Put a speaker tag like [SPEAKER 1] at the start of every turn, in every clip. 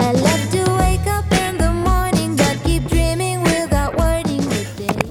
[SPEAKER 1] I love to wake up in the morning, but keep dreaming without wording the day.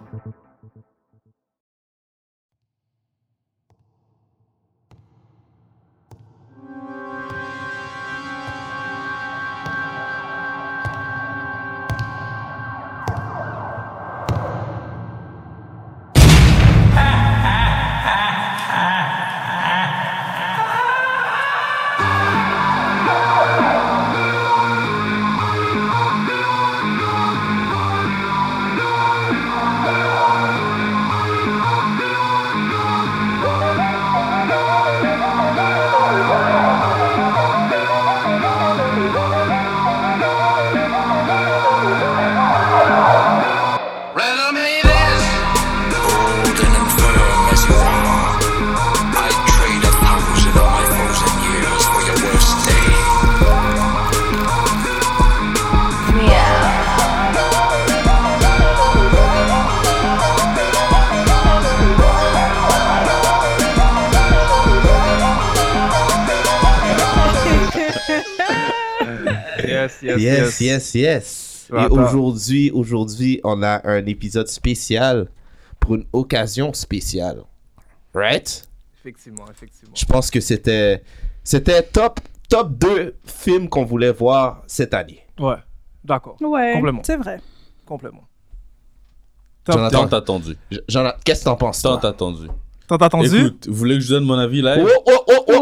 [SPEAKER 2] Rhythm it is. Golden and firm as you are. I trade a thousand of my frozen years for your worst day.
[SPEAKER 3] Yes, yes,
[SPEAKER 4] Yes, yes, yes.
[SPEAKER 3] Ah,
[SPEAKER 4] Et
[SPEAKER 3] attends.
[SPEAKER 4] aujourd'hui, aujourd'hui, on a un épisode spécial pour une occasion spéciale. Right?
[SPEAKER 3] Effectivement, effectivement.
[SPEAKER 4] Je pense que c'était c'était top top 2 films qu'on voulait voir cette année.
[SPEAKER 3] Ouais, d'accord.
[SPEAKER 5] Ouais,
[SPEAKER 3] Complément.
[SPEAKER 5] c'est vrai.
[SPEAKER 3] Complètement.
[SPEAKER 4] Jonathan,
[SPEAKER 6] Tant attendu.
[SPEAKER 4] J- Jonathan, qu'est-ce que t'en penses?
[SPEAKER 6] Tant
[SPEAKER 4] toi?
[SPEAKER 6] attendu.
[SPEAKER 3] T'as entendu?
[SPEAKER 6] Écoute, vous voulez que je donne mon avis là
[SPEAKER 4] Oh, oh, oh, oh, oh, oh, oh,
[SPEAKER 6] On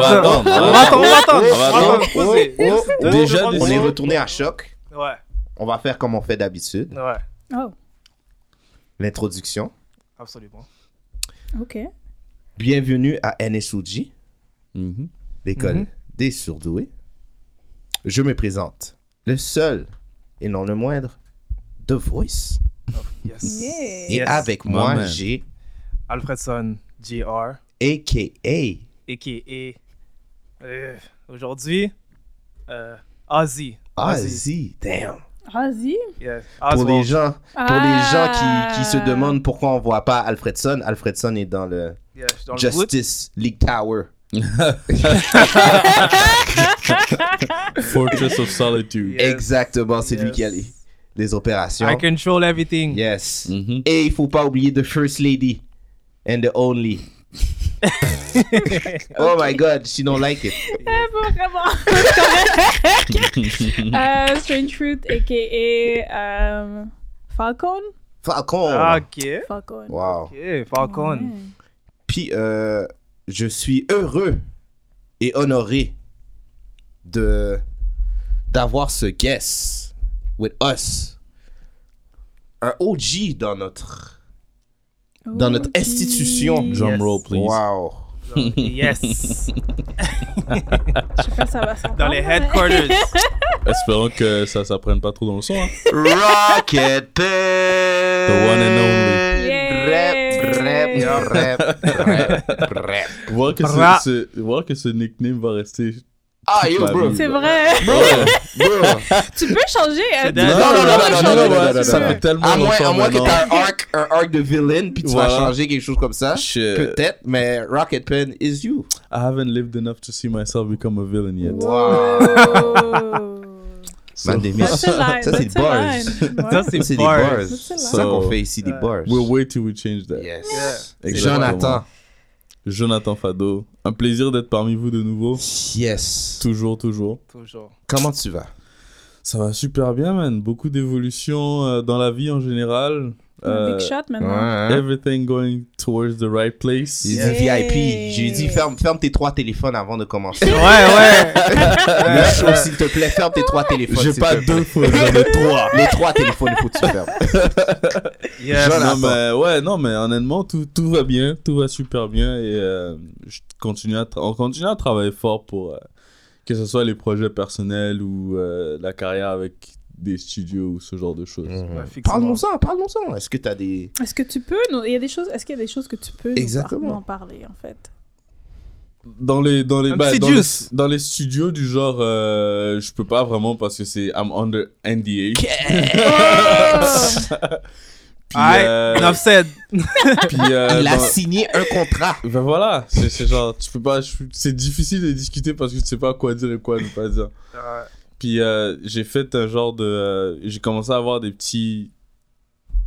[SPEAKER 6] va attendre. hein.
[SPEAKER 3] On va attendre, on va
[SPEAKER 4] oh,
[SPEAKER 3] attendre.
[SPEAKER 4] oh,
[SPEAKER 3] On va attendre.
[SPEAKER 4] oh, oh,
[SPEAKER 3] Posez.
[SPEAKER 4] oh, oh.
[SPEAKER 3] Donnez-moi
[SPEAKER 6] Déjà,
[SPEAKER 3] le
[SPEAKER 4] On
[SPEAKER 3] premier.
[SPEAKER 4] est retourné à choc.
[SPEAKER 3] Ouais,
[SPEAKER 4] On va faire comme on fait d'habitude.
[SPEAKER 3] ouais,
[SPEAKER 5] Oh,
[SPEAKER 4] L'introduction.
[SPEAKER 3] absolument.
[SPEAKER 5] ok.
[SPEAKER 4] Bienvenue à NSUG,
[SPEAKER 6] Mhm.
[SPEAKER 4] l'école
[SPEAKER 3] Mhm.
[SPEAKER 4] des surdoués. Je me présente, le seul et non le moindre, The Voice.
[SPEAKER 3] Yes.
[SPEAKER 5] Yeah.
[SPEAKER 4] Et
[SPEAKER 3] Yes.
[SPEAKER 4] avec moi,
[SPEAKER 6] man.
[SPEAKER 4] j'ai
[SPEAKER 3] Alfredson, JR,
[SPEAKER 4] AKA.
[SPEAKER 3] a.k.a. euh, Aujourd'hui, euh, Ozzy.
[SPEAKER 4] Ozzy, damn.
[SPEAKER 5] Vas-y.
[SPEAKER 3] Yes.
[SPEAKER 4] Pour
[SPEAKER 3] Oswald.
[SPEAKER 4] les gens, pour les gens
[SPEAKER 5] Ah.
[SPEAKER 4] qui, qui se demandent pourquoi on voit pas Alfredson, Alfredson est dans le
[SPEAKER 3] Yeah, je suis dans le bout.
[SPEAKER 4] Justice League Tower.
[SPEAKER 6] Fortress of Solitude.
[SPEAKER 3] Yes.
[SPEAKER 4] Exactement, c'est lui qui a les,
[SPEAKER 3] Yes.
[SPEAKER 4] les opérations.
[SPEAKER 3] I control everything.
[SPEAKER 4] Yes.
[SPEAKER 6] Mhm.
[SPEAKER 4] Et il faut pas oublier The First Lady and the Only. oh my god, she don't like it.
[SPEAKER 5] vraiment. euh, Strange Fruit, a.k.a. euh, Falcon.
[SPEAKER 4] Falcon.
[SPEAKER 3] Ok.
[SPEAKER 5] Falcon.
[SPEAKER 4] Oh, Wow.
[SPEAKER 3] Ok, Falcon.
[SPEAKER 5] Ouais.
[SPEAKER 4] Puis, euh, je suis heureux et honoré de d'avoir ce guest with us. Un OG dans notre, dans notre
[SPEAKER 5] OG.
[SPEAKER 4] institution.
[SPEAKER 6] Drum roll, please.
[SPEAKER 4] Wow.
[SPEAKER 3] Genre, yes!
[SPEAKER 5] Je sais pas si ça va s'entendre.
[SPEAKER 3] Dans les
[SPEAKER 5] mais-
[SPEAKER 3] headquarters.
[SPEAKER 6] Espérons que ça ça prenne pas trop dans le son. hein.
[SPEAKER 4] Rocket Pig!
[SPEAKER 6] The one and only.
[SPEAKER 4] Rap, rap, yo, rap, rap, rap.
[SPEAKER 6] Voir que,
[SPEAKER 4] Bra-
[SPEAKER 6] ce, ce- voir que ce nickname va rester.
[SPEAKER 4] Ah,
[SPEAKER 6] toute
[SPEAKER 4] yo,
[SPEAKER 6] ma
[SPEAKER 4] bro.
[SPEAKER 6] vie.
[SPEAKER 5] C'est vrai.
[SPEAKER 6] Ouais.
[SPEAKER 5] tu peux changer. hein, tu-
[SPEAKER 6] Non, non, non,
[SPEAKER 5] tu peux
[SPEAKER 6] non, non,
[SPEAKER 5] changer.
[SPEAKER 6] non, non, non, ça
[SPEAKER 4] non.
[SPEAKER 6] fait tellement
[SPEAKER 4] À moins,
[SPEAKER 6] longtemps
[SPEAKER 4] à moins que
[SPEAKER 6] maintenant.
[SPEAKER 4] t'aies un arc, un arc de villain, puis tu vas
[SPEAKER 6] Voilà.
[SPEAKER 4] changer quelque chose comme ça.
[SPEAKER 6] Shit.
[SPEAKER 4] Peut-être, mais Rocket Pen is you.
[SPEAKER 6] I haven't lived enough to see myself become a villain yet.
[SPEAKER 5] Oh.
[SPEAKER 6] So-
[SPEAKER 4] Man, des mythes.
[SPEAKER 5] That's a line,
[SPEAKER 4] Ça, c'est
[SPEAKER 5] that's
[SPEAKER 4] des
[SPEAKER 5] a
[SPEAKER 4] bars.
[SPEAKER 5] line. Ouais.
[SPEAKER 3] Ça, c'est
[SPEAKER 4] Ça, c'est des
[SPEAKER 3] bars.
[SPEAKER 4] bars.
[SPEAKER 5] That's a
[SPEAKER 4] C'est
[SPEAKER 5] line.
[SPEAKER 4] ça qu'on fait ici, des bars.
[SPEAKER 6] We'll wait till we change that.
[SPEAKER 4] Yes.
[SPEAKER 6] Exactement.
[SPEAKER 4] Jonathan.
[SPEAKER 6] Jonathan Fado, un plaisir d'être parmi vous de nouveau.
[SPEAKER 4] Yes.
[SPEAKER 6] Toujours, toujours.
[SPEAKER 3] Toujours.
[SPEAKER 4] Comment tu vas?
[SPEAKER 6] Ça va super bien, man. Beaucoup d'évolutions euh, dans la vie en
[SPEAKER 5] I'm
[SPEAKER 6] général.
[SPEAKER 5] a
[SPEAKER 6] Euh,
[SPEAKER 5] Big shot
[SPEAKER 4] Ouais,
[SPEAKER 5] maintenant.
[SPEAKER 4] hein?
[SPEAKER 6] Everything going towards the right place.
[SPEAKER 4] J'ai dit VIP. J'ai dit ferme, ferme tes trois téléphones avant de commencer.
[SPEAKER 3] Ouais, ouais!
[SPEAKER 4] Le show, s'il te plaît, ferme tes trois téléphones.
[SPEAKER 6] J'ai
[SPEAKER 4] s'il
[SPEAKER 6] pas
[SPEAKER 4] te plaît.
[SPEAKER 6] deux fois, j'en ai trois.
[SPEAKER 4] Les trois téléphones, il faut que tu fermes.
[SPEAKER 3] Yes.
[SPEAKER 4] Jonathan.
[SPEAKER 6] Non mais, ouais, non, mais honnêtement, tout, tout va bien, tout va super bien et euh, je continue à tra- on continue à travailler fort pour euh, que ce soit les projets personnels ou euh, la carrière avec des studios ou ce genre de choses.
[SPEAKER 3] Ouais, fixement.
[SPEAKER 4] Parle-nous ça, parle-nous ça. Est-ce que t'as des.
[SPEAKER 5] Est-ce que tu peux nous... Il y a des choses... Est-ce qu'il y a des choses que tu peux
[SPEAKER 4] Exactement.
[SPEAKER 5] nous par- en parler, hein? en fait?
[SPEAKER 6] Dans les dans les,
[SPEAKER 3] Un
[SPEAKER 6] bah,
[SPEAKER 3] petit
[SPEAKER 6] dans, les
[SPEAKER 3] juice.
[SPEAKER 6] dans les studios du genre, euh, je peux pas vraiment parce que c'est I'm under NDA. Puis,
[SPEAKER 3] Aïe,
[SPEAKER 6] euh,
[SPEAKER 3] enough said.
[SPEAKER 6] puis, euh,
[SPEAKER 4] Il a
[SPEAKER 6] dans-
[SPEAKER 4] signé un contrat.
[SPEAKER 6] Ben voilà, c'est c'est genre, tu peux pas, je- c'est difficile de discuter parce que tu sais pas quoi dire et quoi ne pas dire. Puis euh, j'ai fait un genre de, euh, j'ai commencé à avoir des petits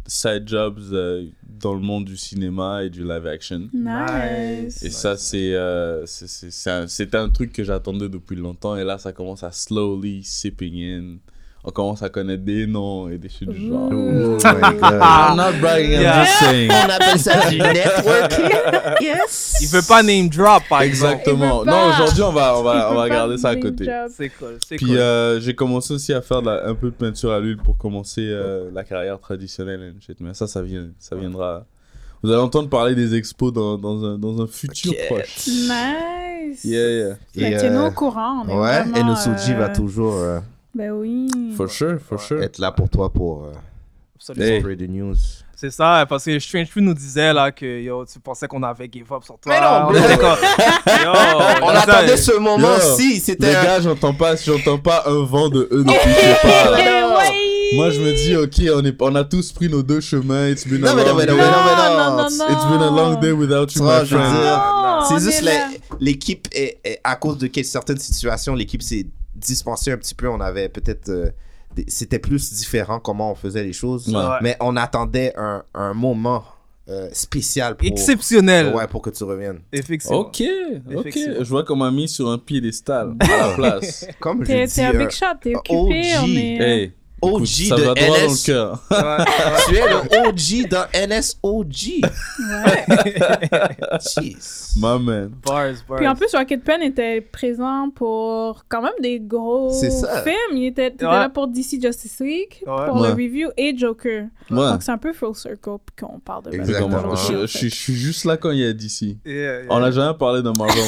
[SPEAKER 6] side jobs euh, dans le monde du cinéma et du live action.
[SPEAKER 5] Nice.
[SPEAKER 6] Et ça, c'est euh, c'est- c'est- c'est un- c'était un truc que j'attendais depuis longtemps et là, ça commence à slowly sipping in. On commence à connaître des noms et des choses du genre.
[SPEAKER 5] Ooh.
[SPEAKER 6] Oh I'm not bragging, I'm
[SPEAKER 3] Yeah.
[SPEAKER 6] just saying.
[SPEAKER 4] Oh On appelle ça du networking. yes.
[SPEAKER 3] Il veut pas name drop,
[SPEAKER 5] Ah,
[SPEAKER 3] par exemple.
[SPEAKER 6] Exactement.
[SPEAKER 5] Il veut pas.
[SPEAKER 6] Non, aujourd'hui, on va, on
[SPEAKER 5] Il
[SPEAKER 6] va,
[SPEAKER 5] peut
[SPEAKER 6] on va
[SPEAKER 5] pas
[SPEAKER 6] garder ça à
[SPEAKER 5] name
[SPEAKER 6] côté.
[SPEAKER 5] drop.
[SPEAKER 3] C'est cool, c'est
[SPEAKER 6] Puis
[SPEAKER 3] cool.
[SPEAKER 6] euh, j'ai commencé aussi à faire de la- un peu de peinture à l'huile pour commencer euh, la carrière traditionnelle. and shit. Mais ça, ça, vient, ça viendra. Vous allez entendre parler des expos dans, dans, un, dans un futur
[SPEAKER 4] Ok.
[SPEAKER 6] proche.
[SPEAKER 5] Nice.
[SPEAKER 6] Yeah, yeah.
[SPEAKER 5] Ben,
[SPEAKER 6] euh,
[SPEAKER 5] Tiens-nous au courant. on est
[SPEAKER 4] Ouais,
[SPEAKER 5] vraiment,
[SPEAKER 4] et nos Soji
[SPEAKER 5] euh,
[SPEAKER 4] va toujours euh,
[SPEAKER 5] Ben oui.
[SPEAKER 6] For sure, for sure.
[SPEAKER 4] être là pour toi pour euh,
[SPEAKER 3] Absolument.
[SPEAKER 6] Hey.
[SPEAKER 4] spread the news.
[SPEAKER 3] C'est ça, parce que Strange Fruit nous disait là que yo, tu pensais qu'on avait give up sur toi.
[SPEAKER 4] Mais non,
[SPEAKER 3] on
[SPEAKER 4] bro.
[SPEAKER 3] était comme, yo,
[SPEAKER 4] On
[SPEAKER 3] ça,
[SPEAKER 4] attendait ce moment
[SPEAKER 6] Yo,
[SPEAKER 4] si
[SPEAKER 6] Les
[SPEAKER 4] c'était un-
[SPEAKER 6] gars, j'entends pas, j'entends pas un vent de eux depuis je sais pas. là.
[SPEAKER 5] Eh oui.
[SPEAKER 6] Moi, je me dis, ok, on, est, on a tous pris nos deux chemins. It's been a
[SPEAKER 4] Non mais non
[SPEAKER 6] long
[SPEAKER 4] mais non mais non
[SPEAKER 6] day.
[SPEAKER 4] mais non.
[SPEAKER 5] Non, non, non,
[SPEAKER 6] It's been a long day without
[SPEAKER 4] Tu
[SPEAKER 6] you,
[SPEAKER 4] vois,
[SPEAKER 6] my
[SPEAKER 4] je veux
[SPEAKER 6] friend.
[SPEAKER 4] dire,
[SPEAKER 5] Non, on
[SPEAKER 4] c'est
[SPEAKER 5] est
[SPEAKER 4] juste la-
[SPEAKER 5] là.
[SPEAKER 4] l'équipe est, est- à cause de quel- certaines situations l'équipe s'est dispensée un petit peu. On avait peut-être euh, des- c'était plus différent comment on faisait les choses,
[SPEAKER 6] Ouais.
[SPEAKER 4] mais on attendait un, un moment euh, spécial pour
[SPEAKER 3] Exceptionnel.
[SPEAKER 4] ouais pour que tu reviennes.
[SPEAKER 3] Effectivement.
[SPEAKER 6] Ok, ok.
[SPEAKER 3] Effectivement.
[SPEAKER 6] Je vois qu'on m'a mis sur un piédestal à la place.
[SPEAKER 4] Comme je
[SPEAKER 5] T'es
[SPEAKER 4] dis,
[SPEAKER 5] t'es un
[SPEAKER 4] un
[SPEAKER 5] big shot, t'es
[SPEAKER 4] un
[SPEAKER 5] occupé.
[SPEAKER 4] OG.
[SPEAKER 5] On est...
[SPEAKER 6] Hey,
[SPEAKER 4] OG
[SPEAKER 6] écoute, ça
[SPEAKER 4] de
[SPEAKER 6] va droit dans
[SPEAKER 4] NS.
[SPEAKER 6] le cœur.
[SPEAKER 3] Ouais, ouais.
[SPEAKER 4] Tu es le OG dans NSOG.
[SPEAKER 5] Ouais.
[SPEAKER 4] Jeez.
[SPEAKER 6] My man.
[SPEAKER 3] Bars, bars.
[SPEAKER 5] Puis en plus, Rocket Pen était présent pour quand même des gros
[SPEAKER 4] C'est ça.
[SPEAKER 5] films. Il était, t'étais
[SPEAKER 3] Ouais.
[SPEAKER 5] là pour DC Justice League,
[SPEAKER 3] Ouais.
[SPEAKER 5] pour le
[SPEAKER 6] Ouais.
[SPEAKER 5] review et Joker.
[SPEAKER 6] Ouais.
[SPEAKER 5] Donc c'est un peu full circle qu'on parle de Batman
[SPEAKER 4] Ah, Exactement.
[SPEAKER 6] Comment-
[SPEAKER 5] aujourd'hui,
[SPEAKER 6] Je,
[SPEAKER 5] en
[SPEAKER 6] je-
[SPEAKER 5] fait.
[SPEAKER 6] je suis juste là quand il y a DC.
[SPEAKER 3] Yeah, yeah.
[SPEAKER 6] On n'a jamais parlé d'un Marvel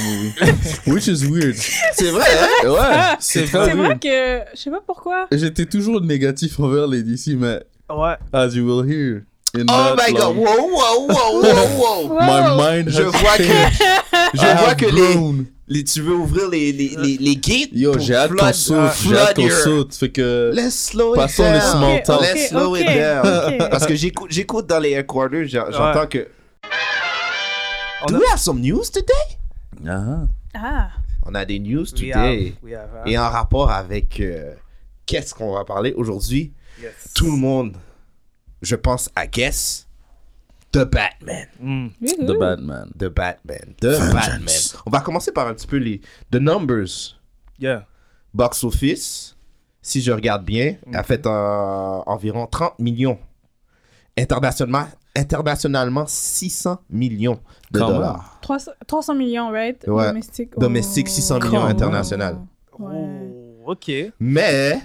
[SPEAKER 6] movie. Which is weird.
[SPEAKER 4] C'est vrai, hein?
[SPEAKER 6] Ouais, c'est
[SPEAKER 5] C'est
[SPEAKER 6] très
[SPEAKER 5] vrai
[SPEAKER 6] weird.
[SPEAKER 5] que je sais pas pourquoi.
[SPEAKER 6] J'étais toujours négatif envers les DC, mais
[SPEAKER 3] Ouais.
[SPEAKER 6] as you will hear. in
[SPEAKER 4] Oh
[SPEAKER 6] not
[SPEAKER 4] my god,
[SPEAKER 6] long,
[SPEAKER 4] wow, wow, wow, wow, wow.
[SPEAKER 6] My mind
[SPEAKER 4] Je
[SPEAKER 6] has
[SPEAKER 4] vois
[SPEAKER 6] changed.
[SPEAKER 4] que,
[SPEAKER 6] I
[SPEAKER 4] je vois
[SPEAKER 6] have
[SPEAKER 4] que les,
[SPEAKER 6] grown.
[SPEAKER 4] les, tu veux ouvrir les, les, les, les gates.
[SPEAKER 6] Yo,
[SPEAKER 4] pour
[SPEAKER 6] j'ai hâte
[SPEAKER 4] flood-
[SPEAKER 6] qu'on
[SPEAKER 4] euh, uh,
[SPEAKER 6] saute. J'ai
[SPEAKER 4] flood
[SPEAKER 6] hâte qu'on
[SPEAKER 4] your-
[SPEAKER 6] saute. Fait que.
[SPEAKER 4] Let's slow it
[SPEAKER 6] Passons les
[SPEAKER 4] down.
[SPEAKER 6] small
[SPEAKER 5] Ok,
[SPEAKER 6] talk.
[SPEAKER 5] ok,
[SPEAKER 4] Let's slow it
[SPEAKER 5] ok,
[SPEAKER 4] down.
[SPEAKER 5] ok.
[SPEAKER 4] Parce que j'écoute, j'écoute dans les headquarters, j'en- j'entends que.
[SPEAKER 3] On
[SPEAKER 4] Do
[SPEAKER 3] a-
[SPEAKER 4] we have some news today?
[SPEAKER 6] Ah.
[SPEAKER 5] Ah,
[SPEAKER 4] On a des news
[SPEAKER 3] We have,
[SPEAKER 4] today.
[SPEAKER 3] we have, hein.
[SPEAKER 4] Et en rapport avec euh, qu'est-ce qu'on va parler aujourd'hui?
[SPEAKER 3] Yes.
[SPEAKER 4] tout le monde, je pense à Guess, The Batman.
[SPEAKER 3] Mm.
[SPEAKER 6] The
[SPEAKER 5] wouhou.
[SPEAKER 6] Batman.
[SPEAKER 4] The Batman. The Batman. On va commencer par un petit peu les The Numbers.
[SPEAKER 3] Yeah.
[SPEAKER 4] Box Office, si je regarde bien,
[SPEAKER 3] Mhm.
[SPEAKER 4] a fait euh, environ 30 millions. Internationalement, internationalement 600 millions de
[SPEAKER 6] Quand même.
[SPEAKER 4] dollars.
[SPEAKER 5] 300, 300 millions, right?
[SPEAKER 4] Ouais.
[SPEAKER 5] Domestique.
[SPEAKER 4] Domestique, 600 millions
[SPEAKER 5] Oh.
[SPEAKER 4] international.
[SPEAKER 5] Ouais.
[SPEAKER 3] Oh, ok.
[SPEAKER 4] Mais,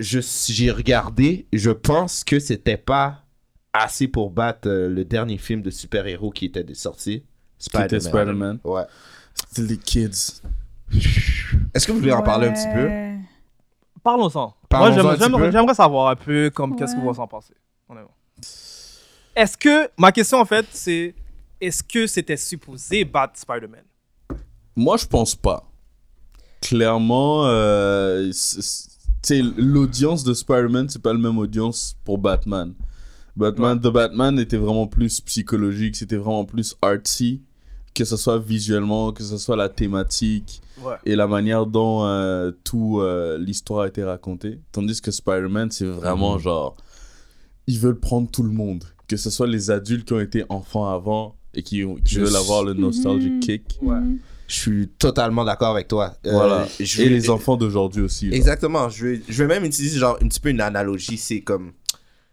[SPEAKER 4] je- j'ai regardé, je pense que c'était pas assez pour battre euh, le dernier film de super-héros qui était sorti,
[SPEAKER 6] était
[SPEAKER 4] Spider-Man.
[SPEAKER 6] Spider-Man.
[SPEAKER 4] Ouais.
[SPEAKER 6] C'était les kids.
[SPEAKER 4] Est-ce que vous voulez en parler un petit peu
[SPEAKER 3] Parlons-en. Moi,
[SPEAKER 4] Parlons-en un
[SPEAKER 3] j'aimerais-
[SPEAKER 4] petit peu.
[SPEAKER 3] j'aimerais j'aimerais savoir un peu comme qu'est-ce que vous en pensez. honnêtement. Est-ce que ma question en fait, c'est est-ce que c'était supposé battre Spider-Man
[SPEAKER 6] Moi, je pense pas. Clairement, euh, c- c- t'sais, l'audience de Spider-Man, c'est pas la même audience pour Batman. Batman, The Batman était vraiment plus psychologique, c'était vraiment plus artsy, que ce soit visuellement, que ce soit la thématique
[SPEAKER 3] Ouais.
[SPEAKER 6] et la manière dont euh, tout euh, l'histoire a été racontée. Tandis que Spider-Man, c'est vraiment
[SPEAKER 4] Mhm.
[SPEAKER 6] genre ils veulent prendre tout le monde, que ce soit les adultes qui ont été enfants avant et qui, ont- qui
[SPEAKER 4] Je
[SPEAKER 6] veulent
[SPEAKER 4] suis-
[SPEAKER 6] avoir le nostalgic
[SPEAKER 4] Mhm.
[SPEAKER 6] kick.
[SPEAKER 4] Je suis totalement d'accord avec toi. Euh,
[SPEAKER 6] Voilà.
[SPEAKER 4] je
[SPEAKER 6] Et
[SPEAKER 4] vais-
[SPEAKER 6] les enfants d'aujourd'hui aussi. genre.
[SPEAKER 4] Exactement. Je vais, je vais même utiliser genre un petit peu une analogie. C'est comme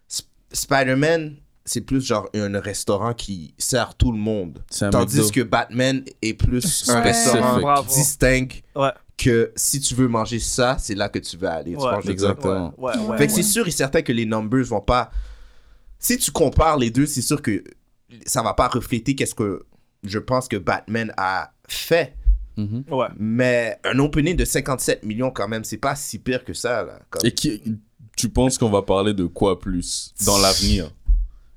[SPEAKER 4] Sp- Spider-Man, c'est plus genre un restaurant qui sert tout le monde.
[SPEAKER 6] C'est un
[SPEAKER 4] Tandis
[SPEAKER 6] McDo.
[SPEAKER 4] que Batman est plus un
[SPEAKER 6] Ouais.
[SPEAKER 4] restaurant
[SPEAKER 6] Spécifique.
[SPEAKER 4] qui distingue
[SPEAKER 3] Ouais.
[SPEAKER 4] que si tu veux manger ça, c'est là que tu vas aller. Tu
[SPEAKER 3] Ouais.
[SPEAKER 4] vois ce que je veux dire?
[SPEAKER 6] Exactement.
[SPEAKER 3] Ouais, ouais, ouais.
[SPEAKER 4] fait que c'est sûr et certain que les numbers vont pas. Si tu compares les deux, c'est sûr que ça va pas refléter qu'est-ce que je pense que Batman a fait.
[SPEAKER 3] Ouais.
[SPEAKER 4] Mais un opening de 57 millions quand même, c'est pas si pire que ça là. Comme-
[SPEAKER 6] Et qui, tu penses qu'on va parler de quoi plus dans l'avenir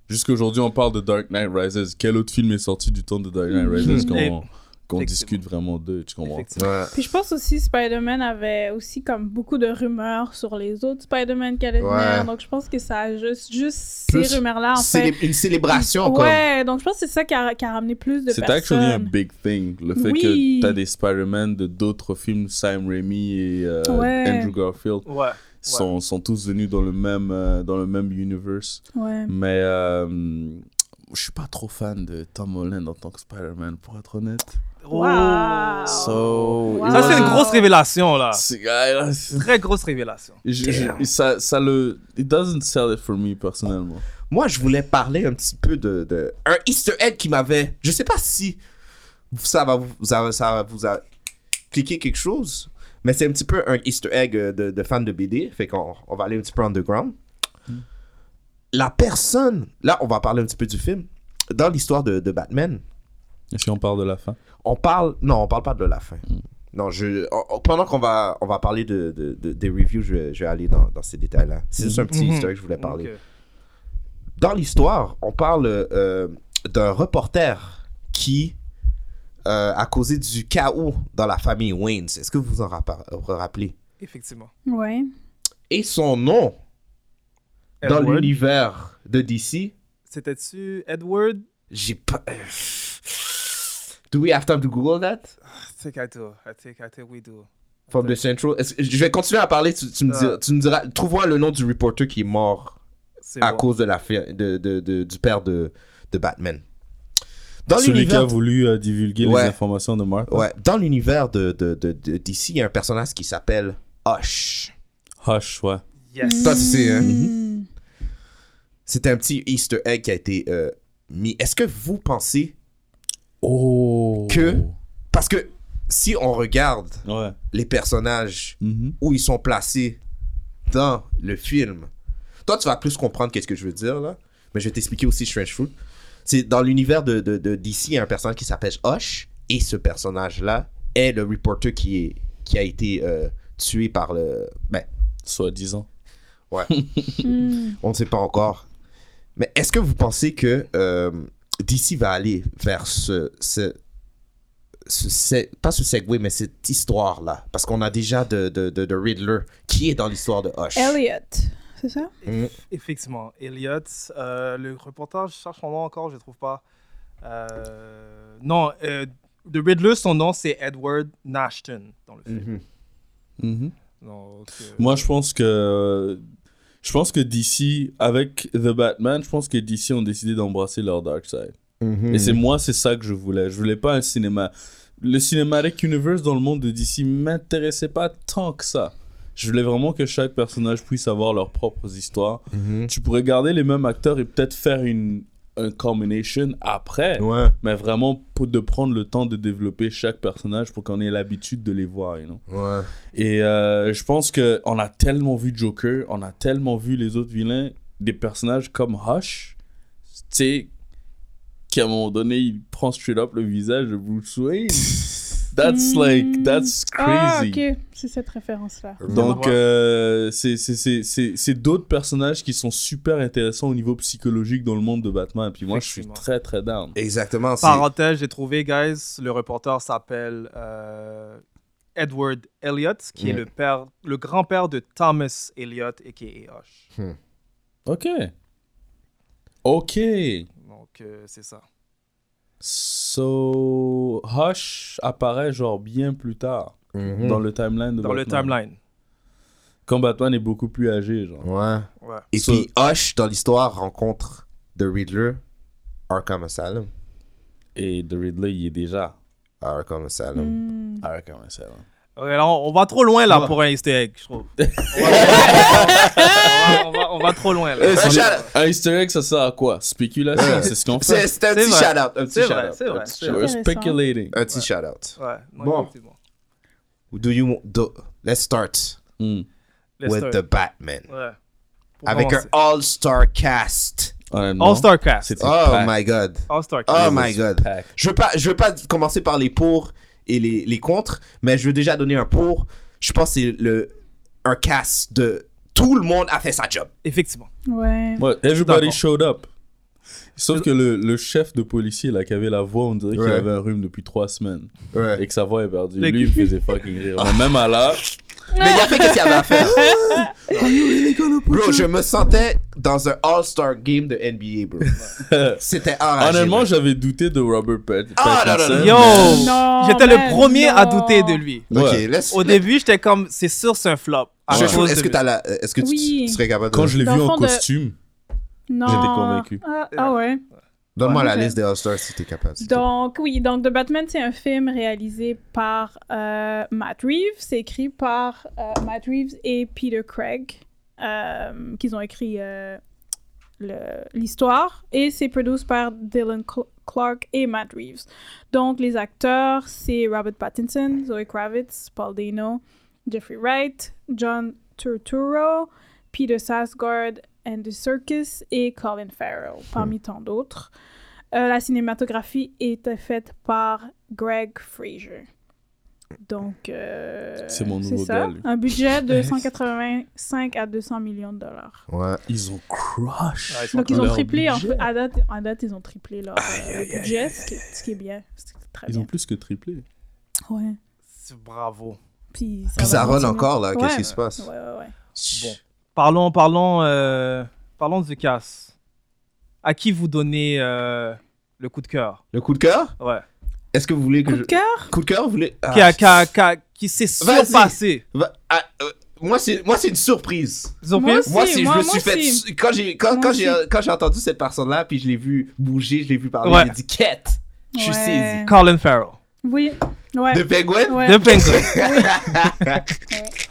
[SPEAKER 6] Jusqu'aujourd'hui, on parle de Dark Knight Rises. Quel autre film est sorti du temps de Dark Knight Rises
[SPEAKER 4] Mhm.
[SPEAKER 6] qu'on qu'on discute vraiment d'eux Tu comprends
[SPEAKER 4] Effectivement.
[SPEAKER 5] Puis je pense aussi Spider-Man avait aussi comme beaucoup de rumeurs sur les autres Spider-Man qui allaient venir.
[SPEAKER 4] Ouais.
[SPEAKER 5] Donc je pense que ça a juste, juste
[SPEAKER 4] Plus
[SPEAKER 5] ces rumeurs-là en
[SPEAKER 4] célé-
[SPEAKER 5] fait.
[SPEAKER 4] une célébration comme.
[SPEAKER 5] Ouais, donc je pense que c'est ça qui a, qui a ramené plus de
[SPEAKER 6] C'est
[SPEAKER 5] personnes.
[SPEAKER 6] actually un big thing, le fait
[SPEAKER 5] Oui.
[SPEAKER 6] que t'as des Spider-Man de d'autres films, Sam Raimi et euh,
[SPEAKER 5] Ouais.
[SPEAKER 6] Andrew Garfield,
[SPEAKER 3] Ouais, ouais.
[SPEAKER 6] Sont, sont tous venus dans le même, euh, dans le même universe.
[SPEAKER 5] Ouais.
[SPEAKER 6] Mais euh, je suis pas trop fan de Tom Holland en tant que Spider-Man, pour être honnête.
[SPEAKER 3] Wow.
[SPEAKER 6] So,
[SPEAKER 3] Ça, c'est une grosse révélation, là.
[SPEAKER 6] C'est- ah, là, c'est-
[SPEAKER 3] Très grosse révélation.
[SPEAKER 6] Je- je- ça, ça le. It doesn't sell it for me personnellement.
[SPEAKER 4] Moi, je voulais parler un petit peu de, de- un Easter egg qui m'avait. Je sais pas si ça va vous ça, va- ça va vous a cliqué quelque chose, mais c'est un petit peu un Easter egg euh, de, de fan de BD. Fait qu'on on va aller un petit peu underground. La personne, là, on va parler un petit peu du film. Dans l'histoire de, de Batman,
[SPEAKER 6] Et si on parle de la fin
[SPEAKER 4] on parle. Non, on parle pas de la fin. Non, je, on- on- pendant qu'on va, on va parler de, de- de- des reviews, je vais, je vais aller dans, dans ces détails-là. C'est juste un petit
[SPEAKER 3] Mhm.
[SPEAKER 4] Easter egg que je voulais parler
[SPEAKER 3] Ok.
[SPEAKER 4] dans l'histoire, on parle euh, d'un reporter qui euh, a causé du chaos dans la famille Wayne. Est-ce que vous vous en rappa- vous rappelez?
[SPEAKER 3] Effectivement.
[SPEAKER 5] Ouais.
[SPEAKER 4] Et son nom dans
[SPEAKER 3] Edward.
[SPEAKER 4] l'univers de DC,
[SPEAKER 3] C'était-tu Edward
[SPEAKER 4] j'ai pas. Do we have time to Google that?
[SPEAKER 3] I think I do. I think, I think we do.
[SPEAKER 4] From the Central. Est-ce que- Je vais continuer à parler. Tu, tu me,
[SPEAKER 3] Ah.
[SPEAKER 4] diras, tu me diras. Trouve-moi le nom du reporter qui est mort
[SPEAKER 3] C'est
[SPEAKER 4] à
[SPEAKER 3] bon.
[SPEAKER 4] cause de la fi- de, de- de- du père de, de Batman. Dans
[SPEAKER 6] Celui qui
[SPEAKER 4] l'univers
[SPEAKER 6] a voulu euh, divulguer
[SPEAKER 4] Ouais.
[SPEAKER 6] les informations de Martha.
[SPEAKER 4] Ouais, dans l'univers de, de, de, de DC, il y a un personnage qui s'appelle Hush.
[SPEAKER 6] Hush, ouais.
[SPEAKER 3] Yes.
[SPEAKER 4] Toi, tu sais, hein? C'est un petit Easter egg qui a été euh, mis. Est-ce que vous pensez
[SPEAKER 6] Oh.
[SPEAKER 4] que. Parce que si on regarde
[SPEAKER 6] Ouais.
[SPEAKER 4] les personnages
[SPEAKER 6] Mhm.
[SPEAKER 4] où ils sont placés dans le film, toi, tu vas plus comprendre qu'est-ce que je veux dire, là. Mais je vais t'expliquer aussi Strange Fruit. C'est dans l'univers de, de, de DC, il y a un personnage qui s'appelle Hush. Et ce personnage-là est le reporter qui, est, qui a été euh, tué par le. Ben,
[SPEAKER 6] Soit disant.
[SPEAKER 4] Ouais. On ne sait pas encore. Mais est-ce que vous pensez que euh, DC va aller vers ce. ce, ce- ce- pas ce segway, mais cette histoire-là Parce qu'on a déjà de, de, de, de Riddler qui est dans l'histoire de Hush.
[SPEAKER 5] Elliot, c'est ça?
[SPEAKER 4] Mhm.
[SPEAKER 3] Effectivement. Elliot, euh, le reportage, je cherche son nom encore, je ne trouve pas. Euh, non, euh, de Riddler, son nom, c'est Edward Nashton dans le film.
[SPEAKER 4] Mhm.
[SPEAKER 6] Mhm.
[SPEAKER 3] Donc, euh,
[SPEAKER 6] Moi, je pense que. Je pense que DC, avec The Batman, je pense que DC ont décidé d'embrasser leur Dark Side.
[SPEAKER 4] Mhm.
[SPEAKER 6] Et c'est moi, c'est ça que je voulais. Je voulais pas un cinéma. Le cinematic universe dans le monde de DC m'intéressait pas tant que ça. Je voulais vraiment que chaque personnage puisse avoir leurs propres histoires.
[SPEAKER 4] Mhm.
[SPEAKER 6] Tu pourrais garder les mêmes acteurs et peut-être faire une un combination après,
[SPEAKER 4] Ouais.
[SPEAKER 6] mais vraiment pour de prendre le temps de développer chaque personnage pour qu'on ait l'habitude de les voir, you know?
[SPEAKER 4] Ouais.
[SPEAKER 6] Et euh, je pense que on a tellement vu Joker, on a tellement vu les autres vilains, des personnages comme Hush, tu sais, qu'à un moment donné, il prend straight up le visage de Bruce Wayne. That's like, that's
[SPEAKER 5] Hmm. Ah,
[SPEAKER 6] crazy.
[SPEAKER 5] ok, c'est cette référence-là.
[SPEAKER 6] Donc, euh, c'est- c'est- c'est c'est- c'est d'autres personnages qui sont super intéressants au niveau psychologique dans le monde de Batman. Puis moi, je suis très, très down.
[SPEAKER 4] Exactement.
[SPEAKER 3] Parenthèse, j'ai trouvé, guys, le reporter s'appelle euh, Edward Elliot, qui est
[SPEAKER 6] Mm.
[SPEAKER 3] le père, le grand-père de Thomas Elliot, et qui est Hush.
[SPEAKER 6] Ok. Ok.
[SPEAKER 3] Donc, euh, c'est ça.
[SPEAKER 6] So, Hush apparaît genre bien plus tard
[SPEAKER 4] Mhm.
[SPEAKER 6] dans le timeline de
[SPEAKER 3] Dans le
[SPEAKER 6] Batman.
[SPEAKER 3] timeline.
[SPEAKER 6] Quand Batman est beaucoup plus âgé, genre.
[SPEAKER 4] Ouais.
[SPEAKER 3] Ouais.
[SPEAKER 4] Et
[SPEAKER 6] So-
[SPEAKER 4] puis Hush, dans l'histoire, rencontre The Riddler, Arkham Asylum.
[SPEAKER 6] Et The Riddler, il est déjà.
[SPEAKER 4] Arkham Asylum.
[SPEAKER 6] Arkham Asylum.
[SPEAKER 3] Ok, là, on, on va trop loin là
[SPEAKER 6] Ouais.
[SPEAKER 3] pour un easter egg, je trouve. on, va, on va- on va trop loin là.
[SPEAKER 6] Euh, un easter egg, ça sert à quoi Spéculation,
[SPEAKER 4] Ouais.
[SPEAKER 6] c'est ce qu'on
[SPEAKER 4] C'est-
[SPEAKER 6] fait.
[SPEAKER 4] c'était un petit
[SPEAKER 3] vrai.
[SPEAKER 4] shout-out. Un petit
[SPEAKER 3] C'est vrai,
[SPEAKER 4] shout-out.
[SPEAKER 3] c'est vrai,
[SPEAKER 4] un petit
[SPEAKER 3] c'est
[SPEAKER 4] shout-out.
[SPEAKER 6] We're speculating.
[SPEAKER 4] Un petit shout-out.
[SPEAKER 3] Ouais, non,
[SPEAKER 4] Bon.
[SPEAKER 3] effectivement.
[SPEAKER 4] Do you want- do- let's start
[SPEAKER 6] Hmm.
[SPEAKER 3] Let's
[SPEAKER 4] with
[SPEAKER 3] start.
[SPEAKER 4] the Batman.
[SPEAKER 3] Ouais. Pour
[SPEAKER 4] Avec
[SPEAKER 3] commencer.
[SPEAKER 4] un all-star cast.
[SPEAKER 6] Honnêtement,
[SPEAKER 3] All-Star Cast.
[SPEAKER 6] c'était
[SPEAKER 4] Oh
[SPEAKER 6] pack.
[SPEAKER 4] my god.
[SPEAKER 3] All-Star Cast.
[SPEAKER 4] Oh my god.
[SPEAKER 6] pack.
[SPEAKER 4] Je veux pas, je veux pas commencer par les pour et les, les contre, mais je veux déjà donner un pour. Je pense que c'est le un cast de tout le monde a fait sa job.
[SPEAKER 3] Effectivement.
[SPEAKER 5] Oh. Ouais.
[SPEAKER 6] Ouais, everybody
[SPEAKER 3] D'accord.
[SPEAKER 6] showed up. Sauf que le, le chef de policier là qui avait la voix, on dirait qu'il
[SPEAKER 4] Ouais.
[SPEAKER 6] avait un rhume depuis trois semaines
[SPEAKER 4] Ouais.
[SPEAKER 6] et que sa voix est perdue.
[SPEAKER 3] Le-
[SPEAKER 6] Lui, il me faisait fucking rire. Mais même à là,
[SPEAKER 4] Mais il a fait qu'est-ce qu'il avait à faire. bro, je me sentais dans un All-Star game de NBA, bro. C'était enragé.
[SPEAKER 6] honnêtement,
[SPEAKER 4] bro.
[SPEAKER 6] j'avais douté de Robert Pat-
[SPEAKER 4] Ah, non, non,
[SPEAKER 6] Pattinson.
[SPEAKER 4] non.
[SPEAKER 3] Yo,
[SPEAKER 5] Non,
[SPEAKER 3] j'étais
[SPEAKER 5] man,
[SPEAKER 3] le premier à
[SPEAKER 5] non.
[SPEAKER 3] douter de lui.
[SPEAKER 4] Ok,
[SPEAKER 6] Ouais.
[SPEAKER 4] laisse.
[SPEAKER 3] Au début, j'étais comme, c'est sûr, c'est un flop. À
[SPEAKER 4] Je-
[SPEAKER 3] cause
[SPEAKER 4] Est-ce
[SPEAKER 3] de
[SPEAKER 4] que,
[SPEAKER 3] lui.
[SPEAKER 4] t'as la- euh, est-ce que tu-
[SPEAKER 5] Oui.
[SPEAKER 4] tu serais capable de.
[SPEAKER 6] Quand je l'ai
[SPEAKER 5] Dans
[SPEAKER 6] vu
[SPEAKER 5] le
[SPEAKER 6] en
[SPEAKER 5] fond de-
[SPEAKER 6] costume,
[SPEAKER 5] Non.
[SPEAKER 6] J'étais convaincu.
[SPEAKER 5] Ah, ah ouais.
[SPEAKER 4] Donne-moi la
[SPEAKER 5] Ouais.
[SPEAKER 4] liste des All-Stars si t'es capable. s'il te plaît.
[SPEAKER 5] Donc, oui, donc The Batman, c'est un film réalisé par euh, Matt Reeves. C'est écrit par euh, Matt Reeves et Peter Craig, euh, qu'ils ont écrit euh, le- l'histoire. Et c'est produit par Dylan Cl- Clark et Matt Reeves. Donc, les acteurs, c'est Robert Pattinson, Zoe Kravitz, Paul Dano, Jeffrey Wright, John Turturro, Peter Sarsgaard, Andy Serkis et Colin Farrell, parmi tant d'autres. Euh, la cinématographie était faite par Greg Fraser. Donc, euh,
[SPEAKER 6] C'est mon nouveau
[SPEAKER 5] ça.
[SPEAKER 6] gars, lui.
[SPEAKER 5] Un budget de 185 à 200 millions de dollars.
[SPEAKER 4] Ouais.
[SPEAKER 6] ils ont crush.
[SPEAKER 3] Ouais, ils sont
[SPEAKER 5] Donc, ils ont
[SPEAKER 6] Leur
[SPEAKER 5] triplé. En
[SPEAKER 6] budget.
[SPEAKER 5] fait, à, date, à date, ils ont triplé leur euh, budget, ce qui, est- ce qui est bien. Ce qui est très
[SPEAKER 6] Ils
[SPEAKER 5] bien.
[SPEAKER 6] ont plus que triplé.
[SPEAKER 5] Ouais.
[SPEAKER 3] Bravo.
[SPEAKER 5] Puis,
[SPEAKER 4] Puis
[SPEAKER 5] va
[SPEAKER 4] ça run
[SPEAKER 5] continuer.
[SPEAKER 4] encore, là. Qu'est-ce
[SPEAKER 5] Ouais.
[SPEAKER 4] qui se passe?
[SPEAKER 5] Ouais, ouais, ouais.
[SPEAKER 3] Bon. Parlons, parlons, euh, parlons du casse. À qui vous donnez euh, le coup de cœur
[SPEAKER 4] Le coup de cœur?
[SPEAKER 3] Ouais.
[SPEAKER 4] Est-ce que vous voulez que
[SPEAKER 5] Coup
[SPEAKER 4] je.
[SPEAKER 5] de cœur?
[SPEAKER 4] Coup de cœur, vous voulez. Ah.
[SPEAKER 3] Qui, a- qui a- qui a- qui s'est
[SPEAKER 4] Vas-y.
[SPEAKER 3] surpassé.
[SPEAKER 4] Va- ah, euh, moi, c'est moi, c'est une surprise.
[SPEAKER 3] Surprise
[SPEAKER 5] aussi.
[SPEAKER 4] Moi, c'est-
[SPEAKER 5] moi-
[SPEAKER 4] je me
[SPEAKER 5] moi
[SPEAKER 4] suis fait.
[SPEAKER 5] aussi.
[SPEAKER 4] su- Quand j'ai quand,
[SPEAKER 5] Moi
[SPEAKER 4] quand j'ai
[SPEAKER 5] aussi.
[SPEAKER 4] quand j'ai entendu cette personne-là, puis je l'ai vu bouger, je l'ai vu parler,
[SPEAKER 3] Ouais.
[SPEAKER 4] j'ai dit quête. Je suis
[SPEAKER 5] Ouais.
[SPEAKER 4] saisi.
[SPEAKER 3] Colin Farrell.
[SPEAKER 5] Oui. Ouais.
[SPEAKER 4] De Penguin?
[SPEAKER 5] Ouais.
[SPEAKER 3] The Penguin.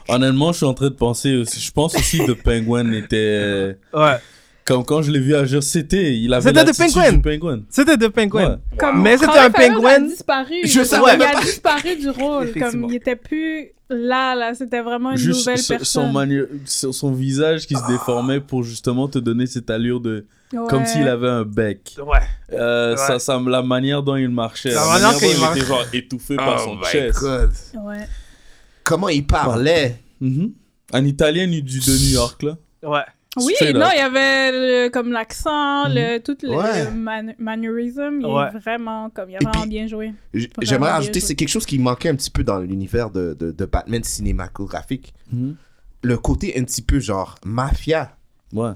[SPEAKER 6] Honnêtement, je suis en train de penser aussi. Je pense aussi que The Penguin était.
[SPEAKER 3] Ouais.
[SPEAKER 6] Comme quand je l'ai vu agir, c'était. Il avait
[SPEAKER 3] C'était The
[SPEAKER 6] l'attitude
[SPEAKER 3] Penguin.
[SPEAKER 6] du Penguin.
[SPEAKER 3] C'était The Penguin.
[SPEAKER 6] Ouais.
[SPEAKER 5] Comme-
[SPEAKER 3] Mais c'était
[SPEAKER 5] Colin
[SPEAKER 3] un
[SPEAKER 5] Farrell
[SPEAKER 3] pingouin.
[SPEAKER 5] a disparu.
[SPEAKER 4] Je savais
[SPEAKER 5] il
[SPEAKER 4] même
[SPEAKER 5] a
[SPEAKER 4] pas.
[SPEAKER 5] disparu du rôle. Comme
[SPEAKER 3] Effectivement.
[SPEAKER 5] il était plus là, là. C'était vraiment une
[SPEAKER 6] Juste
[SPEAKER 5] nouvelle
[SPEAKER 6] ce-
[SPEAKER 5] personne. Ah.
[SPEAKER 6] son, manu- son- son visage qui se déformait pour justement te donner cette allure de comme
[SPEAKER 5] Ouais.
[SPEAKER 6] s'il avait un bec.
[SPEAKER 3] Ouais.
[SPEAKER 6] Euh,
[SPEAKER 3] Ouais.
[SPEAKER 6] Ça, ça- la manière dont il marchait,
[SPEAKER 3] La
[SPEAKER 6] la
[SPEAKER 3] manière
[SPEAKER 6] manière dont
[SPEAKER 3] qu'il
[SPEAKER 6] il
[SPEAKER 3] marchait.
[SPEAKER 6] était genre étouffé par son
[SPEAKER 4] Oh my
[SPEAKER 6] chest.
[SPEAKER 4] God.
[SPEAKER 5] Ouais.
[SPEAKER 4] Comment il parlait?
[SPEAKER 6] Mhm. Un Italien du, du- de New York là.
[SPEAKER 3] Ouais.
[SPEAKER 5] Oui,
[SPEAKER 6] Straight
[SPEAKER 5] non,
[SPEAKER 6] up.
[SPEAKER 5] il y avait le- comme l'accent, euh, le, tout le,
[SPEAKER 4] Ouais.
[SPEAKER 5] le man- mannerism, il est
[SPEAKER 3] Ouais.
[SPEAKER 5] vraiment comme, il a
[SPEAKER 4] Et
[SPEAKER 5] vraiment
[SPEAKER 4] puis-
[SPEAKER 5] bien joué.
[SPEAKER 4] J-
[SPEAKER 5] Faut
[SPEAKER 4] J'aimerais
[SPEAKER 5] vraiment
[SPEAKER 4] rajouter,
[SPEAKER 5] dire ça.
[SPEAKER 4] c'est quelque chose qui manquait un petit peu dans l'univers de, de, de Batman cinématographique.
[SPEAKER 6] Mhm.
[SPEAKER 4] Le côté un petit peu genre mafia.
[SPEAKER 6] Ouais.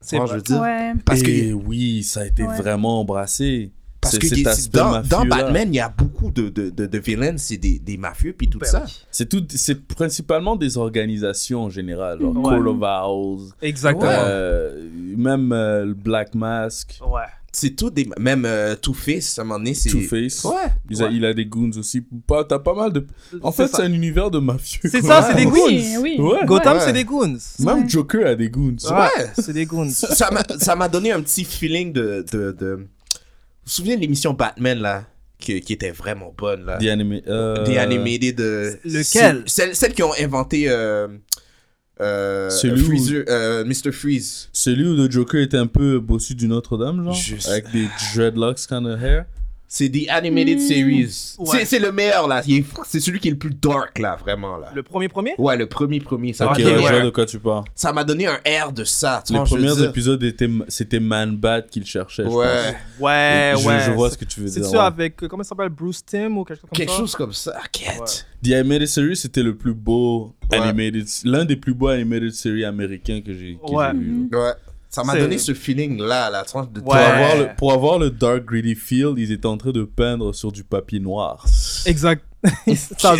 [SPEAKER 3] C'est
[SPEAKER 4] moi,
[SPEAKER 3] vrai.
[SPEAKER 4] Oh, je veux dire.
[SPEAKER 5] Ouais.
[SPEAKER 4] Parce
[SPEAKER 6] Et
[SPEAKER 4] que
[SPEAKER 6] oui, ça a été
[SPEAKER 5] Ouais.
[SPEAKER 6] vraiment embrassé.
[SPEAKER 4] Parce
[SPEAKER 6] C'est-
[SPEAKER 4] que
[SPEAKER 6] cet
[SPEAKER 4] y-
[SPEAKER 6] aspect
[SPEAKER 4] dans, dans
[SPEAKER 6] mafieux-là.
[SPEAKER 4] Batman, il y a beaucoup de, de, de, de villains, c'est des, des mafieux, puis tout
[SPEAKER 3] Ben
[SPEAKER 4] ça.
[SPEAKER 3] oui.
[SPEAKER 6] C'est tout, c'est principalement des organisations en général, genre
[SPEAKER 5] Mhm.
[SPEAKER 6] Call of Owls,
[SPEAKER 3] Exactement. Ouais.
[SPEAKER 6] euh, même euh, le Black Mask,
[SPEAKER 4] C'est tout des. Même euh, Two-Face, à un moment donné, c'est.
[SPEAKER 6] Two-Face.
[SPEAKER 4] Ouais.
[SPEAKER 6] Il, a,
[SPEAKER 3] Ouais.
[SPEAKER 6] il a des goons aussi. Pas- T'as pas mal de. En fait,
[SPEAKER 3] ça.
[SPEAKER 6] c'est un univers de mafieux.
[SPEAKER 3] C'est
[SPEAKER 6] quoi.
[SPEAKER 3] ça, c'est des goons.
[SPEAKER 5] Oui, oui.
[SPEAKER 6] Ouais.
[SPEAKER 3] Gotham,
[SPEAKER 4] Ouais.
[SPEAKER 3] c'est des goons.
[SPEAKER 6] Même Joker a des goons.
[SPEAKER 4] Ouais.
[SPEAKER 3] C'est des goons.
[SPEAKER 4] Ça- ça m'a- ça m'a donné un petit feeling de. de, de... Vous vous souvenez de l'émission Batman, là qui, qui était vraiment bonne, là.
[SPEAKER 6] Des animés. euh,
[SPEAKER 4] Des animated. euh,
[SPEAKER 3] Lequel
[SPEAKER 4] c'est- Celles, celles qui ont inventé. euh, euh,
[SPEAKER 6] Celui où-
[SPEAKER 4] Freezer, euh, Mr. Freeze.
[SPEAKER 6] Celui où le Joker était un peu bossu du Notre-Dame, genre
[SPEAKER 4] Je sais.
[SPEAKER 6] Avec des dreadlocks kind of hair.
[SPEAKER 4] C'est The Animated
[SPEAKER 6] Mm.
[SPEAKER 3] Hmm,
[SPEAKER 4] Series.
[SPEAKER 6] Ouais.
[SPEAKER 4] C'est- C'est le meilleur, là. Il est- C'est celui qui est le plus dark, là, vraiment, là.
[SPEAKER 3] Le premier premier
[SPEAKER 4] Ouais, le premier premier. Ça
[SPEAKER 6] ok,
[SPEAKER 4] m'a
[SPEAKER 6] ouais,
[SPEAKER 4] donné
[SPEAKER 6] je vois
[SPEAKER 4] un-
[SPEAKER 6] de quoi tu parles.
[SPEAKER 4] ça m'a donné un air de ça. tu
[SPEAKER 6] Les
[SPEAKER 4] vois, je veux
[SPEAKER 6] premiers
[SPEAKER 4] dire.
[SPEAKER 6] épisodes, étaient- c'était Man-Bat qu'il cherchait, je
[SPEAKER 4] Ouais.
[SPEAKER 6] pense.
[SPEAKER 3] Ouais,
[SPEAKER 6] Je-
[SPEAKER 3] Eh ouais.
[SPEAKER 6] Je vois ce que tu veux
[SPEAKER 3] C'est
[SPEAKER 6] dire.
[SPEAKER 3] tu
[SPEAKER 6] ouais.
[SPEAKER 3] avec, euh, comment ça s'appelle, Bruce Tim ou quelque chose comme
[SPEAKER 4] Quelque
[SPEAKER 3] ça
[SPEAKER 4] chose comme ça. Quête.
[SPEAKER 6] The Animated Series, c'était le plus beau animated, l'un des plus beaux animated series américains que j'ai que
[SPEAKER 4] Ouais.
[SPEAKER 6] j'ai vu.
[SPEAKER 4] Ouais. Ça m'a
[SPEAKER 6] C'est-
[SPEAKER 4] donné ce feeling-là, la tranche de
[SPEAKER 6] Pour, avoir le, pour avoir le dark greedy feel, ils étaient en train de peindre sur du papier noir.
[SPEAKER 3] Exact. Ça-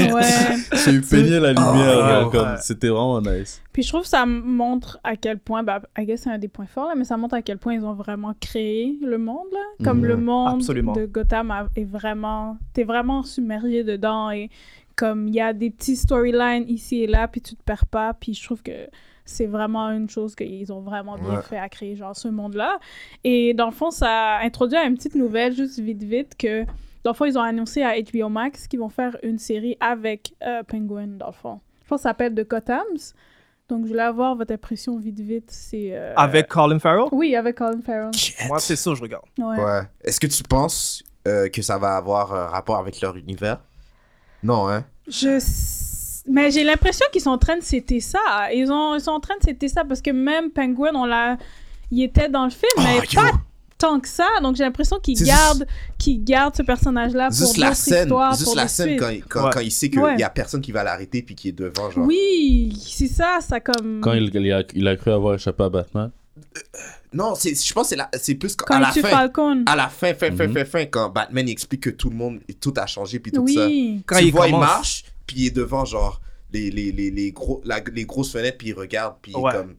[SPEAKER 6] C'est eu peigner la lumière,
[SPEAKER 3] Ah,
[SPEAKER 6] là,
[SPEAKER 3] ouais.
[SPEAKER 6] comme c'était vraiment nice.
[SPEAKER 5] Puis je trouve que ça montre à quel point, bah, I guess c'est un des points forts, là, mais ça montre à quel point ils ont vraiment créé le monde, là. Comme
[SPEAKER 6] Mhm.
[SPEAKER 5] le monde
[SPEAKER 6] Absolument.
[SPEAKER 5] de Gotham a- est vraiment, t'es vraiment submergé dedans et comme il y a des petits storylines ici et là, puis tu te perds pas, puis je trouve que c'est vraiment une chose qu'ils ont vraiment bien
[SPEAKER 7] Ouais.
[SPEAKER 5] fait à créer, genre, ce monde-là. Et dans le fond, ça introduit à une petite nouvelle, juste vite, vite, que dans le fond, ils ont annoncé à HBO Max qu'ils vont faire une série avec euh, Penguin, dans le fond. Je pense que ça s'appelle The Gotham's. Donc, je voulais avoir votre impression vite, vite. C'est, euh,
[SPEAKER 3] Avec Colin Farrell
[SPEAKER 5] Oui, avec Colin Farrell.
[SPEAKER 3] Moi, c'est ça, je regarde.
[SPEAKER 5] Ouais.
[SPEAKER 4] Ouais. Est-ce que tu penses euh, que ça va avoir euh, rapport avec leur univers Non, hein
[SPEAKER 5] Je... s- Mais j'ai l'impression qu'ils sont en train de c'était ça. Ils, ont... ils sont en train de c'était ça parce que même Penguin, on l'a... Il était dans le film, mais pas tant que ça. Donc, j'ai l'impression qu'ils
[SPEAKER 4] Oh, C'est
[SPEAKER 5] gardent, qu'ils gardent ce personnage-là pour
[SPEAKER 4] Juste la
[SPEAKER 5] d'autres
[SPEAKER 4] scène,
[SPEAKER 5] histoires,
[SPEAKER 4] juste
[SPEAKER 5] pour
[SPEAKER 4] la
[SPEAKER 5] des
[SPEAKER 4] scène
[SPEAKER 5] suites.
[SPEAKER 4] quand, il- quand, quand il sait qu'il
[SPEAKER 5] Ouais.
[SPEAKER 4] y a personne qui va l'arrêter puis qui est devant, genre.
[SPEAKER 5] Oui, c'est ça, ça comme...
[SPEAKER 6] Quand il, il a, il a cru avoir échappé à Batman.
[SPEAKER 4] Non, c'est- je pense que c'est la- c'est plus quand,
[SPEAKER 5] Quand
[SPEAKER 4] à
[SPEAKER 5] il
[SPEAKER 4] la
[SPEAKER 5] tue
[SPEAKER 4] fin.
[SPEAKER 5] Falcon.
[SPEAKER 4] À la fin, fin, fin,
[SPEAKER 6] Mhm.
[SPEAKER 4] fin, fin, quand Batman explique que tout le monde, tout a changé puis tout
[SPEAKER 5] Oui.
[SPEAKER 4] ça.
[SPEAKER 5] Quand
[SPEAKER 4] tu
[SPEAKER 5] il
[SPEAKER 4] vois,
[SPEAKER 5] commence.
[SPEAKER 4] il marche puis il est devant, genre, les, les, les, les, gros, la- les grosses fenêtres puis il regarde puis il est comme.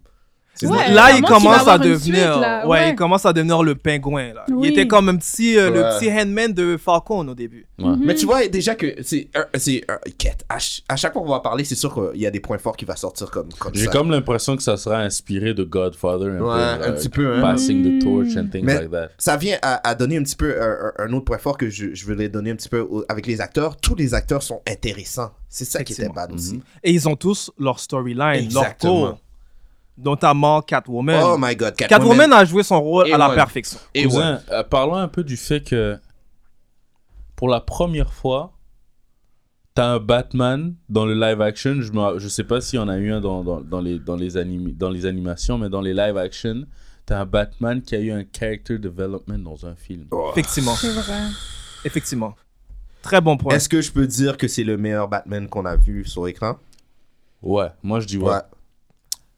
[SPEAKER 4] c'est bon.
[SPEAKER 3] là, il
[SPEAKER 5] comment tu
[SPEAKER 3] commence
[SPEAKER 5] vas
[SPEAKER 3] à
[SPEAKER 5] avoir une
[SPEAKER 3] devenir.
[SPEAKER 5] suite, là?
[SPEAKER 3] ouais,
[SPEAKER 5] Ouais.
[SPEAKER 3] il commence à devenir le pingouin. Là.
[SPEAKER 5] Oui.
[SPEAKER 3] Il était comme un petit, euh, le
[SPEAKER 4] Ouais.
[SPEAKER 3] petit handman de Falcon au début.
[SPEAKER 4] Mais tu vois déjà que c'est un- c'est un- quête. À, ch- à chaque fois qu'on va parler, c'est sûr qu'il y a des points forts qui va sortir comme, comme
[SPEAKER 6] J'ai
[SPEAKER 4] ça.
[SPEAKER 6] comme l'impression que ça sera inspiré de Godfather
[SPEAKER 4] Ouais,
[SPEAKER 6] un peu.
[SPEAKER 4] un
[SPEAKER 6] like,
[SPEAKER 4] petit peu, hein.
[SPEAKER 6] Passing the torch and things
[SPEAKER 4] Mais
[SPEAKER 6] like that.
[SPEAKER 4] ça vient à, à donner un petit peu un, un- un autre point fort que je, je voulais donner un petit peu au- avec les acteurs. Tous les acteurs sont intéressants. C'est ça qui était bad aussi.
[SPEAKER 3] Et ils ont tous leur storyline, leur
[SPEAKER 4] Exactement.
[SPEAKER 3] tour. Notamment Catwoman.
[SPEAKER 4] Oh my God, Catwoman.
[SPEAKER 3] Catwoman, a joué son rôle à la
[SPEAKER 6] ouais.
[SPEAKER 3] perfection.
[SPEAKER 6] Cousin, euh, parlons un peu du fait que pour la première fois, t'as un Batman dans le live action. Je, me- je sais pas s'il y en a eu un dans, dans- dans les, dans, les anim- dans les animations, mais dans les live action, t'as un Batman qui a eu un character development dans un film.
[SPEAKER 3] Effectivement.
[SPEAKER 5] C'est vrai.
[SPEAKER 3] Effectivement. Très bon point.
[SPEAKER 4] Est-ce que je peux dire que c'est le meilleur Batman qu'on a vu sur écran
[SPEAKER 6] Ouais, moi je dis ouais.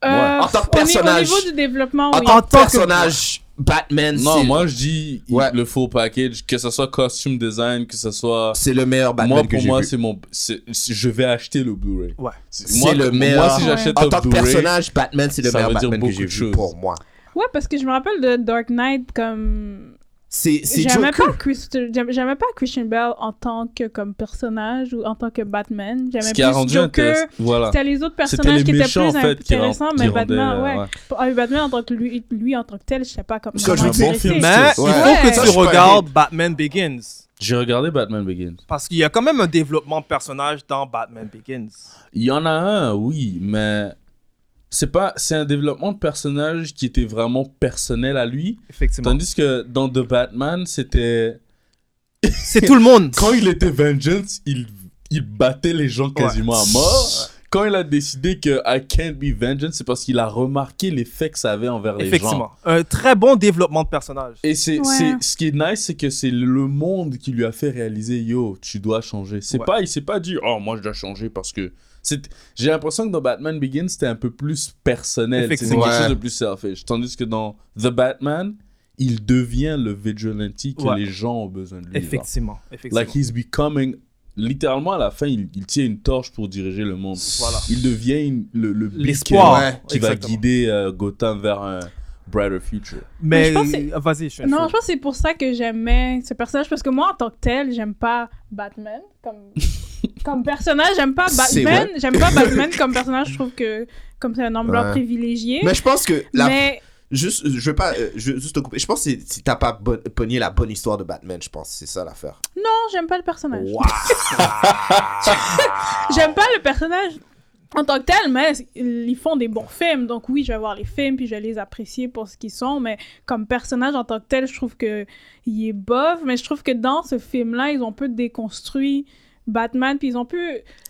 [SPEAKER 5] Euh,
[SPEAKER 4] En
[SPEAKER 5] au
[SPEAKER 4] tant que
[SPEAKER 5] ni- Au
[SPEAKER 4] personnage.
[SPEAKER 5] niveau du développement,
[SPEAKER 4] En
[SPEAKER 6] Ah.
[SPEAKER 5] oui.
[SPEAKER 4] tant que personnage, Batman,
[SPEAKER 6] Non,
[SPEAKER 4] c'est-
[SPEAKER 6] moi je dis il- le full package, que ce soit costume design, que ce soit.
[SPEAKER 4] C'est le meilleur Batman
[SPEAKER 6] Moi,
[SPEAKER 4] que
[SPEAKER 6] pour
[SPEAKER 4] j'ai
[SPEAKER 6] moi,
[SPEAKER 4] vu.
[SPEAKER 6] c'est mon. c'est- c'est- je vais acheter le Blu-ray.
[SPEAKER 3] Ouais.
[SPEAKER 6] Moi,
[SPEAKER 4] c'est le
[SPEAKER 6] moi,
[SPEAKER 4] meilleur.
[SPEAKER 6] si j'achète
[SPEAKER 4] en
[SPEAKER 6] un
[SPEAKER 4] tant que
[SPEAKER 6] Blu-ray,
[SPEAKER 4] personnage, Batman, c'est le
[SPEAKER 6] ça
[SPEAKER 4] meilleur
[SPEAKER 6] veut dire
[SPEAKER 4] Batman que
[SPEAKER 6] beaucoup
[SPEAKER 4] j'ai
[SPEAKER 6] de
[SPEAKER 4] vu
[SPEAKER 6] choses.
[SPEAKER 4] pour moi.
[SPEAKER 5] Ouais, parce que je me rappelle de Dark Knight comme.
[SPEAKER 4] C'est c'est
[SPEAKER 5] J'aimais
[SPEAKER 4] Joker.
[SPEAKER 5] pas, Chris- j'aim- j'aimais pas Christian Bell en tant que comme personnage ou en tant que Batman. J'aimais
[SPEAKER 6] Ce
[SPEAKER 5] plus
[SPEAKER 6] qui a rendu
[SPEAKER 5] Joker.
[SPEAKER 6] intéress- voilà.
[SPEAKER 5] C'était les autres
[SPEAKER 6] C'était
[SPEAKER 5] personnages
[SPEAKER 6] les
[SPEAKER 5] qui
[SPEAKER 6] méchants,
[SPEAKER 5] étaient plus
[SPEAKER 6] en fait, qui
[SPEAKER 5] intéressants,
[SPEAKER 6] rend-
[SPEAKER 5] mais
[SPEAKER 6] qui
[SPEAKER 5] Batman,
[SPEAKER 6] rendaient,
[SPEAKER 5] ouais.
[SPEAKER 6] ouais.
[SPEAKER 5] Ah, mais Batman en tant que lui, lui en tant que tel, je sais pas comment.
[SPEAKER 3] Ce que je veux dire,
[SPEAKER 6] film,
[SPEAKER 3] mais
[SPEAKER 6] c'est-
[SPEAKER 3] il
[SPEAKER 6] ouais.
[SPEAKER 3] faut
[SPEAKER 6] Ouais.
[SPEAKER 3] que
[SPEAKER 6] Ça,
[SPEAKER 3] tu
[SPEAKER 6] je suis pas
[SPEAKER 3] regardes Batman Begins.
[SPEAKER 6] j'ai regardé Batman Begins.
[SPEAKER 3] Parce qu'il y a quand même un développement de personnage dans Batman Begins.
[SPEAKER 6] Il y en a un, oui, mais c'est pas c'est un développement de personnage qui était vraiment personnel à lui.
[SPEAKER 3] Effectivement.
[SPEAKER 6] Tandis que dans The Batman, c'était
[SPEAKER 3] c'est tout le monde.
[SPEAKER 6] Quand il était Vengeance, il il battait les gens quasiment à mort. Quand il a décidé que I can't be vengeance, c'est parce qu'il a remarqué l'effet que ça avait envers les gens.
[SPEAKER 3] Effectivement. Un très bon développement de personnage.
[SPEAKER 6] Et c'est,
[SPEAKER 3] Ouais.
[SPEAKER 6] c'est- ce qui est nice, c'est que c'est le monde qui lui a fait réaliser yo, tu dois changer. C'est
[SPEAKER 3] Ouais.
[SPEAKER 6] pas, il s'est pas dit oh moi je dois changer parce que c'est. J'ai l'impression que dans Batman Begins c'était un peu plus personnel, c'était
[SPEAKER 3] Effectivement.
[SPEAKER 6] quelque
[SPEAKER 3] Ouais.
[SPEAKER 6] chose de plus selfish. Tandis que dans The Batman, il devient le vigilante que
[SPEAKER 3] Ouais.
[SPEAKER 6] les gens ont besoin de lui. genre.
[SPEAKER 3] Effectivement, effectivement.
[SPEAKER 6] Like he's becoming. Littéralement à la fin, il, il tient une torche pour diriger le monde.
[SPEAKER 3] Voilà.
[SPEAKER 6] Il devient une- le, le beacon
[SPEAKER 3] L'espoir. Ouais,
[SPEAKER 6] qui va
[SPEAKER 3] exactement.
[SPEAKER 6] guider euh, Gotham vers un brighter future.
[SPEAKER 5] Mais
[SPEAKER 3] Mais,
[SPEAKER 5] je pense que c'est-
[SPEAKER 3] euh, vas-y, je suis
[SPEAKER 5] Non, je pense que c'est pour ça que j'aimais ce personnage parce que moi en tant que tel, j'aime pas Batman comme comme personnage, j'aime pas
[SPEAKER 4] C'est
[SPEAKER 5] Batman,
[SPEAKER 4] vrai.
[SPEAKER 5] j'aime pas Batman comme personnage, je trouve que comme c'est un homme blanc
[SPEAKER 4] Ouais.
[SPEAKER 5] privilégié.
[SPEAKER 4] Mais je pense que la...
[SPEAKER 5] Mais-
[SPEAKER 4] juste, je veux pas, euh, je veux juste te couper. Je pense que c'est- si t'as pas bon- pogné la bonne histoire de Batman, je pense que c'est ça l'affaire.
[SPEAKER 5] Non, j'aime pas le personnage. j'aime pas le personnage. en tant que tel, mais ils font des bons films. Donc oui, je vais voir les films, puis je vais les apprécier pour ce qu'ils sont. Mais comme personnage en tant que tel, je trouve que il est bof. Mais je trouve que dans ce film-là, ils ont un peu déconstruit Batman, puis ils ont pu...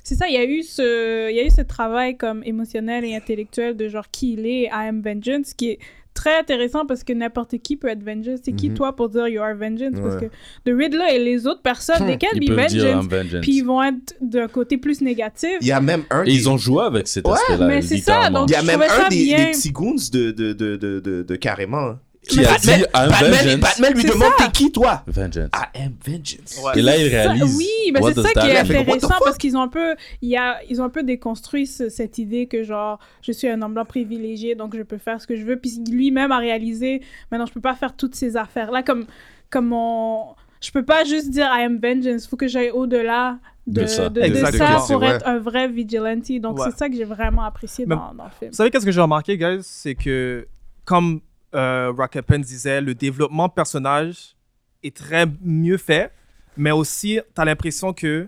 [SPEAKER 5] C'est ça, il y a eu ce, il y a eu ce travail comme émotionnel et intellectuel de genre qui il est, I am vengeance, qui est très intéressant parce que n'importe qui peut être vengeance. C'est qui
[SPEAKER 6] Mhm.
[SPEAKER 5] toi pour dire you are vengeance? Parce que
[SPEAKER 6] Ouais.
[SPEAKER 5] The Riddler et les autres personnes, lesquelles
[SPEAKER 6] Ils
[SPEAKER 5] ils
[SPEAKER 6] peuvent
[SPEAKER 5] vengeance,
[SPEAKER 6] dire I'm vengeance.
[SPEAKER 5] puis ils vont être d'un côté plus négatif.
[SPEAKER 4] Il y a même un.
[SPEAKER 6] Et ils ont joué avec cet
[SPEAKER 5] Ouais,
[SPEAKER 6] aspect-là.
[SPEAKER 5] mais c'est ça,
[SPEAKER 6] littéralement.
[SPEAKER 5] donc
[SPEAKER 4] Il y a
[SPEAKER 5] je
[SPEAKER 4] même
[SPEAKER 5] trouvais ça
[SPEAKER 4] un des,
[SPEAKER 5] bien.
[SPEAKER 4] des petits goons de, de, de, de, de, de carrément. hein.
[SPEAKER 6] Qui a
[SPEAKER 4] Batman,
[SPEAKER 6] dit, I'm
[SPEAKER 4] Batman,
[SPEAKER 6] vengeance.
[SPEAKER 4] Batman lui
[SPEAKER 6] C'est
[SPEAKER 4] demande
[SPEAKER 5] ça.
[SPEAKER 4] T'es qui toi
[SPEAKER 6] Vengeance.
[SPEAKER 4] I am vengeance.
[SPEAKER 6] Et là, il réalise.
[SPEAKER 5] Ça- oui, mais
[SPEAKER 6] What
[SPEAKER 5] c'est
[SPEAKER 6] does
[SPEAKER 5] ça
[SPEAKER 6] that
[SPEAKER 5] qui est
[SPEAKER 6] mean?
[SPEAKER 5] intéressant parce qu'ils ont un peu, il y a, ils ont un peu déconstruit ce- cette idée que genre, je suis un homme blanc privilégié, donc je peux faire ce que je veux. Puis lui-même a réalisé, maintenant je peux pas faire toutes ces affaires là comme, comme on, je peux pas juste dire I am vengeance. Faut que j'aille au-delà de,
[SPEAKER 3] De
[SPEAKER 5] de,
[SPEAKER 3] ça.
[SPEAKER 5] de
[SPEAKER 3] Exactement.
[SPEAKER 5] ça pour
[SPEAKER 3] C'est vrai.
[SPEAKER 5] être un vrai vigilante. Donc
[SPEAKER 3] Ouais.
[SPEAKER 5] c'est ça que j'ai vraiment apprécié
[SPEAKER 3] Mais
[SPEAKER 5] dans, dans le film.
[SPEAKER 3] Vous savez qu'est-ce que j'ai remarqué, guys? C'est que, comme euh, Rocketman disait, le développement de personnage est très mieux fait, mais aussi, t'as l'impression que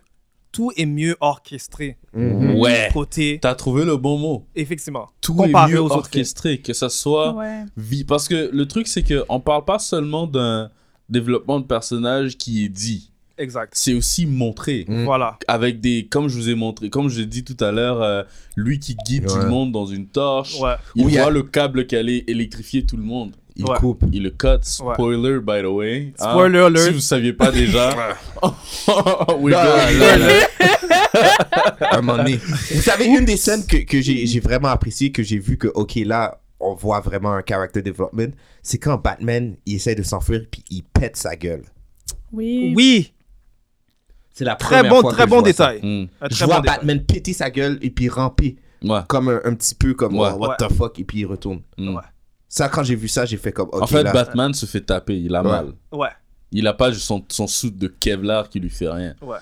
[SPEAKER 3] tout est mieux orchestré.
[SPEAKER 6] Mhm. Ouais.
[SPEAKER 3] Côté.
[SPEAKER 6] T'as trouvé le bon mot.
[SPEAKER 3] Effectivement.
[SPEAKER 6] tout
[SPEAKER 3] Comparé
[SPEAKER 6] est mieux
[SPEAKER 3] aux autres
[SPEAKER 6] orchestré, que ça soit
[SPEAKER 3] Ouais.
[SPEAKER 6] vie. Parce que le truc, c'est que on parle pas seulement d'un développement de personnage qui est dit.
[SPEAKER 3] Exact.
[SPEAKER 6] C'est aussi montré.
[SPEAKER 4] Mm.
[SPEAKER 3] Voilà.
[SPEAKER 6] Avec des, comme je vous ai montré, comme j'ai dit tout à l'heure, euh, lui qui guide tout
[SPEAKER 4] Ouais.
[SPEAKER 6] le monde dans une torche. Il
[SPEAKER 4] Où il y a-
[SPEAKER 6] voit le câble qui allait électrifier tout le monde. Il
[SPEAKER 4] Ouais.
[SPEAKER 6] coupe. Il le cut. Spoiler, by the way.
[SPEAKER 4] Ah.
[SPEAKER 6] Hein,
[SPEAKER 3] Spoiler alert.
[SPEAKER 6] Si vous saviez pas déjà. We go.
[SPEAKER 4] un moment donné. Vous savez, une des scènes que, que j'ai j'ai vraiment appréciée, que j'ai vu que, ok, là, on voit vraiment un character development, c'est quand Batman, il essaie de s'enfuir, puis il pète sa gueule.
[SPEAKER 5] Oui.
[SPEAKER 3] Oui.
[SPEAKER 4] C'est la
[SPEAKER 3] Très
[SPEAKER 4] première
[SPEAKER 3] bon-
[SPEAKER 4] fois que
[SPEAKER 3] très
[SPEAKER 4] je
[SPEAKER 3] bon
[SPEAKER 4] vois ça.
[SPEAKER 3] détail. Mm.
[SPEAKER 6] Hmm.
[SPEAKER 3] Un
[SPEAKER 4] Je
[SPEAKER 3] très
[SPEAKER 4] vois
[SPEAKER 3] bon détail.
[SPEAKER 4] Batman péter sa gueule et puis ramper. Comme un, un petit peu comme oh, what the fuck, et puis il retourne. Ça, quand j'ai vu ça, j'ai fait comme, ok,
[SPEAKER 6] Hmm. en fait,
[SPEAKER 4] là-
[SPEAKER 6] Batman se fait taper. Il a
[SPEAKER 4] Ouais.
[SPEAKER 6] mal.
[SPEAKER 3] Ouais.
[SPEAKER 6] Il a pas son, son soude de Kevlar qui lui fait rien.
[SPEAKER 3] Ouais.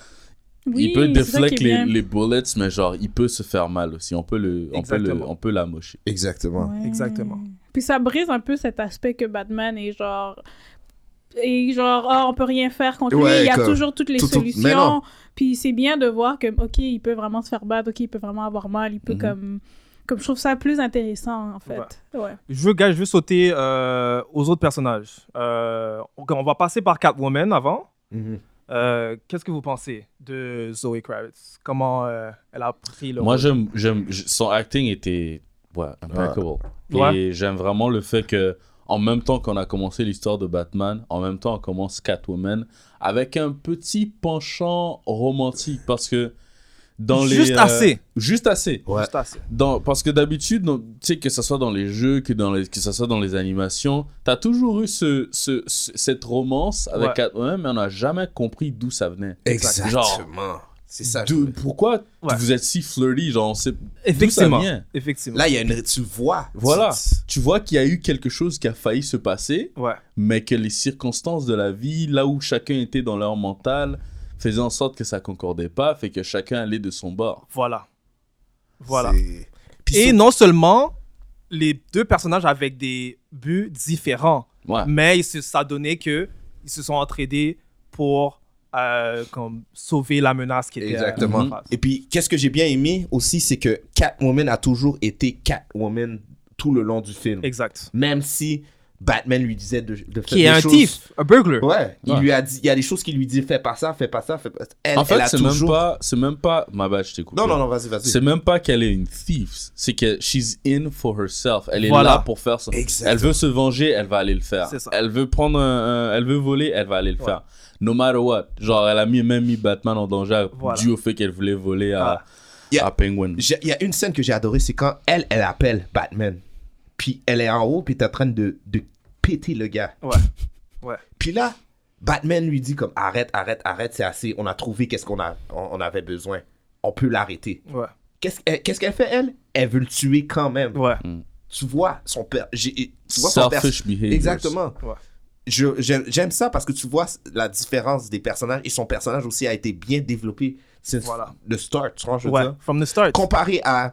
[SPEAKER 6] il peut
[SPEAKER 5] c'est ça qui est
[SPEAKER 6] déflect les,
[SPEAKER 5] bien.
[SPEAKER 6] les bullets, mais genre, il peut se faire mal aussi. On peut le, on peut le,
[SPEAKER 3] Exactement.
[SPEAKER 6] on peut l'amocher.
[SPEAKER 4] Exactement.
[SPEAKER 3] Exactement.
[SPEAKER 5] Puis ça brise un peu cet aspect que Batman est genre. Et genre, Ah, on peut rien faire contre lui,
[SPEAKER 4] Ouais,
[SPEAKER 5] il y a
[SPEAKER 4] comme-
[SPEAKER 5] toujours toutes les
[SPEAKER 4] tout- tout- mais non.
[SPEAKER 5] solutions. Puis c'est bien de voir que, ok, il peut vraiment se faire battre, ok, il peut vraiment avoir mal, il peut
[SPEAKER 3] Mhm.
[SPEAKER 5] comme. Comme je trouve ça plus intéressant, en fait. Ouais.
[SPEAKER 3] Je veux, gars, je veux sauter euh, aux autres personnages. Euh, on, on va passer par Catwoman avant.
[SPEAKER 4] Mhm.
[SPEAKER 3] Euh, Qu'est-ce que vous pensez de Zoe Kravitz Comment euh, elle a pris le
[SPEAKER 6] Moi,
[SPEAKER 3] rôle?
[SPEAKER 6] j'aime, j'aime, j- son acting était, ouais, impeccable.
[SPEAKER 3] Ouais.
[SPEAKER 6] Et j'aime vraiment le fait que, en même temps qu'on a commencé l'histoire de Batman, en même temps on commence Catwoman avec un petit penchant romantique parce que dans les euh,
[SPEAKER 3] Juste assez.
[SPEAKER 6] juste assez,
[SPEAKER 3] Juste assez.
[SPEAKER 6] Dans- parce que d'habitude, dans- tu sais, que ce soit dans les jeux, que, dans les, que ce soit dans les animations, t'as toujours eu ce, ce- ce- cette romance avec
[SPEAKER 4] Ouais.
[SPEAKER 6] Catwoman, mais on n'a jamais compris d'où ça venait.
[SPEAKER 4] Exactement.
[SPEAKER 6] Genre,
[SPEAKER 4] C'est ça.
[SPEAKER 6] d'où- pourquoi t-
[SPEAKER 4] Ouais.
[SPEAKER 6] vous êtes si flirty Genre, on sait d'où ça
[SPEAKER 3] Effectivement.
[SPEAKER 6] vient.
[SPEAKER 3] Effectivement.
[SPEAKER 4] Là, il y a une. Tu vois.
[SPEAKER 6] Voilà. Tu vois qu'il y a eu quelque chose qui a failli se passer,
[SPEAKER 3] Ouais.
[SPEAKER 6] mais que les circonstances de la vie, là où chacun était dans leur mental, faisaient en sorte que ça concordait pas, fait que chacun allait de son bord.
[SPEAKER 3] Voilà. Voilà.
[SPEAKER 4] C'est- Puis
[SPEAKER 3] Et
[SPEAKER 6] sur-
[SPEAKER 3] non seulement les deux personnages avec des buts différents,
[SPEAKER 6] Ouais.
[SPEAKER 3] mais ils se, ça donnait que ils se sont entraidés pour euh, comme sauver la menace qui était euh,
[SPEAKER 4] Exactement.
[SPEAKER 3] en face.
[SPEAKER 4] Et puis, qu'est-ce que j'ai bien aimé aussi, c'est que Catwoman a toujours été Catwoman tout le long du film.
[SPEAKER 3] Exact.
[SPEAKER 4] Même si Batman lui disait de, de faire
[SPEAKER 3] Qui est
[SPEAKER 4] des
[SPEAKER 3] un
[SPEAKER 4] choses-
[SPEAKER 3] thief, un burglar.
[SPEAKER 4] Ouais, Il
[SPEAKER 6] Ouais.
[SPEAKER 4] lui a dit, il y a des choses qu'il lui dit, fais pas ça, fais pas ça, fais pas ça. Elle,
[SPEAKER 6] en fait,
[SPEAKER 4] elle a
[SPEAKER 6] c'est même
[SPEAKER 4] toujours.
[SPEAKER 6] pas, c'est même pas, ma bad, je t'ai coupé.
[SPEAKER 4] Non, non, non, vas-y, vas-y.
[SPEAKER 6] C'est même pas qu'elle est une thief, c'est que she's in for herself. Elle est
[SPEAKER 3] Voilà.
[SPEAKER 6] là pour faire ça.
[SPEAKER 4] Exactement.
[SPEAKER 6] Elle veut se venger, elle va aller le faire.
[SPEAKER 3] C'est ça.
[SPEAKER 6] Elle veut prendre, un- un- elle veut voler, elle va aller le faire. No matter what, genre elle a mis même mis Batman en danger
[SPEAKER 4] Voilà. Ah.
[SPEAKER 6] dû au fait qu'elle voulait voler à, à Penguin.
[SPEAKER 4] J'ai- Il y a une scène que j'ai adorée, c'est quand elle, elle appelle Batman. Puis elle est en haut, puis t'es en train de, de péter le gars.
[SPEAKER 3] Ouais. Ouais.
[SPEAKER 4] Puis là, Batman lui dit comme arrête, arrête, arrête, c'est assez, on a trouvé qu'est-ce qu'on a, on, on avait besoin. On peut l'arrêter.
[SPEAKER 3] Ouais.
[SPEAKER 4] Qu'est-ce qu'elle qu'est-ce qu'elle fait elle Elle veut le tuer quand même.
[SPEAKER 3] Ouais.
[SPEAKER 4] Tu vois son père, j'ai- tu vois son pers-
[SPEAKER 6] Selfish behaviors.
[SPEAKER 4] Exactement.
[SPEAKER 3] Ouais.
[SPEAKER 4] Je- J'aime j'aime ça parce que tu vois la différence des personnages et son personnage aussi a été bien développé. C'est
[SPEAKER 3] Voilà.
[SPEAKER 4] le start, tu vois, je veux
[SPEAKER 3] Ouais,
[SPEAKER 4] dire.
[SPEAKER 3] from the start.
[SPEAKER 4] Comparé à,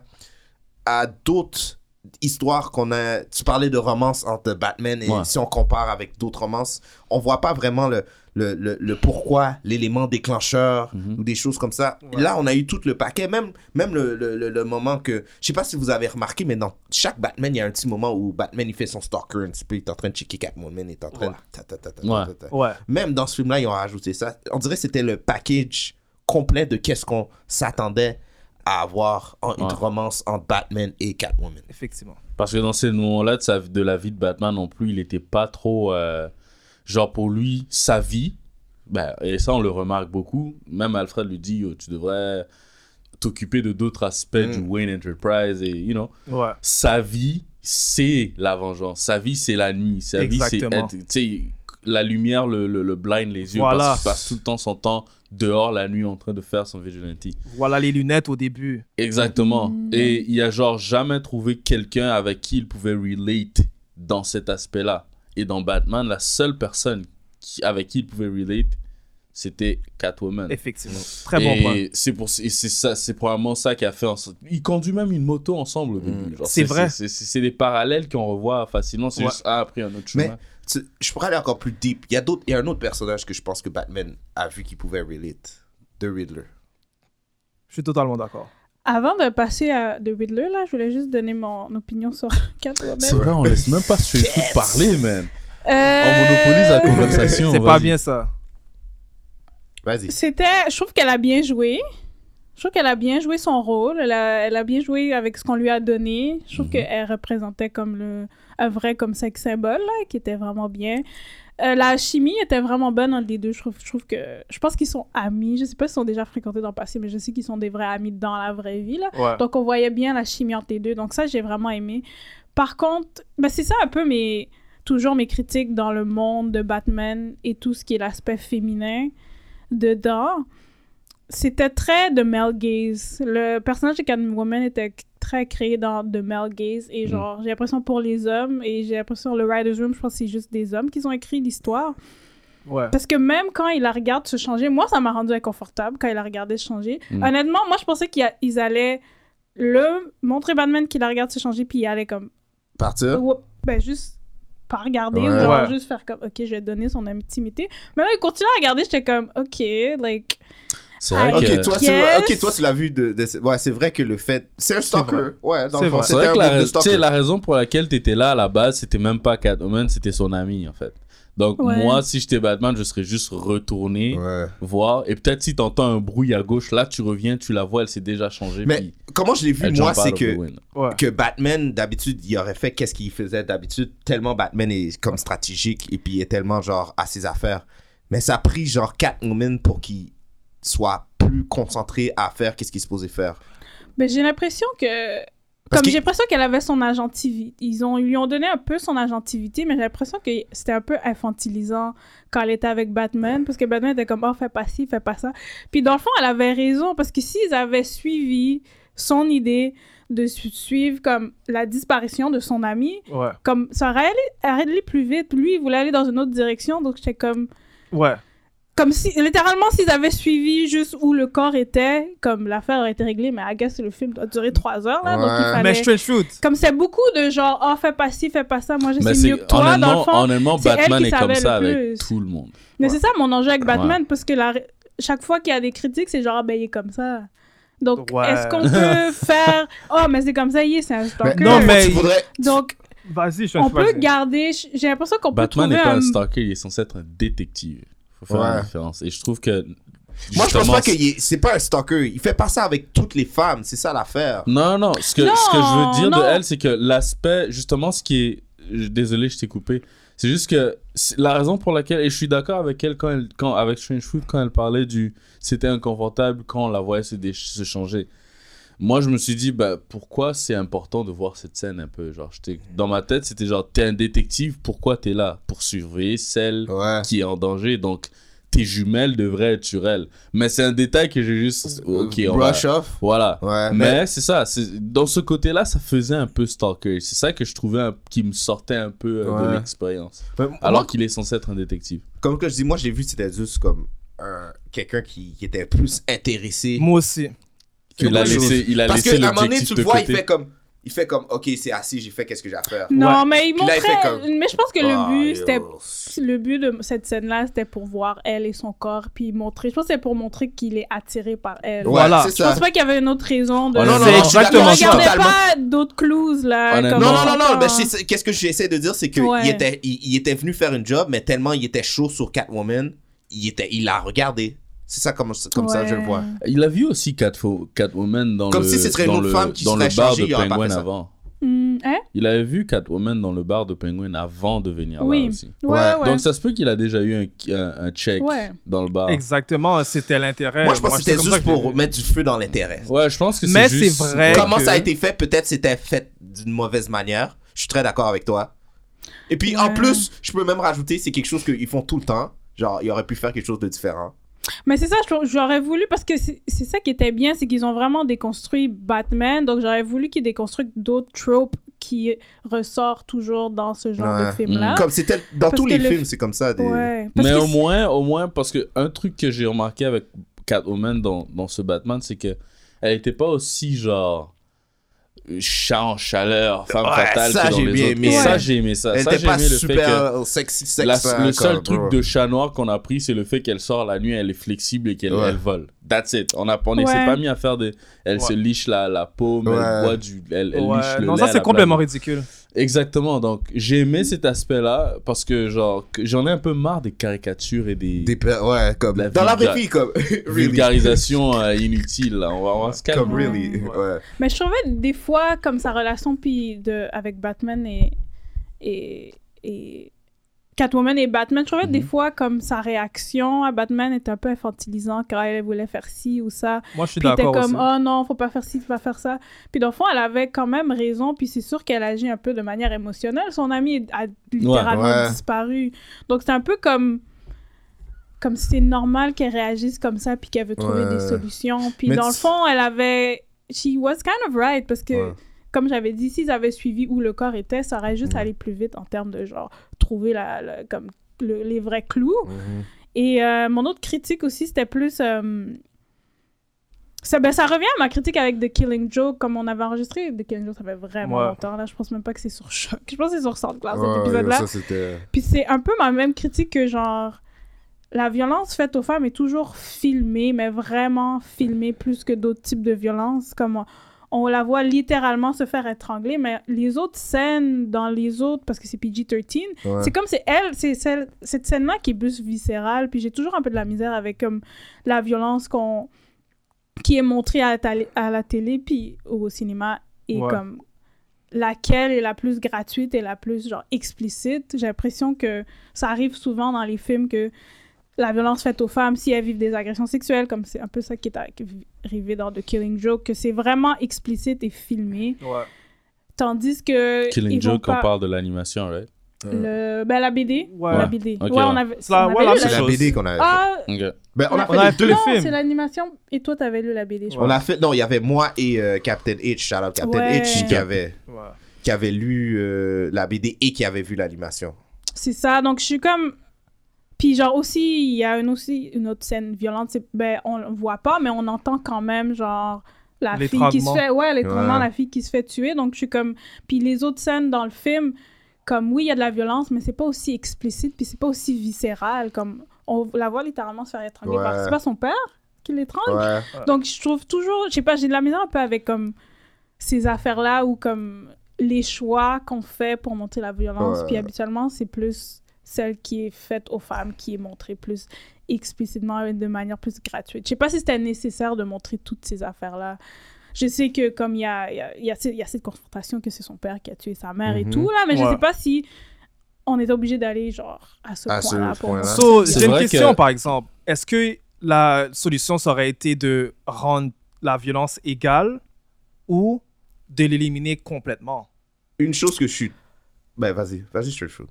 [SPEAKER 4] à d'autres histoires qu'on a. Tu parlais de romance entre Batman et
[SPEAKER 6] Ouais.
[SPEAKER 4] si on compare avec d'autres romances, on voit pas vraiment le, le- le, le- le pourquoi, l'élément déclencheur
[SPEAKER 6] Mhm.
[SPEAKER 4] ou des choses comme ça. Là, on a eu tout le paquet, même, même le, le- le- le moment que. Je sais pas si vous avez remarqué, mais dans chaque Batman, il y a un petit moment où Batman il fait son stalker un petit peu, il est en train de checker Catwoman, il est en train de ta, ta, ta, ta, ta,
[SPEAKER 6] Ouais.
[SPEAKER 4] ta, ta.
[SPEAKER 3] Ouais.
[SPEAKER 4] Même dans ce film-là, ils ont rajouté ça. On dirait que c'était le package complet de qu'est-ce qu'on s'attendait à avoir en une
[SPEAKER 6] Ouais.
[SPEAKER 4] romance entre Batman et Catwoman.
[SPEAKER 3] Effectivement.
[SPEAKER 6] Parce que dans ces moments-là de, sa- de la vie de Batman non plus, il était pas trop. euh, genre pour lui, sa vie, ben, et ça on le remarque beaucoup, même Alfred lui dit Yo, tu devrais t'occuper de d'autres aspects du
[SPEAKER 4] Mm.
[SPEAKER 6] Wayne Enterprise et, you know.
[SPEAKER 3] Ouais.
[SPEAKER 6] Sa vie, c'est la vengeance. Sa vie, c'est la nuit. Sa vie, c'est
[SPEAKER 3] Exactement.
[SPEAKER 6] être. Tu sais, la lumière le, le, le blind les yeux
[SPEAKER 3] Voilà.
[SPEAKER 6] parce qu'il passe tout le temps son temps dehors la nuit en train de faire son vigilante.
[SPEAKER 3] Voilà les lunettes au début.
[SPEAKER 6] Exactement. Et il a genre jamais trouvé quelqu'un avec qui il pouvait relate dans cet aspect-là. Et dans Batman, la seule personne qui- avec qui il pouvait relate, c'était Catwoman.
[SPEAKER 3] Effectivement. Très bon
[SPEAKER 6] Et
[SPEAKER 3] point.
[SPEAKER 6] C'est pour et c'est ça, c'est probablement ça qui a fait. En... sorte- Ils conduisent même une moto ensemble. au début. Genre,
[SPEAKER 3] C'est vrai.
[SPEAKER 6] C'est c'est- c'est des parallèles qu'on revoit facilement. C'est
[SPEAKER 4] Ouais.
[SPEAKER 6] juste ah, après un autre chemin.
[SPEAKER 4] Mais tu- je pourrais aller encore plus deep. Il y, a d'autres- il y a un autre personnage que je pense que Batman a vu qu'il pouvait relate. The Riddler.
[SPEAKER 3] Je suis totalement d'accord.
[SPEAKER 5] Avant de passer à The Riddler, là, je voulais juste donner mon opinion sur Catwoman.
[SPEAKER 6] C'est vrai, on laisse même pas se parler, man.
[SPEAKER 5] Euh,
[SPEAKER 6] monopolise la conversation.
[SPEAKER 3] C'est pas
[SPEAKER 6] vas-y.
[SPEAKER 3] bien ça.
[SPEAKER 4] Vas-y.
[SPEAKER 5] C'était, je trouve qu'elle a bien joué. Je trouve qu'elle a bien joué son rôle. Elle a, elle a bien joué avec ce qu'on lui a donné. Je trouve qu'elle représentait comme le un vrai comme sex symbole là, qui était vraiment bien. Euh, la chimie était vraiment bonne entre les deux. Je trouve, je trouve que je pense qu'ils sont amis. Je sais pas s'ils sont déjà fréquentés dans le passé, mais je sais qu'ils sont des vrais amis dans la vraie vie là.
[SPEAKER 3] Ouais.
[SPEAKER 5] Donc on voyait bien la chimie entre les deux. Donc ça j'ai vraiment aimé. Par contre, ben, c'est ça un peu mes toujours mes critiques dans le monde de Batman et tout ce qui est l'aspect féminin dedans, c'était très de male gaze. Le personnage de Catwoman était très créé dans de male gaze et genre j'ai l'impression pour les hommes et j'ai l'impression le writers room je pense que c'est juste des hommes qui ont écrit l'histoire
[SPEAKER 3] Ouais.
[SPEAKER 5] parce que même quand il la regarde se changer moi ça m'a rendu inconfortable quand il la regardait se changer
[SPEAKER 6] Mm.
[SPEAKER 5] honnêtement moi je pensais qu'ils allaient le montrer Batman qu'il la regarde se changer puis il allait comme
[SPEAKER 4] Partir.
[SPEAKER 5] Oups, ben juste pas regarder ou
[SPEAKER 4] Ouais.
[SPEAKER 5] genre
[SPEAKER 3] Ouais.
[SPEAKER 5] juste faire comme ok je vais donner son intimité mais là il continue à regarder j'étais comme ok like
[SPEAKER 6] C'est
[SPEAKER 3] Ah,
[SPEAKER 6] vrai
[SPEAKER 4] Ok,
[SPEAKER 6] que-
[SPEAKER 4] toi, tu-
[SPEAKER 5] Yes.
[SPEAKER 4] ok, toi, tu l'as vu. De, de- ouais, c'est vrai que le fait. C'est un stalker. Ouais, dans
[SPEAKER 3] C'est
[SPEAKER 4] le fond,
[SPEAKER 3] vrai.
[SPEAKER 6] C'est
[SPEAKER 4] c'était
[SPEAKER 6] vrai
[SPEAKER 4] un
[SPEAKER 6] que la,
[SPEAKER 4] groupe de
[SPEAKER 6] rais- tu sais,
[SPEAKER 4] stalkers.
[SPEAKER 6] la raison pour laquelle tu étais là à la base, c'était même pas Catwoman, c'était son ami en fait. Donc
[SPEAKER 5] Ouais.
[SPEAKER 6] moi, si j'étais Batman, je serais juste retourné
[SPEAKER 4] Ouais.
[SPEAKER 6] voir. Et peut-être si t'entends un bruit à gauche, là tu reviens, tu la vois, elle s'est déjà changée.
[SPEAKER 4] Mais
[SPEAKER 6] puis
[SPEAKER 4] comment je l'ai vu,
[SPEAKER 6] elle
[SPEAKER 4] moi,
[SPEAKER 6] jump out
[SPEAKER 4] c'est
[SPEAKER 6] of
[SPEAKER 4] que.
[SPEAKER 6] the window.
[SPEAKER 3] Ouais.
[SPEAKER 4] que Batman, d'habitude, il aurait fait qu'est-ce qu'il faisait d'habitude, tellement Batman est comme stratégique et puis il est tellement genre à ses affaires. Mais ça a pris genre Catwoman pour qu'il soit plus concentré à faire qu'est-ce qu'il est supposé faire.
[SPEAKER 5] mais j'ai l'impression que comme
[SPEAKER 4] Parce que-
[SPEAKER 5] j'ai l'impression qu'elle avait son agentivité ils ont ils lui ont donné un peu son agentivité mais j'ai l'impression que c'était un peu infantilisant quand elle était avec Batman parce que Batman était comme oh fais pas ci fais pas ça puis dans le fond elle avait raison parce que s'ils avaient suivi son idée de su- suivre comme la disparition de son ami
[SPEAKER 3] Ouais.
[SPEAKER 5] comme ça aurait allé, allé plus vite. Lui, il voulait aller dans une autre direction, donc j'étais comme.
[SPEAKER 3] Ouais.
[SPEAKER 5] Comme si, littéralement, s'ils avaient suivi juste où le corps était, comme l'affaire aurait été réglée, mais I guess le film doit durer trois heures, là, donc il
[SPEAKER 4] Ouais.
[SPEAKER 5] fallait...
[SPEAKER 3] Ah, Mais straight shoot.
[SPEAKER 5] Comme c'est beaucoup de genre, oh, fais pas ci, fais pas ça, moi je
[SPEAKER 6] Mais
[SPEAKER 5] sais
[SPEAKER 6] c'est
[SPEAKER 5] mieux que toi, dans le
[SPEAKER 6] honnêtement,
[SPEAKER 5] fond.
[SPEAKER 6] honnêtement,
[SPEAKER 5] c'est elle
[SPEAKER 6] Batman
[SPEAKER 5] qui
[SPEAKER 6] est comme
[SPEAKER 5] savait
[SPEAKER 6] ça
[SPEAKER 5] le
[SPEAKER 6] avec
[SPEAKER 5] plus.
[SPEAKER 6] tout le monde.
[SPEAKER 5] Mais c'est ça mon enjeu avec
[SPEAKER 6] Ouais.
[SPEAKER 5] Batman, parce que la- chaque fois qu'il y a des critiques, c'est genre, ah, ben il est comme ça. Donc,
[SPEAKER 3] Ouais.
[SPEAKER 5] est-ce qu'on peut faire, oh, mais c'est comme ça, il est, c'est un stalker.
[SPEAKER 3] non,
[SPEAKER 4] dans le fond,
[SPEAKER 3] mais-
[SPEAKER 4] tu voudrais-
[SPEAKER 5] Donc,
[SPEAKER 3] Vas-y, je
[SPEAKER 5] on peut garder, j'ai l'impression qu'on peut
[SPEAKER 6] Batman
[SPEAKER 5] trouver
[SPEAKER 6] n'est pas un
[SPEAKER 5] un
[SPEAKER 6] stalker, il est censé être un détective. Faut faire
[SPEAKER 4] Ouais.
[SPEAKER 6] la différence. Et je trouve que
[SPEAKER 4] Moi, je pense
[SPEAKER 6] justement,
[SPEAKER 4] pas que c'est pas un stalker. Il fait pas ça avec toutes les femmes. C'est ça l'affaire.
[SPEAKER 6] Non, non, ce que,
[SPEAKER 5] Non,
[SPEAKER 6] ce que je veux dire
[SPEAKER 5] non.
[SPEAKER 6] de elle, c'est que l'aspect, justement, ce qui est. je- Désolé, je t'ai coupé. C'est juste que c'est la raison pour laquelle, et je suis d'accord avec elle, quand elle, quand, avec Strange Food, quand elle parlait du c'était inconfortable quand on la voyait se, dé- se changer. Moi, je me suis dit, bah, pourquoi c'est important de voir cette scène un peu genre, j'étais- Dans ma tête, c'était genre, t'es un détective, pourquoi t'es là Pour surveiller celle
[SPEAKER 4] Ouais.
[SPEAKER 6] qui est en danger. Donc, tes jumelles devraient être sur elle. Mais c'est un détail que j'ai juste. Ok, on va-
[SPEAKER 4] Brush off.
[SPEAKER 6] Voilà.
[SPEAKER 4] Ouais.
[SPEAKER 6] Mais, c'est ça, c'est- dans ce côté-là, ça faisait un peu stalker. C'est ça que je trouvais un- qui me sortait un peu euh,
[SPEAKER 4] Ouais. Bah,
[SPEAKER 6] de l'expérience.
[SPEAKER 4] mais-
[SPEAKER 6] Alors qu'il est censé être un détective.
[SPEAKER 4] comme que je dis, moi, je l'ai vu, c'était juste comme un- quelqu'un qui, qui était plus intéressé.
[SPEAKER 3] Moi aussi.
[SPEAKER 4] que
[SPEAKER 6] Il a
[SPEAKER 4] autre chose.
[SPEAKER 6] laissé, il a
[SPEAKER 4] Parce
[SPEAKER 6] laissé
[SPEAKER 4] que à un moment donné,
[SPEAKER 6] l'objectif
[SPEAKER 4] tu
[SPEAKER 6] de
[SPEAKER 4] le vois,
[SPEAKER 6] côté.
[SPEAKER 4] il fait comme il fait comme, ok, c'est assis, j'ai fait qu'est-ce que j'ai à faire.
[SPEAKER 5] Non, mais il
[SPEAKER 4] Puis là,
[SPEAKER 5] montrait.
[SPEAKER 4] il fait comme-
[SPEAKER 5] Mais je pense que
[SPEAKER 4] Ah,
[SPEAKER 5] le but,
[SPEAKER 4] yo.
[SPEAKER 5] c'était. Le but de cette scène-là, c'était pour voir elle et son corps, puis montrer. Je pense que c'est pour montrer qu'il est attiré par elle.
[SPEAKER 6] Ouais, Voilà. c'est
[SPEAKER 5] Je pense
[SPEAKER 6] ça.
[SPEAKER 5] pas qu'il y avait une autre raison de.
[SPEAKER 6] Oh, non, non, C'est non, exactement
[SPEAKER 5] Il
[SPEAKER 6] ça.
[SPEAKER 5] regardait
[SPEAKER 6] Totalement.
[SPEAKER 5] pas d'autres clues, là.
[SPEAKER 4] non,
[SPEAKER 5] comme
[SPEAKER 4] non,
[SPEAKER 5] on
[SPEAKER 4] non, non,
[SPEAKER 5] entend.
[SPEAKER 4] mais je sais- c'est- qu'est-ce que j'essaie de dire, c'est qu'il
[SPEAKER 5] Ouais.
[SPEAKER 4] était, il, il était venu faire une job, mais tellement il était chaud sur Catwoman, il, était, il l'a regardé. C'est ça comme, comme ça, je le vois.
[SPEAKER 6] Il a vu aussi Catfo- Catwoman dans
[SPEAKER 4] Comme
[SPEAKER 6] le
[SPEAKER 4] si ce serait une
[SPEAKER 6] dans
[SPEAKER 4] autre
[SPEAKER 6] le-
[SPEAKER 4] femme qui
[SPEAKER 6] dans
[SPEAKER 4] serait
[SPEAKER 6] le bar
[SPEAKER 4] changée, il
[SPEAKER 6] de
[SPEAKER 4] aurait pas
[SPEAKER 6] Penguin
[SPEAKER 4] fait ça.
[SPEAKER 6] avant.
[SPEAKER 5] Hmm, hein?
[SPEAKER 6] Il avait vu Catwoman dans le bar de Penguin avant de venir là
[SPEAKER 5] Oui.
[SPEAKER 6] aussi.
[SPEAKER 5] Ouais, Ouais. ouais.
[SPEAKER 6] Donc ça se peut qu'il a déjà eu un, un- un check
[SPEAKER 5] Ouais.
[SPEAKER 6] dans le bar.
[SPEAKER 3] Exactement, c'était l'intérêt.
[SPEAKER 4] Ah. Moi, je pense que c'était
[SPEAKER 3] c'est comme ça
[SPEAKER 4] juste
[SPEAKER 3] je l'ai
[SPEAKER 4] pour
[SPEAKER 3] vu.
[SPEAKER 4] mettre du feu dans l'intérêt.
[SPEAKER 6] Ouais, je pense que c'est
[SPEAKER 3] Mais
[SPEAKER 6] juste...
[SPEAKER 3] c'est vrai
[SPEAKER 4] Comment
[SPEAKER 3] que-
[SPEAKER 4] ça a été fait Peut-être c'était fait d'une mauvaise manière. Je suis très d'accord avec toi. Et puis en
[SPEAKER 5] Ouais.
[SPEAKER 4] plus, je peux même rajouter, c'est quelque chose qu'ils font tout le temps. Genre, ils auraient pu faire quelque chose de différent.
[SPEAKER 5] Mais c'est ça, je- j'aurais voulu, parce que c'est c'est ça qui était bien, c'est qu'ils ont vraiment déconstruit Batman, donc j'aurais voulu qu'ils déconstruisent d'autres tropes qui ressortent toujours dans ce genre
[SPEAKER 4] Ouais. Mm.
[SPEAKER 5] de film-là.
[SPEAKER 4] Comme c'était dans
[SPEAKER 5] Ah. Parce
[SPEAKER 4] tous
[SPEAKER 5] que
[SPEAKER 4] les
[SPEAKER 5] le-
[SPEAKER 4] films, c'est comme ça. Des...
[SPEAKER 5] Ouais, parce
[SPEAKER 6] Mais
[SPEAKER 5] que
[SPEAKER 6] au moins, au moins, parce que un truc que j'ai remarqué avec Catwoman dans, dans ce Batman, c'est que elle était pas aussi genre chat en chaleur, femme
[SPEAKER 4] Ouais,
[SPEAKER 6] fatale.
[SPEAKER 4] ça,
[SPEAKER 6] que dans
[SPEAKER 4] j'ai
[SPEAKER 6] les
[SPEAKER 4] bien
[SPEAKER 6] autres.
[SPEAKER 4] aimé.
[SPEAKER 6] Ça,
[SPEAKER 4] Ouais.
[SPEAKER 6] j'ai aimé ça.
[SPEAKER 4] Elle
[SPEAKER 6] ça,
[SPEAKER 4] était
[SPEAKER 6] j'ai
[SPEAKER 4] pas
[SPEAKER 6] aimé le fait
[SPEAKER 4] super
[SPEAKER 6] que
[SPEAKER 4] sexy,
[SPEAKER 6] la-
[SPEAKER 4] sexy,
[SPEAKER 6] le seul
[SPEAKER 4] comme,
[SPEAKER 6] truc
[SPEAKER 4] bro.
[SPEAKER 6] de chat noir qu'on a pris, c'est le fait qu'elle sort la nuit, elle est flexible et qu'elle
[SPEAKER 4] Ouais.
[SPEAKER 6] elle vole. That's it. On a, on
[SPEAKER 5] Ouais.
[SPEAKER 6] s'est pas mis à faire des. Elle
[SPEAKER 3] Ouais.
[SPEAKER 6] se liche la, la paume,
[SPEAKER 4] Ouais.
[SPEAKER 6] elle boit du. Elle, elle
[SPEAKER 3] Ouais.
[SPEAKER 6] liche le
[SPEAKER 3] Non,
[SPEAKER 6] lait
[SPEAKER 3] ça,
[SPEAKER 6] à
[SPEAKER 3] c'est
[SPEAKER 6] la
[SPEAKER 3] complètement
[SPEAKER 6] blague.
[SPEAKER 3] ridicule.
[SPEAKER 6] Exactement. Donc, j'ai
[SPEAKER 5] Mmh.
[SPEAKER 6] aimé cet aspect-là parce que, genre, que j'en ai un peu marre des caricatures et des.
[SPEAKER 4] Des... Ouais, comme.
[SPEAKER 6] La
[SPEAKER 4] dans la vraie
[SPEAKER 6] vulga-
[SPEAKER 4] vie, comme. really.
[SPEAKER 6] vulgarisation euh, inutile. Là. On va, on va se calmer.
[SPEAKER 4] Comme really. Ouais.
[SPEAKER 5] Mais je trouvais des fois comme sa relation puis de avec Batman et et et Catwoman et Batman, je trouvais
[SPEAKER 4] Mm-hmm.
[SPEAKER 5] des fois comme sa réaction à Batman était un peu infantilisant quand elle voulait faire ci ou ça.
[SPEAKER 3] Moi, je suis
[SPEAKER 5] Puis il était
[SPEAKER 3] d'accord
[SPEAKER 5] comme
[SPEAKER 3] aussi.
[SPEAKER 5] oh non, faut pas faire ci, faut pas faire ça. Puis dans le fond, elle avait quand même raison, puis c'est sûr qu'elle agit un peu de manière émotionnelle, son ami a littéralement
[SPEAKER 4] Ouais.
[SPEAKER 5] disparu. Donc c'est un peu comme comme si c'est normal qu'elle réagisse comme ça puis qu'elle veut trouver
[SPEAKER 4] Ouais.
[SPEAKER 5] des solutions. Puis
[SPEAKER 4] Euh, Mais
[SPEAKER 5] dans
[SPEAKER 4] tu-
[SPEAKER 5] le fond, elle avait... She was kind of right parce que,
[SPEAKER 4] Ouais.
[SPEAKER 5] comme j'avais dit, s'ils avaient suivi où le corps était, ça aurait juste allé plus vite en termes de genre trouver la, la- comme le- les vrais clous.
[SPEAKER 4] Mm-hmm.
[SPEAKER 5] Et euh, mon autre critique aussi, c'était plus... euh, ça, ben, ça revient à ma critique avec The Killing Joke, comme on avait enregistré The Killing Joke, ça fait vraiment
[SPEAKER 3] Ouais.
[SPEAKER 5] longtemps. Là, je pense même pas que c'est sur Choc. Je pense que c'est sur SoundCloud,
[SPEAKER 4] Ouais,
[SPEAKER 5] cet épisode-là.
[SPEAKER 4] ça, c'était-
[SPEAKER 5] Puis c'est un peu ma même critique que genre la violence faite aux femmes est toujours filmée, mais vraiment filmée plus que d'autres types de violences. Comme on, on la voit littéralement se faire étrangler, mais les autres scènes dans les autres, parce que c'est PG-13,
[SPEAKER 4] Ouais.
[SPEAKER 5] c'est comme c'est elle, c'est celle- cette scène-là qui est plus viscérale. Puis j'ai toujours un peu de la misère avec comme la violence qu'on qui est montrée à la, télé- à la télé puis au cinéma et
[SPEAKER 3] Ouais.
[SPEAKER 5] comme laquelle est la plus gratuite et la plus genre explicite. J'ai l'impression que ça arrive souvent dans les films que la violence faite aux femmes, si elles vivent des agressions sexuelles, comme c'est un peu ça qui est arrivé dans The Killing Joke, que c'est vraiment explicite et filmé,
[SPEAKER 3] Ouais.
[SPEAKER 5] tandis que
[SPEAKER 6] Killing
[SPEAKER 5] ils vont
[SPEAKER 6] Joke, on
[SPEAKER 5] pas-
[SPEAKER 6] parle de l'animation, right?
[SPEAKER 5] le... ben, la BD,
[SPEAKER 3] Ouais.
[SPEAKER 5] la BD.
[SPEAKER 6] Ok,
[SPEAKER 5] ouais, on
[SPEAKER 6] ouais.
[SPEAKER 5] avait,
[SPEAKER 3] C'est
[SPEAKER 5] on
[SPEAKER 3] la-
[SPEAKER 5] avait
[SPEAKER 3] ouais, la
[SPEAKER 5] lu
[SPEAKER 4] C'est la
[SPEAKER 3] chose.
[SPEAKER 4] BD qu'on avait
[SPEAKER 5] Ah,
[SPEAKER 6] Ok.
[SPEAKER 4] Ben, on a fait
[SPEAKER 3] On a
[SPEAKER 4] les
[SPEAKER 3] fait
[SPEAKER 4] deux.
[SPEAKER 3] le
[SPEAKER 5] non,
[SPEAKER 3] film.
[SPEAKER 5] c'est l'animation et toi t'avais lu la BD, je
[SPEAKER 4] On a fait. Non, il y avait moi et euh, Captain H. Shout out Captain
[SPEAKER 5] Ouais.
[SPEAKER 4] H qui avait,
[SPEAKER 3] Ouais.
[SPEAKER 4] qui avait lu euh, la BD et qui avait vu l'animation.
[SPEAKER 5] C'est ça, donc je suis comme... Puis genre aussi, il y a une, aussi une autre scène violente, c'est... Ben, on le voit pas, mais on entend quand même genre... La
[SPEAKER 3] Les
[SPEAKER 5] fille qui se
[SPEAKER 3] fragments.
[SPEAKER 5] fait... Ouais, les fragments,
[SPEAKER 4] Ouais.
[SPEAKER 5] la fille qui se fait tuer, donc je suis comme... Puis les autres scènes dans le film, comme oui, il y a de la violence, mais c'est pas aussi explicite, puis c'est pas aussi viscéral, comme... On la voit littéralement se faire étrangler
[SPEAKER 4] Ouais.
[SPEAKER 5] par... C'est pas son père qui l'étrangle?
[SPEAKER 4] Ouais.
[SPEAKER 5] Donc, je trouve toujours, je sais pas, j'ai de la misère un peu avec comme ces affaires-là ou comme les choix qu'on fait pour monter la violence.
[SPEAKER 4] Ouais.
[SPEAKER 5] Puis habituellement, c'est plus celle qui est faite aux femmes qui est montrée plus explicitement et de manière plus gratuite. Je sais pas si c'était nécessaire de montrer toutes ces affaires-là. Je sais que comme il y a, il y, a, il y, a, ce- il y a cette confrontation que c'est son père qui a tué sa mère
[SPEAKER 4] Mhm.
[SPEAKER 5] et tout, là, mais je
[SPEAKER 3] Ouais.
[SPEAKER 5] sais pas si on est obligé d'aller genre à ce
[SPEAKER 4] À ce
[SPEAKER 5] point-là. pour
[SPEAKER 4] point-là.
[SPEAKER 5] montrer-
[SPEAKER 3] So,
[SPEAKER 6] C'est
[SPEAKER 3] j'ai une
[SPEAKER 6] vrai
[SPEAKER 3] question,
[SPEAKER 6] que-
[SPEAKER 3] par exemple. Est-ce que la solution, ça aurait été de rendre la violence égale ou de l'éliminer complètement?
[SPEAKER 4] Une chose que je suis. Ben, vas-y, vas-y, je te le shoot.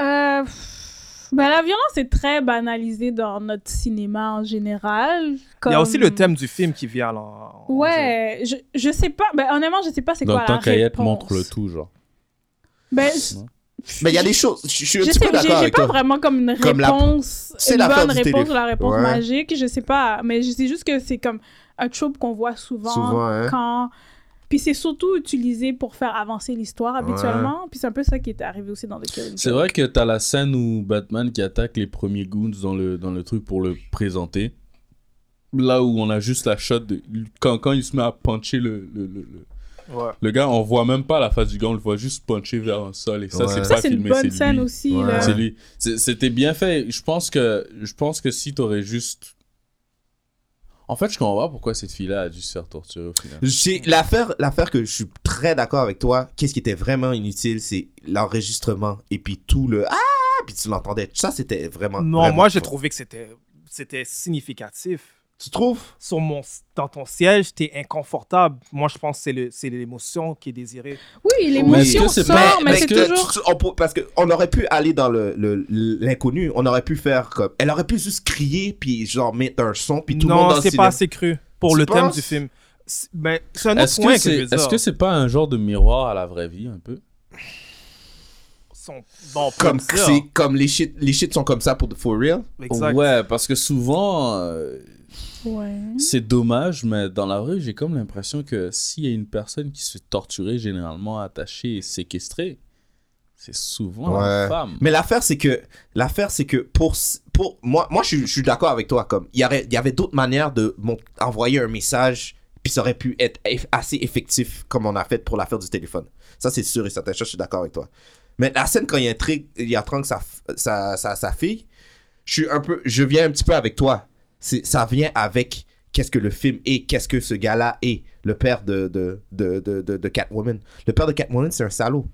[SPEAKER 5] Euh, pff, ben, la violence est très banalisée dans notre cinéma en général.
[SPEAKER 3] Il y
[SPEAKER 5] comme-
[SPEAKER 3] a aussi le thème du film qui vient en- en jeu.
[SPEAKER 5] Ouais, je, je sais pas. Ben, honnêtement, je sais pas c'est quoi
[SPEAKER 6] Donc,
[SPEAKER 5] la
[SPEAKER 6] tant qu'Ayette
[SPEAKER 5] réponse.
[SPEAKER 6] montre le tout, genre.
[SPEAKER 5] Ben,
[SPEAKER 4] Mais il y a des choses. Je je suis un
[SPEAKER 5] je
[SPEAKER 4] petit
[SPEAKER 5] sais,
[SPEAKER 4] peu
[SPEAKER 5] j'ai-
[SPEAKER 4] d'accord
[SPEAKER 5] j'ai
[SPEAKER 4] avec
[SPEAKER 5] pas
[SPEAKER 4] toi.
[SPEAKER 5] vraiment comme une
[SPEAKER 4] Comme la-
[SPEAKER 5] réponse,
[SPEAKER 4] c'est
[SPEAKER 5] une
[SPEAKER 4] l'affaire
[SPEAKER 5] bonne
[SPEAKER 4] du
[SPEAKER 5] réponse
[SPEAKER 4] téléphone.
[SPEAKER 5] ou la réponse
[SPEAKER 4] Ouais.
[SPEAKER 5] magique, je sais pas. Mais je sais juste que c'est comme un trope qu'on voit souvent,
[SPEAKER 4] Souvent, hein.
[SPEAKER 5] quand... Puis c'est surtout utilisé pour faire avancer l'histoire habituellement. Puis c'est un peu ça qui est arrivé aussi dans The Killing
[SPEAKER 6] C'est
[SPEAKER 5] Joke.
[SPEAKER 6] vrai que t'as la scène où Batman qui attaque les premiers goons dans le, dans le truc pour le présenter. Là où on a juste la shot de. Quand, quand il se met à puncher le, le, le, le-
[SPEAKER 3] Ouais.
[SPEAKER 6] le gars, on voit même pas la face du gars, on le voit juste puncher vers un sol. Et ça,
[SPEAKER 4] Ouais.
[SPEAKER 6] c'est
[SPEAKER 5] Ça,
[SPEAKER 6] pas
[SPEAKER 5] c'est une
[SPEAKER 6] filmé.
[SPEAKER 5] bonne
[SPEAKER 6] c'est lui.
[SPEAKER 5] scène aussi, Ouais. là.
[SPEAKER 6] C'est lui. C'est- C'était bien fait. Je pense que, je pense que si t'aurais juste. En fait, je comprends pas pourquoi cette fille-là a dû se faire torturer au final.
[SPEAKER 4] J'ai- L'affaire, l'affaire que je suis très d'accord avec toi, qu'est-ce qui était vraiment inutile, c'est l'enregistrement et puis tout le ah, puis tu l'entendais. Ça, c'était vraiment.
[SPEAKER 3] Non,
[SPEAKER 4] vraiment
[SPEAKER 3] moi j'ai
[SPEAKER 4] faux.
[SPEAKER 3] trouvé que c'était c'était significatif.
[SPEAKER 4] Tu trouves
[SPEAKER 3] Sur mon dans ton siège, t'es inconfortable. Moi je pense que c'est le c'est l'émotion qui est désirée.
[SPEAKER 5] Oui, l'émotion sort, mais, c'est
[SPEAKER 4] que-
[SPEAKER 5] toujours...
[SPEAKER 4] tu- tu- on peut- parce qu'on aurait pu aller dans le- le- l'inconnu, on aurait pu faire comme. Elle aurait pu juste crier, puis genre mettre un son, puis tout le monde dans
[SPEAKER 3] non,
[SPEAKER 4] le
[SPEAKER 3] c'est
[SPEAKER 4] cinéma.
[SPEAKER 3] pas assez cru pour
[SPEAKER 4] Tu
[SPEAKER 3] le thème
[SPEAKER 4] penses?
[SPEAKER 3] du film. C'est- Ben, c'est un autre
[SPEAKER 6] Est-ce
[SPEAKER 3] point
[SPEAKER 6] que
[SPEAKER 3] que, je
[SPEAKER 6] c'est
[SPEAKER 3] veux dire.
[SPEAKER 6] est-ce que c'est pas un genre de miroir à la vraie vie, un peu
[SPEAKER 3] Son- bon, on peut
[SPEAKER 4] Comme,
[SPEAKER 3] le dire.
[SPEAKER 4] c'est- comme les shit, les shit sont comme ça pour de for real.
[SPEAKER 3] Exact.
[SPEAKER 6] Ouais, parce que souvent, euh,
[SPEAKER 5] Ouais.
[SPEAKER 6] c'est dommage, mais dans la rue, j'ai comme l'impression que s'il y a une personne qui se fait torturer, généralement attachée et séquestrée, c'est souvent la
[SPEAKER 4] Ouais.
[SPEAKER 6] femme.
[SPEAKER 4] Mais l'affaire, c'est que, l'affaire, c'est que pour, pour moi, moi, je, suis- je suis d'accord avec toi. Comme il y avait, il y avait d'autres manières de mon- envoyer un message, puis ça aurait pu être eff- assez effectif, comme on a fait pour l'affaire du téléphone. Ça, c'est sûr et certain. Ça, je suis d'accord avec toi. Mais la scène quand il y a un trick, il y a Trank, sa, f- sa, sa, sa fille, je suis un peu, je viens un petit peu avec toi. C'est, ça vient avec qu'est-ce que le film est, qu'est-ce que ce gars-là est, le père de, de, de, de, de, de Catwoman. Le père de Catwoman, c'est un salaud.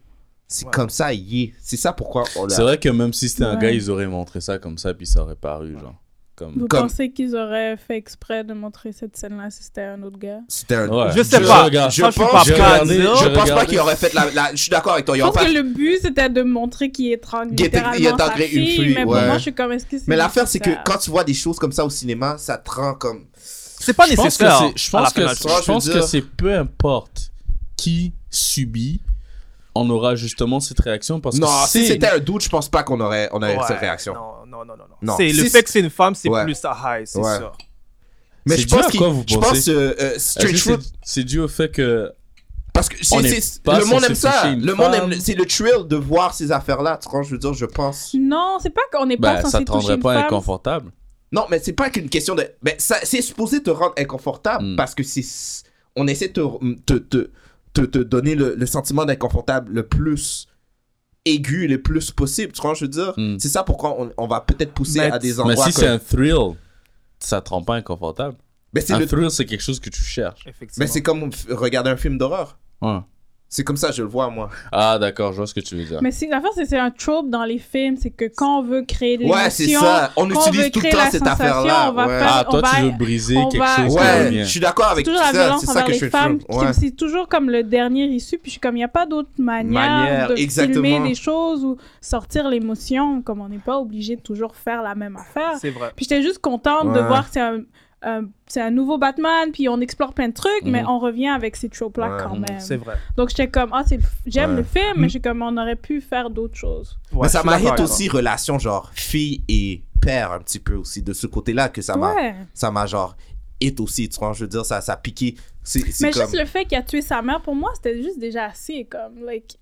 [SPEAKER 4] C'est comme ça, il est. C'est ça pourquoi on l'a.
[SPEAKER 6] C'est vrai que même si c'était un
[SPEAKER 5] Ouais.
[SPEAKER 6] gars, ils auraient montré ça comme ça, puis ça aurait paru, genre. Comme...
[SPEAKER 5] Vous
[SPEAKER 4] Comme-
[SPEAKER 5] pensez qu'ils auraient fait exprès de montrer cette scène-là si c'était un autre gars?
[SPEAKER 4] C'était un.
[SPEAKER 6] Ouais.
[SPEAKER 3] Je sais pas.
[SPEAKER 6] regarde-
[SPEAKER 3] Ça, je suis pas
[SPEAKER 6] j'ai
[SPEAKER 3] prêt à
[SPEAKER 6] regardé-
[SPEAKER 3] dire.
[SPEAKER 6] j'ai
[SPEAKER 4] Je pense pas
[SPEAKER 6] regardé-
[SPEAKER 4] qu'il aurait fait la. la- Je suis d'accord avec toi. il
[SPEAKER 5] Je
[SPEAKER 4] aurait
[SPEAKER 5] pense
[SPEAKER 4] pas-
[SPEAKER 5] que le but, c'était de montrer qu'il étrangle
[SPEAKER 4] Il était- il
[SPEAKER 5] littéralement sa
[SPEAKER 4] étranglait une
[SPEAKER 5] fille,
[SPEAKER 4] fille,
[SPEAKER 5] mais pour
[SPEAKER 4] ouais.
[SPEAKER 5] moi, je suis comme, est-ce que c'est
[SPEAKER 4] Mais l'affaire, c'est que
[SPEAKER 5] nécessaire?
[SPEAKER 4] quand tu vois des choses comme ça au cinéma, ça te rend comme.
[SPEAKER 3] C'est pas
[SPEAKER 6] Je pense que
[SPEAKER 3] nécessaire.
[SPEAKER 6] c'est- je pense que,
[SPEAKER 4] tu vois,
[SPEAKER 6] je
[SPEAKER 4] je veux
[SPEAKER 6] pense que
[SPEAKER 4] dire.
[SPEAKER 6] c'est peu importe qui subit, on aura justement cette réaction parce
[SPEAKER 4] Non,
[SPEAKER 6] que
[SPEAKER 4] si
[SPEAKER 6] c'est
[SPEAKER 4] c'était un doute, je pense pas qu'on aurait, on aurait
[SPEAKER 3] Ouais,
[SPEAKER 4] cette réaction.
[SPEAKER 3] Non, non, non, non. non.
[SPEAKER 4] Non.
[SPEAKER 3] C'est le
[SPEAKER 4] Si-
[SPEAKER 3] fait que c'est une femme, c'est
[SPEAKER 4] Ouais.
[SPEAKER 3] plus à high, c'est
[SPEAKER 4] Ouais.
[SPEAKER 3] sûr.
[SPEAKER 4] Mais
[SPEAKER 6] C'est
[SPEAKER 4] je
[SPEAKER 6] dû
[SPEAKER 4] pense
[SPEAKER 6] à
[SPEAKER 4] qu'il.
[SPEAKER 6] quoi, vous
[SPEAKER 4] Je
[SPEAKER 6] pensez
[SPEAKER 4] pense euh, euh,
[SPEAKER 6] Est-ce
[SPEAKER 4] Straight
[SPEAKER 6] que
[SPEAKER 4] Fruit-
[SPEAKER 6] c'est- c'est dû au fait que
[SPEAKER 4] Parce que c'est-
[SPEAKER 6] On est
[SPEAKER 4] c'est-
[SPEAKER 6] pas
[SPEAKER 4] le monde
[SPEAKER 6] censé
[SPEAKER 4] aime ça.
[SPEAKER 6] toucher une
[SPEAKER 4] Le monde aime.
[SPEAKER 6] femme.
[SPEAKER 4] C'est le thrill de voir ces affaires-là. Tu vois, je veux dire, je pense.
[SPEAKER 5] Non, c'est pas qu'on n'est
[SPEAKER 6] bah,
[SPEAKER 5] pas
[SPEAKER 4] Ben,
[SPEAKER 6] ça
[SPEAKER 5] censé
[SPEAKER 6] te
[SPEAKER 5] toucher
[SPEAKER 6] rendrait
[SPEAKER 5] une
[SPEAKER 6] pas
[SPEAKER 5] femme.
[SPEAKER 6] inconfortable
[SPEAKER 4] Non, mais c'est pas qu'une question de. Mais ça, c'est supposé te rendre inconfortable
[SPEAKER 6] Mm.
[SPEAKER 4] parce que c'est. On essaie de te, te, te, te, te donner le, le sentiment d'inconfortable le plus aigu, le plus possible. Tu vois, je veux dire.
[SPEAKER 6] Mm.
[SPEAKER 4] C'est ça pourquoi on, on va peut-être pousser
[SPEAKER 3] Mais-
[SPEAKER 4] à des
[SPEAKER 6] Mais
[SPEAKER 4] endroits. comme-
[SPEAKER 6] si c'est un thrill, ça te rend pas inconfortable
[SPEAKER 4] Mais ben, c'est
[SPEAKER 6] Un
[SPEAKER 4] le-
[SPEAKER 6] thrill, c'est quelque chose que tu cherches.
[SPEAKER 3] Effectivement.
[SPEAKER 4] mais c'est comme f- regarder un film d'horreur.
[SPEAKER 6] Ouais.
[SPEAKER 4] C'est comme ça, je le vois, moi.
[SPEAKER 6] Ah, d'accord, je vois ce que tu veux dire.
[SPEAKER 5] Mais c'est- l'affaire, c'est c'est un trope dans les films, c'est que quand on veut créer de
[SPEAKER 4] Ouais, c'est
[SPEAKER 5] l'émotion,
[SPEAKER 4] ça. On
[SPEAKER 5] quand
[SPEAKER 4] utilise
[SPEAKER 5] veut
[SPEAKER 4] tout le
[SPEAKER 5] créer
[SPEAKER 4] temps
[SPEAKER 5] la
[SPEAKER 4] cette
[SPEAKER 5] sensation,
[SPEAKER 4] affaire-là,
[SPEAKER 5] On va
[SPEAKER 4] ouais.
[SPEAKER 5] faire,
[SPEAKER 6] Ah, toi,
[SPEAKER 5] on
[SPEAKER 6] tu
[SPEAKER 5] va-
[SPEAKER 6] veux briser
[SPEAKER 5] on
[SPEAKER 6] quelque
[SPEAKER 5] va-
[SPEAKER 6] chose qui
[SPEAKER 4] Ouais,
[SPEAKER 6] revient.
[SPEAKER 4] je suis d'accord avec
[SPEAKER 5] C'est toujours la
[SPEAKER 4] ça.
[SPEAKER 5] violence
[SPEAKER 4] C'est ça
[SPEAKER 5] envers
[SPEAKER 4] que je
[SPEAKER 5] les
[SPEAKER 4] fais.
[SPEAKER 5] femmes. qui-
[SPEAKER 4] Ouais.
[SPEAKER 5] C'est toujours comme le dernier issu. Puis je suis comme, il n'y a pas d'autre manière,
[SPEAKER 4] Manière,
[SPEAKER 5] de
[SPEAKER 4] exactement.
[SPEAKER 5] filmer des choses ou sortir l'émotion. Comme on n'est pas obligé de toujours faire la même affaire.
[SPEAKER 3] C'est vrai.
[SPEAKER 5] Puis j'étais juste contente de
[SPEAKER 4] Ouais.
[SPEAKER 5] voir que c'est un, un- c'est un nouveau Batman. Puis on explore plein de trucs, mais on revient avec ces tropes-là
[SPEAKER 4] Mhm. Ouais.
[SPEAKER 5] quand même.
[SPEAKER 3] C'est vrai.
[SPEAKER 5] Donc j'étais comme, ah, c'est le- j'aime
[SPEAKER 4] Ouais. Mhm.
[SPEAKER 5] le film,
[SPEAKER 3] Mm.
[SPEAKER 5] mais j'étais comme, on aurait pu faire d'autres choses.
[SPEAKER 3] Ouais,
[SPEAKER 4] mais ça
[SPEAKER 3] je suis d'accord
[SPEAKER 4] m'arrête
[SPEAKER 3] avec
[SPEAKER 4] aussi relation genre fille et père un petit peu aussi de ce côté-là que ça m'a
[SPEAKER 5] Ouais.
[SPEAKER 4] ça m'a genre hit aussi tu vois je veux dire ça ça a piqué c'est c'est
[SPEAKER 5] Mais
[SPEAKER 4] comme
[SPEAKER 5] juste le fait qu'il a tué sa mère, pour moi, c'était juste déjà assez. Comme, like,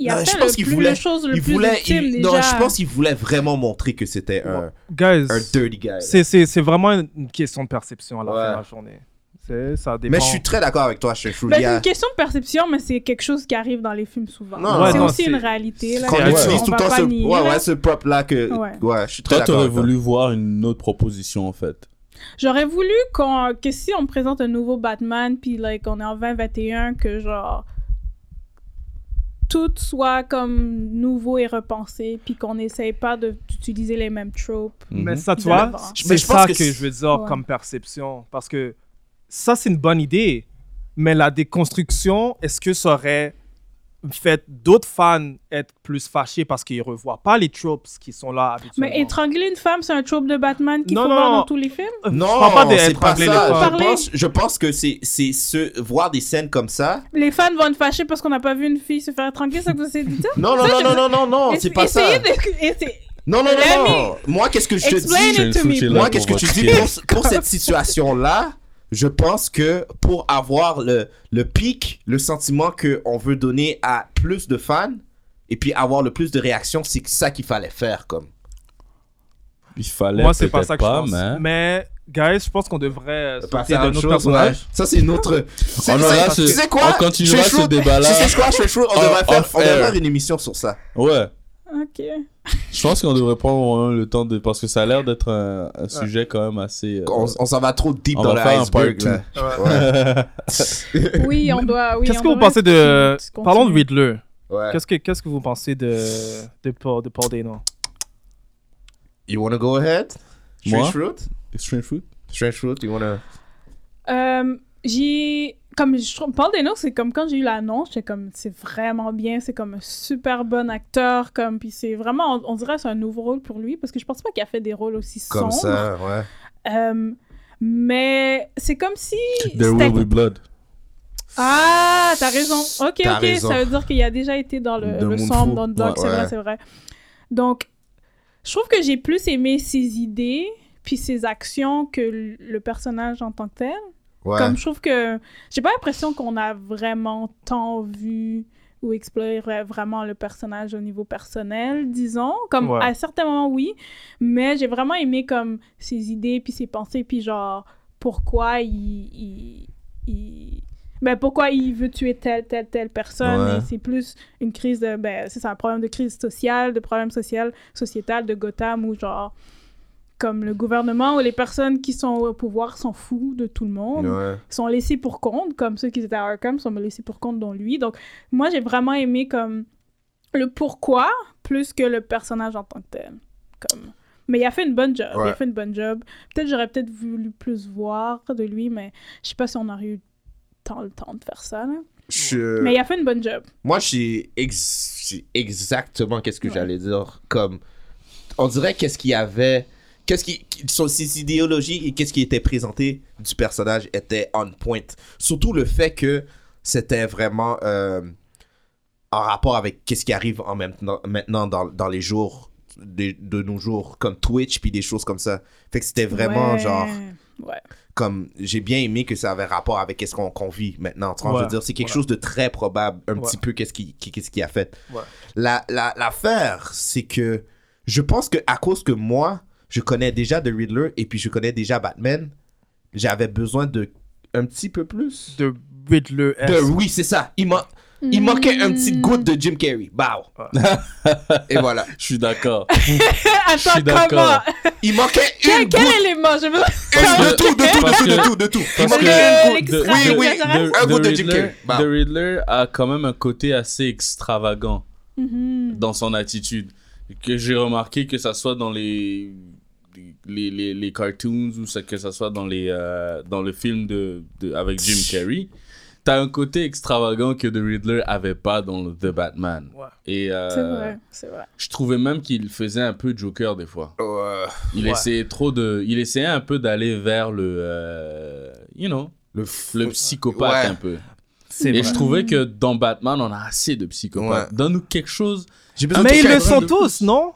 [SPEAKER 5] il a
[SPEAKER 4] Non,
[SPEAKER 5] fait
[SPEAKER 4] je pense
[SPEAKER 5] le
[SPEAKER 4] qu'il
[SPEAKER 5] plus-
[SPEAKER 4] voulait-
[SPEAKER 5] le chose le
[SPEAKER 4] il
[SPEAKER 5] plus
[SPEAKER 4] voulait
[SPEAKER 5] ultime
[SPEAKER 4] il-
[SPEAKER 5] déjà.
[SPEAKER 4] non je pense qu'il voulait vraiment montrer que c'était un,
[SPEAKER 3] toi. Guys,
[SPEAKER 4] un dirty guy là.
[SPEAKER 3] c'est- c'est c'est vraiment une une question de perception à la
[SPEAKER 4] Ouais.
[SPEAKER 3] fin de la journée. C'est- Ça dépend.
[SPEAKER 4] mais je suis très d'accord avec toi je suis
[SPEAKER 5] Ben, c'est une question de perception, mais c'est quelque chose qui arrive dans les films souvent.
[SPEAKER 4] Non,
[SPEAKER 5] c'est
[SPEAKER 4] non,
[SPEAKER 5] aussi
[SPEAKER 3] c'est-
[SPEAKER 5] une réalité. Là,
[SPEAKER 4] qu'on
[SPEAKER 3] Ouais.
[SPEAKER 4] utilise
[SPEAKER 5] On
[SPEAKER 4] tout le
[SPEAKER 5] va
[SPEAKER 4] temps
[SPEAKER 5] pas
[SPEAKER 4] ce
[SPEAKER 5] nier,
[SPEAKER 4] ouais
[SPEAKER 5] là.
[SPEAKER 4] ouais ce prop là que
[SPEAKER 5] Ouais.
[SPEAKER 4] ouais je suis très
[SPEAKER 6] Toi,
[SPEAKER 4] d'accord
[SPEAKER 6] t'aurais
[SPEAKER 4] avec toi.
[SPEAKER 6] voulu voir une autre proposition, en fait.
[SPEAKER 5] J'aurais voulu qu'on- que si on présente un nouveau Batman, puis like, on est en 2021, que genre tout soit comme nouveau et repensé, puis qu'on n'essaye pas de- d'utiliser les mêmes tropes.
[SPEAKER 3] Mais
[SPEAKER 6] Mhm.
[SPEAKER 3] ça, tu
[SPEAKER 5] De
[SPEAKER 3] vois,
[SPEAKER 5] l'avant.
[SPEAKER 3] c'est
[SPEAKER 4] Mais je pense
[SPEAKER 3] ça que,
[SPEAKER 4] que c'est-
[SPEAKER 3] je veux dire
[SPEAKER 5] Ouais.
[SPEAKER 3] comme perception. Parce que ça, c'est une bonne idée. Mais la déconstruction, est-ce que ça aurait fait d'autres fans être plus fâchés parce qu'ils ne revoient pas les tropes qui sont là habituellement?
[SPEAKER 5] Mais étrangler une femme, c'est un trope de Batman qu'il
[SPEAKER 3] Non,
[SPEAKER 5] faut
[SPEAKER 3] non,
[SPEAKER 5] voir
[SPEAKER 3] non.
[SPEAKER 5] dans tous les films.
[SPEAKER 3] Euh,
[SPEAKER 4] non
[SPEAKER 3] je parle pas d'être
[SPEAKER 4] c'est pas
[SPEAKER 3] anglais, les
[SPEAKER 4] ça
[SPEAKER 3] femmes.
[SPEAKER 4] je
[SPEAKER 5] Parler.
[SPEAKER 4] pense je pense que c'est c'est ce voir des scènes comme ça
[SPEAKER 5] Les fans vont être fâchés parce qu'on n'a pas vu une fille se faire étrangler, c'est ça que vous essayez de dire
[SPEAKER 4] non non
[SPEAKER 5] Ça,
[SPEAKER 4] non
[SPEAKER 5] je-
[SPEAKER 4] non non non non
[SPEAKER 5] Essa-
[SPEAKER 4] c'est pas ça
[SPEAKER 5] essayez de- essa-
[SPEAKER 4] non non non
[SPEAKER 5] Rémi,
[SPEAKER 4] non moi qu'est-ce que je te
[SPEAKER 5] Explain
[SPEAKER 4] dis
[SPEAKER 6] j'ai
[SPEAKER 5] it to
[SPEAKER 6] une
[SPEAKER 5] me.
[SPEAKER 6] foutue, là.
[SPEAKER 4] Moi, qu'est-ce que tu dis pour, pour cette situation-là je pense que pour avoir le, le pic, le sentiment qu'on veut donner à plus de fans, et puis avoir le plus de réactions, c'est ça qu'il fallait faire. comme
[SPEAKER 6] Il fallait
[SPEAKER 3] Moi, c'est pas ça que
[SPEAKER 6] pas,
[SPEAKER 3] je pense.
[SPEAKER 6] mais...
[SPEAKER 3] Mais, guys, je pense qu'on devrait euh,
[SPEAKER 4] Passer
[SPEAKER 3] sauter
[SPEAKER 4] à
[SPEAKER 3] d'un
[SPEAKER 4] autre
[SPEAKER 3] autre
[SPEAKER 4] chose, ouais.
[SPEAKER 3] personnage.
[SPEAKER 4] Ça, c'est une autre. C'est-
[SPEAKER 6] aura
[SPEAKER 4] c'est-
[SPEAKER 6] ce-
[SPEAKER 4] tu sais quoi
[SPEAKER 6] on continuera
[SPEAKER 4] Je suis
[SPEAKER 6] ce
[SPEAKER 4] chaud.
[SPEAKER 6] débat-là
[SPEAKER 4] Tu sais quoi, je suis chaud, on
[SPEAKER 6] en-
[SPEAKER 4] devrait faire,
[SPEAKER 6] off
[SPEAKER 4] on devrait
[SPEAKER 6] air.
[SPEAKER 4] faire une émission sur ça.
[SPEAKER 6] Ouais.
[SPEAKER 5] Ok.
[SPEAKER 6] Je pense qu'on devrait prendre euh, le temps de. Parce que ça a l'air d'être un, un sujet quand même assez. euh,
[SPEAKER 4] On, on s'en va trop deep
[SPEAKER 6] on
[SPEAKER 4] dans
[SPEAKER 6] va faire un
[SPEAKER 4] l'iceberg.
[SPEAKER 6] part two.
[SPEAKER 4] là.
[SPEAKER 5] Oui, on doit. Oui,
[SPEAKER 3] Qu'est-ce
[SPEAKER 5] on
[SPEAKER 3] que vous
[SPEAKER 5] doit
[SPEAKER 3] pensez de.
[SPEAKER 5] continue.
[SPEAKER 3] Parlons de Riddler.
[SPEAKER 4] Ouais.
[SPEAKER 3] Qu'est-ce que, qu'est-ce que vous pensez de, de, Paul, de Paul Dano
[SPEAKER 4] You wanna go ahead?
[SPEAKER 6] Moi?
[SPEAKER 4] Strange Fruit?
[SPEAKER 6] Strange Fruit
[SPEAKER 4] Strange Fruit, you wanna.
[SPEAKER 5] Euh, j'ai comme je trouve Paul Dano c'est comme quand j'ai eu l'annonce j'étais comme c'est vraiment bien c'est comme un super bon acteur comme puis c'est vraiment on, on dirait que c'est un nouveau rôle pour lui parce que je pense pas qu'il a fait des rôles aussi
[SPEAKER 4] Comme
[SPEAKER 5] sombres
[SPEAKER 4] ça, ouais.
[SPEAKER 5] Euh, mais c'est comme si
[SPEAKER 6] There
[SPEAKER 5] c'était-
[SPEAKER 6] will be blood.
[SPEAKER 5] ah t'as raison ok
[SPEAKER 4] T'as
[SPEAKER 5] ok
[SPEAKER 4] raison.
[SPEAKER 5] ça veut dire qu'il a déjà été dans le,
[SPEAKER 6] The
[SPEAKER 5] le
[SPEAKER 6] Moonfall.
[SPEAKER 5] sombre dans le dark
[SPEAKER 6] Ouais,
[SPEAKER 5] c'est vrai
[SPEAKER 4] ouais.
[SPEAKER 5] c'est vrai donc je trouve que j'ai plus aimé ses idées puis ses actions que le- le personnage en tant que tel
[SPEAKER 4] Ouais.
[SPEAKER 5] comme je trouve que j'ai pas l'impression qu'on a vraiment tant vu ou exploré vraiment le personnage au niveau personnel, disons. Comme
[SPEAKER 3] Ouais.
[SPEAKER 5] à certains moments, oui, mais j'ai vraiment aimé comme ses idées, puis ses pensées, puis genre pourquoi il... il, il- Ben, pourquoi il veut tuer telle, telle, telle personne.
[SPEAKER 4] Ouais.
[SPEAKER 5] et C'est plus une crise de... Ben, c'est ça, un problème de crise sociale, de problème social, sociétal de Gotham, où genre, comme le gouvernement ou les personnes qui sont au pouvoir s'en foutent de tout le monde
[SPEAKER 4] Ouais.
[SPEAKER 5] sont laissés pour compte, comme ceux qui étaient à Arkham sont laissés pour compte, dont lui. Donc, moi, j'ai vraiment aimé comme le pourquoi plus que le personnage en tant que tel. Comme... Mais il a fait une bonne job. Il
[SPEAKER 4] Ouais.
[SPEAKER 5] a fait une bonne job. Peut-être j'aurais peut-être voulu plus voir de lui, mais je sais pas si on aurait eu tant le temps de faire ça. là.
[SPEAKER 4] Je-
[SPEAKER 5] Mais il a fait une bonne job.
[SPEAKER 4] Moi, c'est ex- c'est exactement qu'est-ce que
[SPEAKER 5] Ouais.
[SPEAKER 4] j'allais dire. Comme, on dirait qu'est-ce qu'il y avait, qu'est-ce qui, qui- son- ses idéologies et qu'est-ce qui était présenté du personnage était on point. Surtout le fait que c'était vraiment euh, en rapport avec qu'est-ce qui arrive en même temps- maintenant dans, dans les jours de, de nos jours, comme Twitch puis des choses comme ça. Fait que c'était vraiment
[SPEAKER 5] Ouais.
[SPEAKER 4] genre
[SPEAKER 5] Ouais.
[SPEAKER 4] comme j'ai bien aimé que ça avait rapport avec qu'est-ce qu'on qu'on vit maintenant. tu vois,
[SPEAKER 3] Ouais.
[SPEAKER 4] Je veux dire, c'est quelque
[SPEAKER 3] Ouais.
[SPEAKER 4] chose de très probable, un
[SPEAKER 3] Ouais.
[SPEAKER 4] petit peu qu'est-ce qui, qui- qu'est-ce qui a fait.
[SPEAKER 3] Ouais.
[SPEAKER 4] La, la- l'affaire, c'est que je pense que à cause que moi, je connais déjà The Riddler et puis je connais déjà Batman, j'avais besoin de un petit peu plus.
[SPEAKER 3] De Riddler
[SPEAKER 4] De, oui, c'est ça. Il, man- il manquait une
[SPEAKER 5] Mm.
[SPEAKER 4] petite goutte de Jim Carrey. Bah. et voilà.
[SPEAKER 6] Je suis d'accord. Je suis
[SPEAKER 5] Attends, comment
[SPEAKER 6] d'accord.
[SPEAKER 4] Il manquait
[SPEAKER 5] Quel,
[SPEAKER 4] une
[SPEAKER 5] quel
[SPEAKER 4] goutte.
[SPEAKER 5] élément Je veux...
[SPEAKER 4] De tout, de tout, de
[SPEAKER 6] Parce
[SPEAKER 4] tout, de
[SPEAKER 6] que-
[SPEAKER 4] tout, de tout. Il
[SPEAKER 6] Parce que-
[SPEAKER 4] manquait une goutte.
[SPEAKER 5] l'extrait
[SPEAKER 4] Oui, oui,
[SPEAKER 5] exagération.
[SPEAKER 4] Un goût
[SPEAKER 6] The
[SPEAKER 4] de Jim
[SPEAKER 6] Riddler,
[SPEAKER 4] Carrey. Bah.
[SPEAKER 6] The Riddler a quand même un côté assez extravagant
[SPEAKER 5] Mhm.
[SPEAKER 6] dans son attitude. Que j'ai remarqué que ça soit dans les les, les, les cartoons ou ça- que ça soit dans les euh, dans le film de, de- avec Jim Carrey, t'as un côté extravagant que The Riddler avait pas dans le- The Batman.
[SPEAKER 3] Ouais.
[SPEAKER 6] Et euh,
[SPEAKER 5] C'est vrai, c'est vrai.
[SPEAKER 6] je trouvais même qu'il faisait un peu Joker des fois.
[SPEAKER 4] Euh,
[SPEAKER 6] Il
[SPEAKER 3] Ouais.
[SPEAKER 6] essayait trop de, il essayait un peu d'aller vers le, euh, you know,
[SPEAKER 4] Le, f-
[SPEAKER 6] le psychopathe
[SPEAKER 4] Ouais.
[SPEAKER 6] un peu.
[SPEAKER 3] C'est
[SPEAKER 6] Et
[SPEAKER 3] vrai.
[SPEAKER 6] je trouvais que dans Batman, on a assez de psychopathes.
[SPEAKER 4] Ouais.
[SPEAKER 6] Donne-nous quelque chose.
[SPEAKER 4] J'ai
[SPEAKER 3] Ah,
[SPEAKER 4] besoin de
[SPEAKER 3] Mais ils
[SPEAKER 4] quelqu'un
[SPEAKER 3] le sont
[SPEAKER 4] de-
[SPEAKER 3] tous, non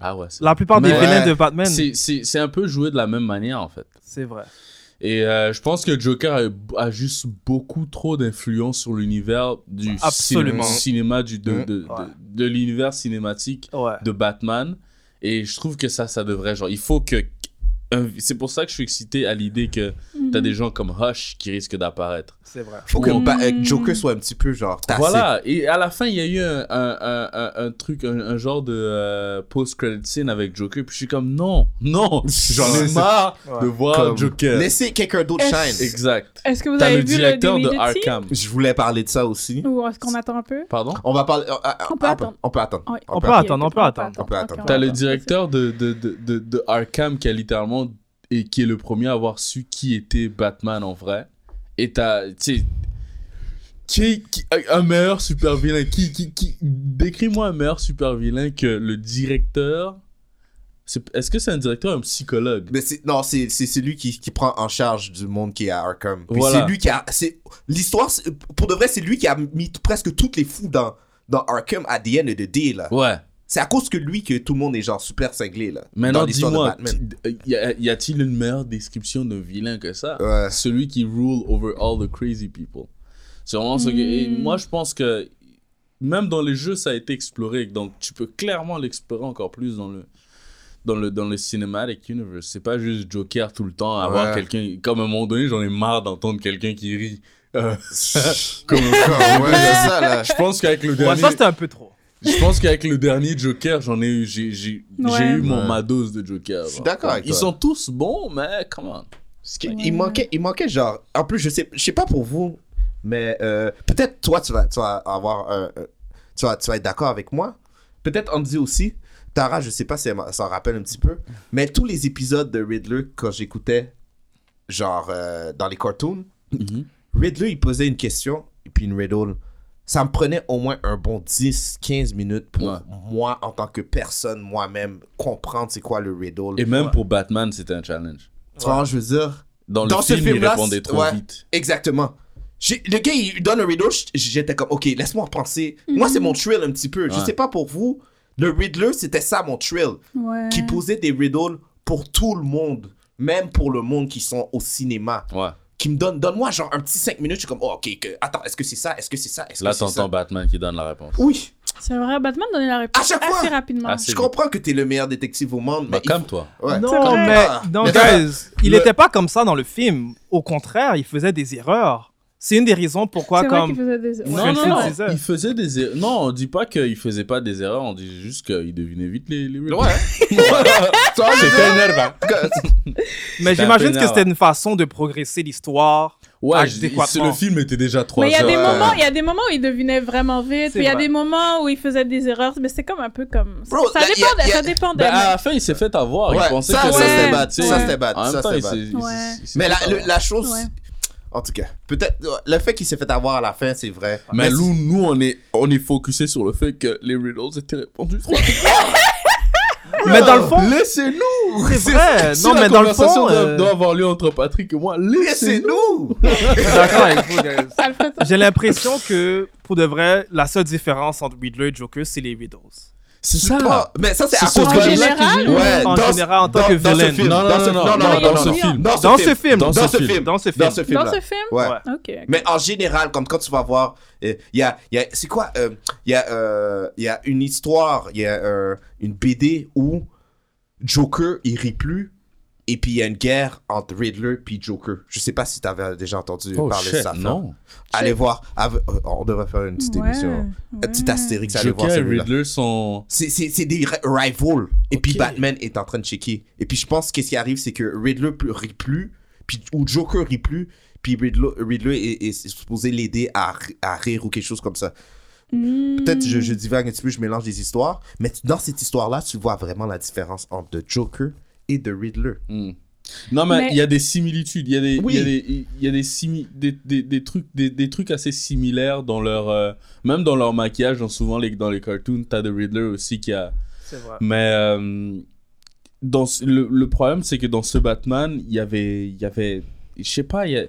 [SPEAKER 6] Ah ouais, c'est
[SPEAKER 3] La plupart des
[SPEAKER 6] Mais-
[SPEAKER 3] vilains
[SPEAKER 4] Ouais.
[SPEAKER 3] de Batman.
[SPEAKER 6] c'est- c'est c'est un peu joué de la même manière en fait.
[SPEAKER 3] C'est vrai.
[SPEAKER 6] Et euh, je pense que Joker a, a juste beaucoup trop d'influence sur l'univers du
[SPEAKER 3] Absolument.
[SPEAKER 6] ciné- cinéma, du, de,
[SPEAKER 4] Mhm.
[SPEAKER 6] de, de-
[SPEAKER 3] Ouais.
[SPEAKER 6] de l'univers cinématique
[SPEAKER 3] Ouais.
[SPEAKER 6] de Batman. Et je trouve que ça, ça devrait genre. Il faut que. un- C'est pour ça que je suis excité à l'idée que
[SPEAKER 5] Mhm.
[SPEAKER 6] t'as des gens comme Hush qui risquent d'apparaître.
[SPEAKER 3] C'est vrai.
[SPEAKER 4] Faut que
[SPEAKER 6] Mm.
[SPEAKER 4] Ba- euh, Joker soit un petit peu genre tassé.
[SPEAKER 6] Voilà, et à la fin, il y a eu un, un- un- un- un truc, un, un genre de euh, post-credit scene avec Joker, puis je suis comme non, non, j'en ai
[SPEAKER 4] Ouais.
[SPEAKER 6] marre
[SPEAKER 3] Ouais.
[SPEAKER 6] de voir
[SPEAKER 4] Comme,
[SPEAKER 6] Joker.
[SPEAKER 4] Laissez quelqu'un d'autre
[SPEAKER 5] Est-ce-
[SPEAKER 4] shine.
[SPEAKER 6] Exact.
[SPEAKER 5] Est-ce que vous
[SPEAKER 6] T'as
[SPEAKER 5] avez
[SPEAKER 6] le
[SPEAKER 5] vu
[SPEAKER 6] directeur
[SPEAKER 5] le
[SPEAKER 6] de
[SPEAKER 5] DVD de Tea?
[SPEAKER 6] Arkham.
[SPEAKER 4] Je voulais parler de ça aussi.
[SPEAKER 5] Ou est-ce qu'on attend un peu
[SPEAKER 6] Pardon
[SPEAKER 4] On va parler. euh, euh,
[SPEAKER 5] On peut
[SPEAKER 4] ah,
[SPEAKER 5] attendre.
[SPEAKER 4] On peut attendre.
[SPEAKER 5] Oui.
[SPEAKER 4] On
[SPEAKER 3] On
[SPEAKER 4] peut
[SPEAKER 3] peut attendre, on peut attendre.
[SPEAKER 4] On peut attendre.
[SPEAKER 5] Ok,
[SPEAKER 6] T'as
[SPEAKER 5] on
[SPEAKER 6] le
[SPEAKER 5] attend.
[SPEAKER 6] directeur de, de, de, de, de Arkham qui a littéralement. et qui est le premier à avoir su qui était Batman en vrai. Et t'as. Tu sais. Qui, qui- un meilleur super vilain. Qui, qui, qui, Décris-moi un meilleur super vilain que le directeur. C'est- Est-ce que c'est un directeur ou un psychologue
[SPEAKER 4] Mais c'est- non, c'est c'est celui qui, qui prend en charge du monde qui est à Arkham. Puis
[SPEAKER 6] Voilà.
[SPEAKER 4] C'est lui qui a. c'est- L'histoire, c'est- pour de vrai, c'est lui qui a mis t- presque toutes les fous dans, dans Arkham à the end of the day. Là.
[SPEAKER 6] Ouais.
[SPEAKER 4] C'est à cause que lui que tout le monde est genre super cinglé, là.
[SPEAKER 6] Maintenant,
[SPEAKER 4] dans l'histoire de
[SPEAKER 6] dis-moi,
[SPEAKER 4] Batman.
[SPEAKER 6] t- y a- y a-t-il une meilleure description d'un vilain que ça
[SPEAKER 4] Ouais.
[SPEAKER 6] Celui qui rule over all the crazy people. C'est vraiment ce que. et
[SPEAKER 5] Mm.
[SPEAKER 6] moi, je pense que même dans les jeux, ça a été exploré. Donc, tu peux clairement l'explorer encore plus dans le. Dans le, dans le cinematic universe, c'est pas juste Joker tout le temps, avoir
[SPEAKER 4] Ouais.
[SPEAKER 6] quelqu'un. Comme à un moment donné, j'en ai marre d'entendre quelqu'un qui rit. Euh, comme
[SPEAKER 4] Ouais, c'est ça, là.
[SPEAKER 6] Je pense qu'avec le
[SPEAKER 3] Ouais,
[SPEAKER 6] dernier.
[SPEAKER 3] ça, c'était un peu trop.
[SPEAKER 6] Je pense qu'avec le dernier Joker, j'en ai eu, j'ai, j'ai, j'ai
[SPEAKER 5] Ouais.
[SPEAKER 6] eu mon
[SPEAKER 4] Ouais.
[SPEAKER 6] ma dose de Joker.
[SPEAKER 4] Je suis d'accord avec
[SPEAKER 6] Ils
[SPEAKER 4] toi.
[SPEAKER 6] sont tous bons, mais come on.
[SPEAKER 4] Parce que
[SPEAKER 5] Ouais.
[SPEAKER 4] il, manquait, il manquait genre. En plus, je sais, je sais pas pour vous, mais euh, peut-être toi, tu vas, tu vas avoir un. un- tu, vas, tu vas être d'accord avec moi. Peut-être Andy aussi. Tara, je sais pas si elle m'en- s'en rappelle un petit peu. Mais tous les épisodes de Riddler, quand j'écoutais, genre euh, dans les cartoons, Mm-hmm. Riddler, il posait une question et puis une riddle. Ça me prenait au moins un bon 10-15 minutes pour
[SPEAKER 6] Ouais.
[SPEAKER 4] moi, en tant que personne, moi-même, comprendre c'est quoi le riddle.
[SPEAKER 6] Et même pour Batman, c'était un challenge.
[SPEAKER 4] Tu vois, je veux dire.
[SPEAKER 6] Dans,
[SPEAKER 4] Dans
[SPEAKER 6] le
[SPEAKER 4] ce
[SPEAKER 6] film, il
[SPEAKER 4] film-là,
[SPEAKER 6] répondait
[SPEAKER 4] c'est-
[SPEAKER 6] trop
[SPEAKER 4] ouais.
[SPEAKER 6] vite.
[SPEAKER 4] Exactement. J'ai- Le gars, il donne un riddle, j- j'étais comme, ok, laisse-moi penser.
[SPEAKER 5] Mhm.
[SPEAKER 4] Moi, c'est mon thrill un petit peu. Je
[SPEAKER 6] Ouais.
[SPEAKER 4] sais pas pour vous, le riddler, c'était ça mon thrill.
[SPEAKER 5] Ouais.
[SPEAKER 4] Qui posait des riddles pour tout le monde, même pour le monde qui sont au cinéma.
[SPEAKER 6] Ouais.
[SPEAKER 4] Qui me donne, donne-moi genre un petit 5 minutes, je suis comme, oh, ok, que- attends, est-ce que c'est ça, est-ce que c'est ça, est-ce
[SPEAKER 6] Là,
[SPEAKER 4] que c'est ça?
[SPEAKER 6] t'entends Batman qui donne la réponse.
[SPEAKER 4] Oui,
[SPEAKER 5] C'est vrai, Batman donnait la réponse
[SPEAKER 4] À chaque
[SPEAKER 5] assez
[SPEAKER 4] fois.
[SPEAKER 5] rapidement.
[SPEAKER 6] Ah, c'est-
[SPEAKER 4] je comprends que t'es le meilleur détective au monde, mais.
[SPEAKER 6] Bah, calme-toi.
[SPEAKER 4] il- Ouais.
[SPEAKER 5] C'est
[SPEAKER 3] Non,
[SPEAKER 5] vrai.
[SPEAKER 3] mais,
[SPEAKER 4] Ah.
[SPEAKER 3] non,
[SPEAKER 4] Mais
[SPEAKER 3] guys, il
[SPEAKER 6] le-
[SPEAKER 3] était pas comme ça dans le film. Au contraire, il faisait des erreurs. C'est une des raisons pourquoi,
[SPEAKER 5] C'est vrai qu'il
[SPEAKER 3] comme.
[SPEAKER 5] faisait des...
[SPEAKER 3] Non,
[SPEAKER 5] Ouais,
[SPEAKER 3] non,
[SPEAKER 5] c'est
[SPEAKER 3] non.
[SPEAKER 5] vrai.
[SPEAKER 3] c'est ça.
[SPEAKER 6] Il faisait des erreurs. Non, on dit pas qu'il faisait pas des erreurs, on dit juste qu'il devinait vite les, les riddles.
[SPEAKER 4] hein. Toi, je-
[SPEAKER 6] C'était énervant.
[SPEAKER 3] Mais
[SPEAKER 6] C'était un
[SPEAKER 3] j'imagine
[SPEAKER 6] peu
[SPEAKER 3] que c'était une façon de progresser l'histoire.
[SPEAKER 4] Ah,
[SPEAKER 6] Ouais, je-
[SPEAKER 3] Adéquatement.
[SPEAKER 6] c'est- le film était déjà 3
[SPEAKER 5] Mais il y, a
[SPEAKER 6] heures. euh,
[SPEAKER 5] des
[SPEAKER 4] Ouais.
[SPEAKER 5] moments, il y a des moments où il devinait vraiment vite,
[SPEAKER 3] C'est
[SPEAKER 5] puis il y a
[SPEAKER 3] vrai.
[SPEAKER 5] des moments où il faisait des erreurs, mais c'est comme un peu comme...
[SPEAKER 4] Bro,
[SPEAKER 5] ça,
[SPEAKER 4] là,
[SPEAKER 5] dépendait,
[SPEAKER 4] y a- y a-
[SPEAKER 5] ça dépendait,
[SPEAKER 6] Ben,
[SPEAKER 5] mais-
[SPEAKER 6] à la fin, il s'est fait avoir.
[SPEAKER 4] Ouais,
[SPEAKER 6] il pensait
[SPEAKER 4] ça,
[SPEAKER 6] que
[SPEAKER 5] ça,
[SPEAKER 6] c'était-
[SPEAKER 5] c'est bad.
[SPEAKER 6] tu sais,
[SPEAKER 5] Ça, c'est
[SPEAKER 4] bad.
[SPEAKER 6] En même
[SPEAKER 4] Ça,
[SPEAKER 6] temps,
[SPEAKER 4] c'est
[SPEAKER 6] il s'est- il
[SPEAKER 5] Ouais.
[SPEAKER 6] s'est- il s'est
[SPEAKER 4] Mais la,
[SPEAKER 6] fait
[SPEAKER 4] le-
[SPEAKER 6] avoir.
[SPEAKER 4] la chose.
[SPEAKER 5] Ouais.
[SPEAKER 4] En tout cas, peut-être. Le fait qu'il s'est fait avoir à la fin, c'est vrai.
[SPEAKER 6] Mais
[SPEAKER 4] c'est-
[SPEAKER 6] nous, nous, on est, on est focusé sur le fait que les riddles étaient répondus trop vite.
[SPEAKER 3] Mais dans le fond,
[SPEAKER 4] Laissez-nous!
[SPEAKER 3] c'est
[SPEAKER 4] Euh,
[SPEAKER 3] vrai.
[SPEAKER 6] Si
[SPEAKER 3] Non,
[SPEAKER 6] la
[SPEAKER 3] mais dans le
[SPEAKER 6] conversation
[SPEAKER 3] fond.
[SPEAKER 6] doit,
[SPEAKER 3] euh,
[SPEAKER 6] doit avoir lieu entre Patrick et moi. Laissez-nous.
[SPEAKER 4] Laissez-nous!
[SPEAKER 3] je suis d'accord avec vous, guys.
[SPEAKER 5] Alfred,
[SPEAKER 3] J'ai l'impression que, pour de vrai, la seule différence entre Riddler et Joker, c'est les riddles.
[SPEAKER 6] C'est
[SPEAKER 4] Pas- Mais ça, c'est à
[SPEAKER 6] Ce sont
[SPEAKER 4] cause
[SPEAKER 5] en
[SPEAKER 6] pas
[SPEAKER 4] que-
[SPEAKER 6] les gens
[SPEAKER 5] général,
[SPEAKER 6] qui-
[SPEAKER 4] Ouais,
[SPEAKER 3] en
[SPEAKER 4] dans-
[SPEAKER 3] général, en tant
[SPEAKER 4] dans-
[SPEAKER 3] que
[SPEAKER 4] dans ce
[SPEAKER 3] villain.
[SPEAKER 4] film,
[SPEAKER 6] Non, non,
[SPEAKER 4] dans
[SPEAKER 6] non,
[SPEAKER 4] ce-
[SPEAKER 6] non,
[SPEAKER 4] non,
[SPEAKER 5] non,
[SPEAKER 4] dans
[SPEAKER 5] non,
[SPEAKER 4] ce
[SPEAKER 5] non.
[SPEAKER 4] film,
[SPEAKER 3] Dans ce film.
[SPEAKER 6] Dans
[SPEAKER 4] Dans
[SPEAKER 6] ce
[SPEAKER 4] ce
[SPEAKER 6] film.
[SPEAKER 4] film.
[SPEAKER 3] Dans ce film.
[SPEAKER 4] Dans ce film.
[SPEAKER 5] dans ce film?
[SPEAKER 4] Ouais.
[SPEAKER 5] Ok, ok.
[SPEAKER 4] Mais en général, comme quand tu vas voir, euh, il y a, y a- c'est quoi, il y, a, euh, y a une histoire, il y a euh, une BD où Joker, il rit plus, et puis il y a une guerre entre Riddler puis Joker. Je sais pas si t'avais déjà entendu
[SPEAKER 6] Oh,
[SPEAKER 4] parler de
[SPEAKER 6] shit,
[SPEAKER 4] ça. Fran.
[SPEAKER 6] non.
[SPEAKER 4] Allez voir, ave- euh, on devrait faire une petite
[SPEAKER 5] Ouais,
[SPEAKER 4] émission, un petit
[SPEAKER 5] ouais.
[SPEAKER 4] astérix, allez voir
[SPEAKER 6] Joker et
[SPEAKER 4] celui-là.
[SPEAKER 6] Riddler sont.
[SPEAKER 4] C'est- C'est c'est des ri- rivals. Et puis
[SPEAKER 6] Ok.
[SPEAKER 4] Batman est en train de checker. Et puis je pense que ce qui arrive, c'est que Riddler plus- rit plus, puis, ou Joker rit plus, puis Riddler, Riddler est, est supposé l'aider à, ri- à rire ou quelque chose comme ça.
[SPEAKER 5] Hmm.
[SPEAKER 4] Peut-être je, je divague un petit peu, je mélange des histoires, mais tu- dans cette histoire-là, tu vois vraiment la différence entre The Joker et The Riddler.
[SPEAKER 6] Hmm. Non, mais il
[SPEAKER 5] Mais-
[SPEAKER 6] y a des similitudes. Il y a des, il
[SPEAKER 4] Oui.
[SPEAKER 6] y a des, il y a des, simi- des, des, des trucs, des, des trucs assez similaires dans leur, euh, même dans leur maquillage. Dans souvent les, dans les cartoons, t'as The Riddler aussi qui a,
[SPEAKER 3] C'est vrai.
[SPEAKER 6] Mais euh, dans ce- le, le problème, c'est que dans ce Batman, il y avait, il y avait, je sais pas, il y a...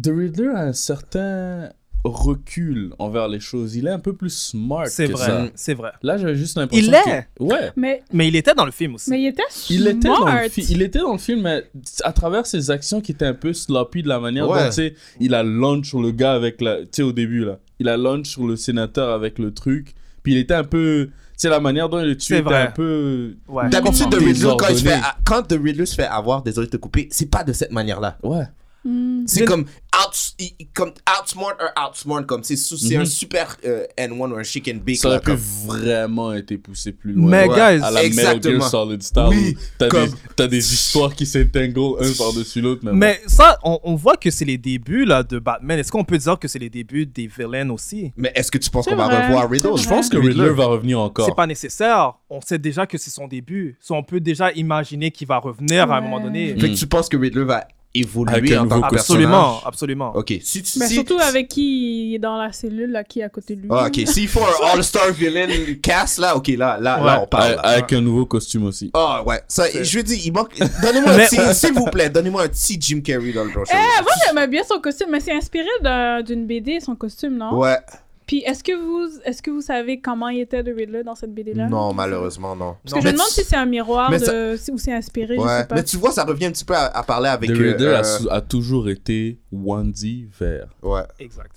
[SPEAKER 6] The Riddler a un certain recul envers les choses. Il est un peu plus smart.
[SPEAKER 3] C'est
[SPEAKER 6] Ah, que
[SPEAKER 3] vrai. Mm.
[SPEAKER 6] ça.
[SPEAKER 3] C'est vrai.
[SPEAKER 6] Là, j'avais juste l'impression.
[SPEAKER 3] Il l'est.
[SPEAKER 6] que- Ouais.
[SPEAKER 5] Mais,
[SPEAKER 3] Mais il était dans le film aussi.
[SPEAKER 5] mais il était
[SPEAKER 6] Il était, dans
[SPEAKER 5] smart.
[SPEAKER 6] le fi- il était dans le film, mais à travers ses actions qui étaient un peu sloppy de la manière
[SPEAKER 4] Ouais.
[SPEAKER 6] dont, tu sais, il a lunch sur le gars avec la... Tu sais, au début, là. Il a lunch sur le sénateur avec le truc. Puis il était un peu... Tu sais, la manière dont il le tue
[SPEAKER 3] C'est
[SPEAKER 6] était
[SPEAKER 3] vrai.
[SPEAKER 6] un peu...
[SPEAKER 3] Ouais.
[SPEAKER 4] D'habitude, The Riddler, quand, il se fait,
[SPEAKER 6] Désordonné.
[SPEAKER 4] quand The Riddler se fait avoir, désolé de te couper, c'est pas de cette manière-là.
[SPEAKER 6] Ouais.
[SPEAKER 5] Hmm.
[SPEAKER 4] C'est
[SPEAKER 3] Mais-
[SPEAKER 4] comme, out, i- i- comme outsmart ou outsmart, comme c'est sous- c'est
[SPEAKER 6] Mhm.
[SPEAKER 4] un super euh, N1 ou un chicken bake.
[SPEAKER 6] Ça
[SPEAKER 4] là,
[SPEAKER 6] aurait pu
[SPEAKER 4] comme-
[SPEAKER 6] vraiment été poussé plus loin. Ouais.
[SPEAKER 3] Mais guys,
[SPEAKER 6] à la Metal
[SPEAKER 4] exactement.
[SPEAKER 6] Gear Solid Star,
[SPEAKER 4] Oui,
[SPEAKER 6] où t'as
[SPEAKER 4] comme-
[SPEAKER 6] des, t'as des histoires qui s'intégrent un par-dessus l'autre. Mais,
[SPEAKER 3] Mais ça, on, on voit que c'est les débuts là, de Batman. Est-ce qu'on peut dire que c'est les débuts des villains aussi
[SPEAKER 4] Mais est-ce que tu penses
[SPEAKER 5] C'est
[SPEAKER 4] qu'on va
[SPEAKER 5] vrai.
[SPEAKER 4] revoir Riddle
[SPEAKER 5] C'est
[SPEAKER 6] bon. je pense que Riddler va revenir encore.
[SPEAKER 3] C'est pas nécessaire. On sait déjà que c'est son début. So, on peut déjà imaginer qu'il va revenir à un
[SPEAKER 5] Ouais.
[SPEAKER 3] moment donné.
[SPEAKER 4] Fait que tu penses que Riddler va
[SPEAKER 6] Avec
[SPEAKER 4] évoluer
[SPEAKER 6] un
[SPEAKER 4] en tant
[SPEAKER 6] nouveau
[SPEAKER 4] que
[SPEAKER 3] Absolument,
[SPEAKER 4] personnage?
[SPEAKER 3] absolument.
[SPEAKER 4] Ok. Si tu,
[SPEAKER 5] Mais
[SPEAKER 4] si-
[SPEAKER 5] surtout avec qui il est dans la cellule, là, qui est à côté de lui.
[SPEAKER 4] Ah, ok. S'il faut un All-Star villain cast, là, ok, là, là, là
[SPEAKER 3] Ouais.
[SPEAKER 4] on parle.
[SPEAKER 6] A-
[SPEAKER 4] là.
[SPEAKER 6] Avec un nouveau costume aussi.
[SPEAKER 4] Ah, ouais. Ça, je veux dire, il manque. Donnez-moi un
[SPEAKER 3] Mais-
[SPEAKER 4] petit, s'il vous plaît, donnez-moi un petit Jim Carrey dans le prochain.
[SPEAKER 5] Eh, moi, j'aimais bien son costume, mais c'est inspiré d'un- d'une BD, son costume, non?
[SPEAKER 4] Ouais.
[SPEAKER 5] Puis est-ce que vous est-ce que vous savez comment il était le Riddler dans cette BD là
[SPEAKER 4] Non, malheureusement, non.
[SPEAKER 5] Parce que je me demande si c'est un miroir
[SPEAKER 4] mais
[SPEAKER 5] de... ou c'est inspiré, je sais
[SPEAKER 4] Ouais.
[SPEAKER 5] pas.
[SPEAKER 4] Mais tu vois, ça revient un petit peu à, à parler avec.
[SPEAKER 6] The
[SPEAKER 4] euh,
[SPEAKER 6] Riddler
[SPEAKER 4] euh,
[SPEAKER 6] a, sou- a toujours été Wandy vert.
[SPEAKER 4] Ouais.
[SPEAKER 3] Exact.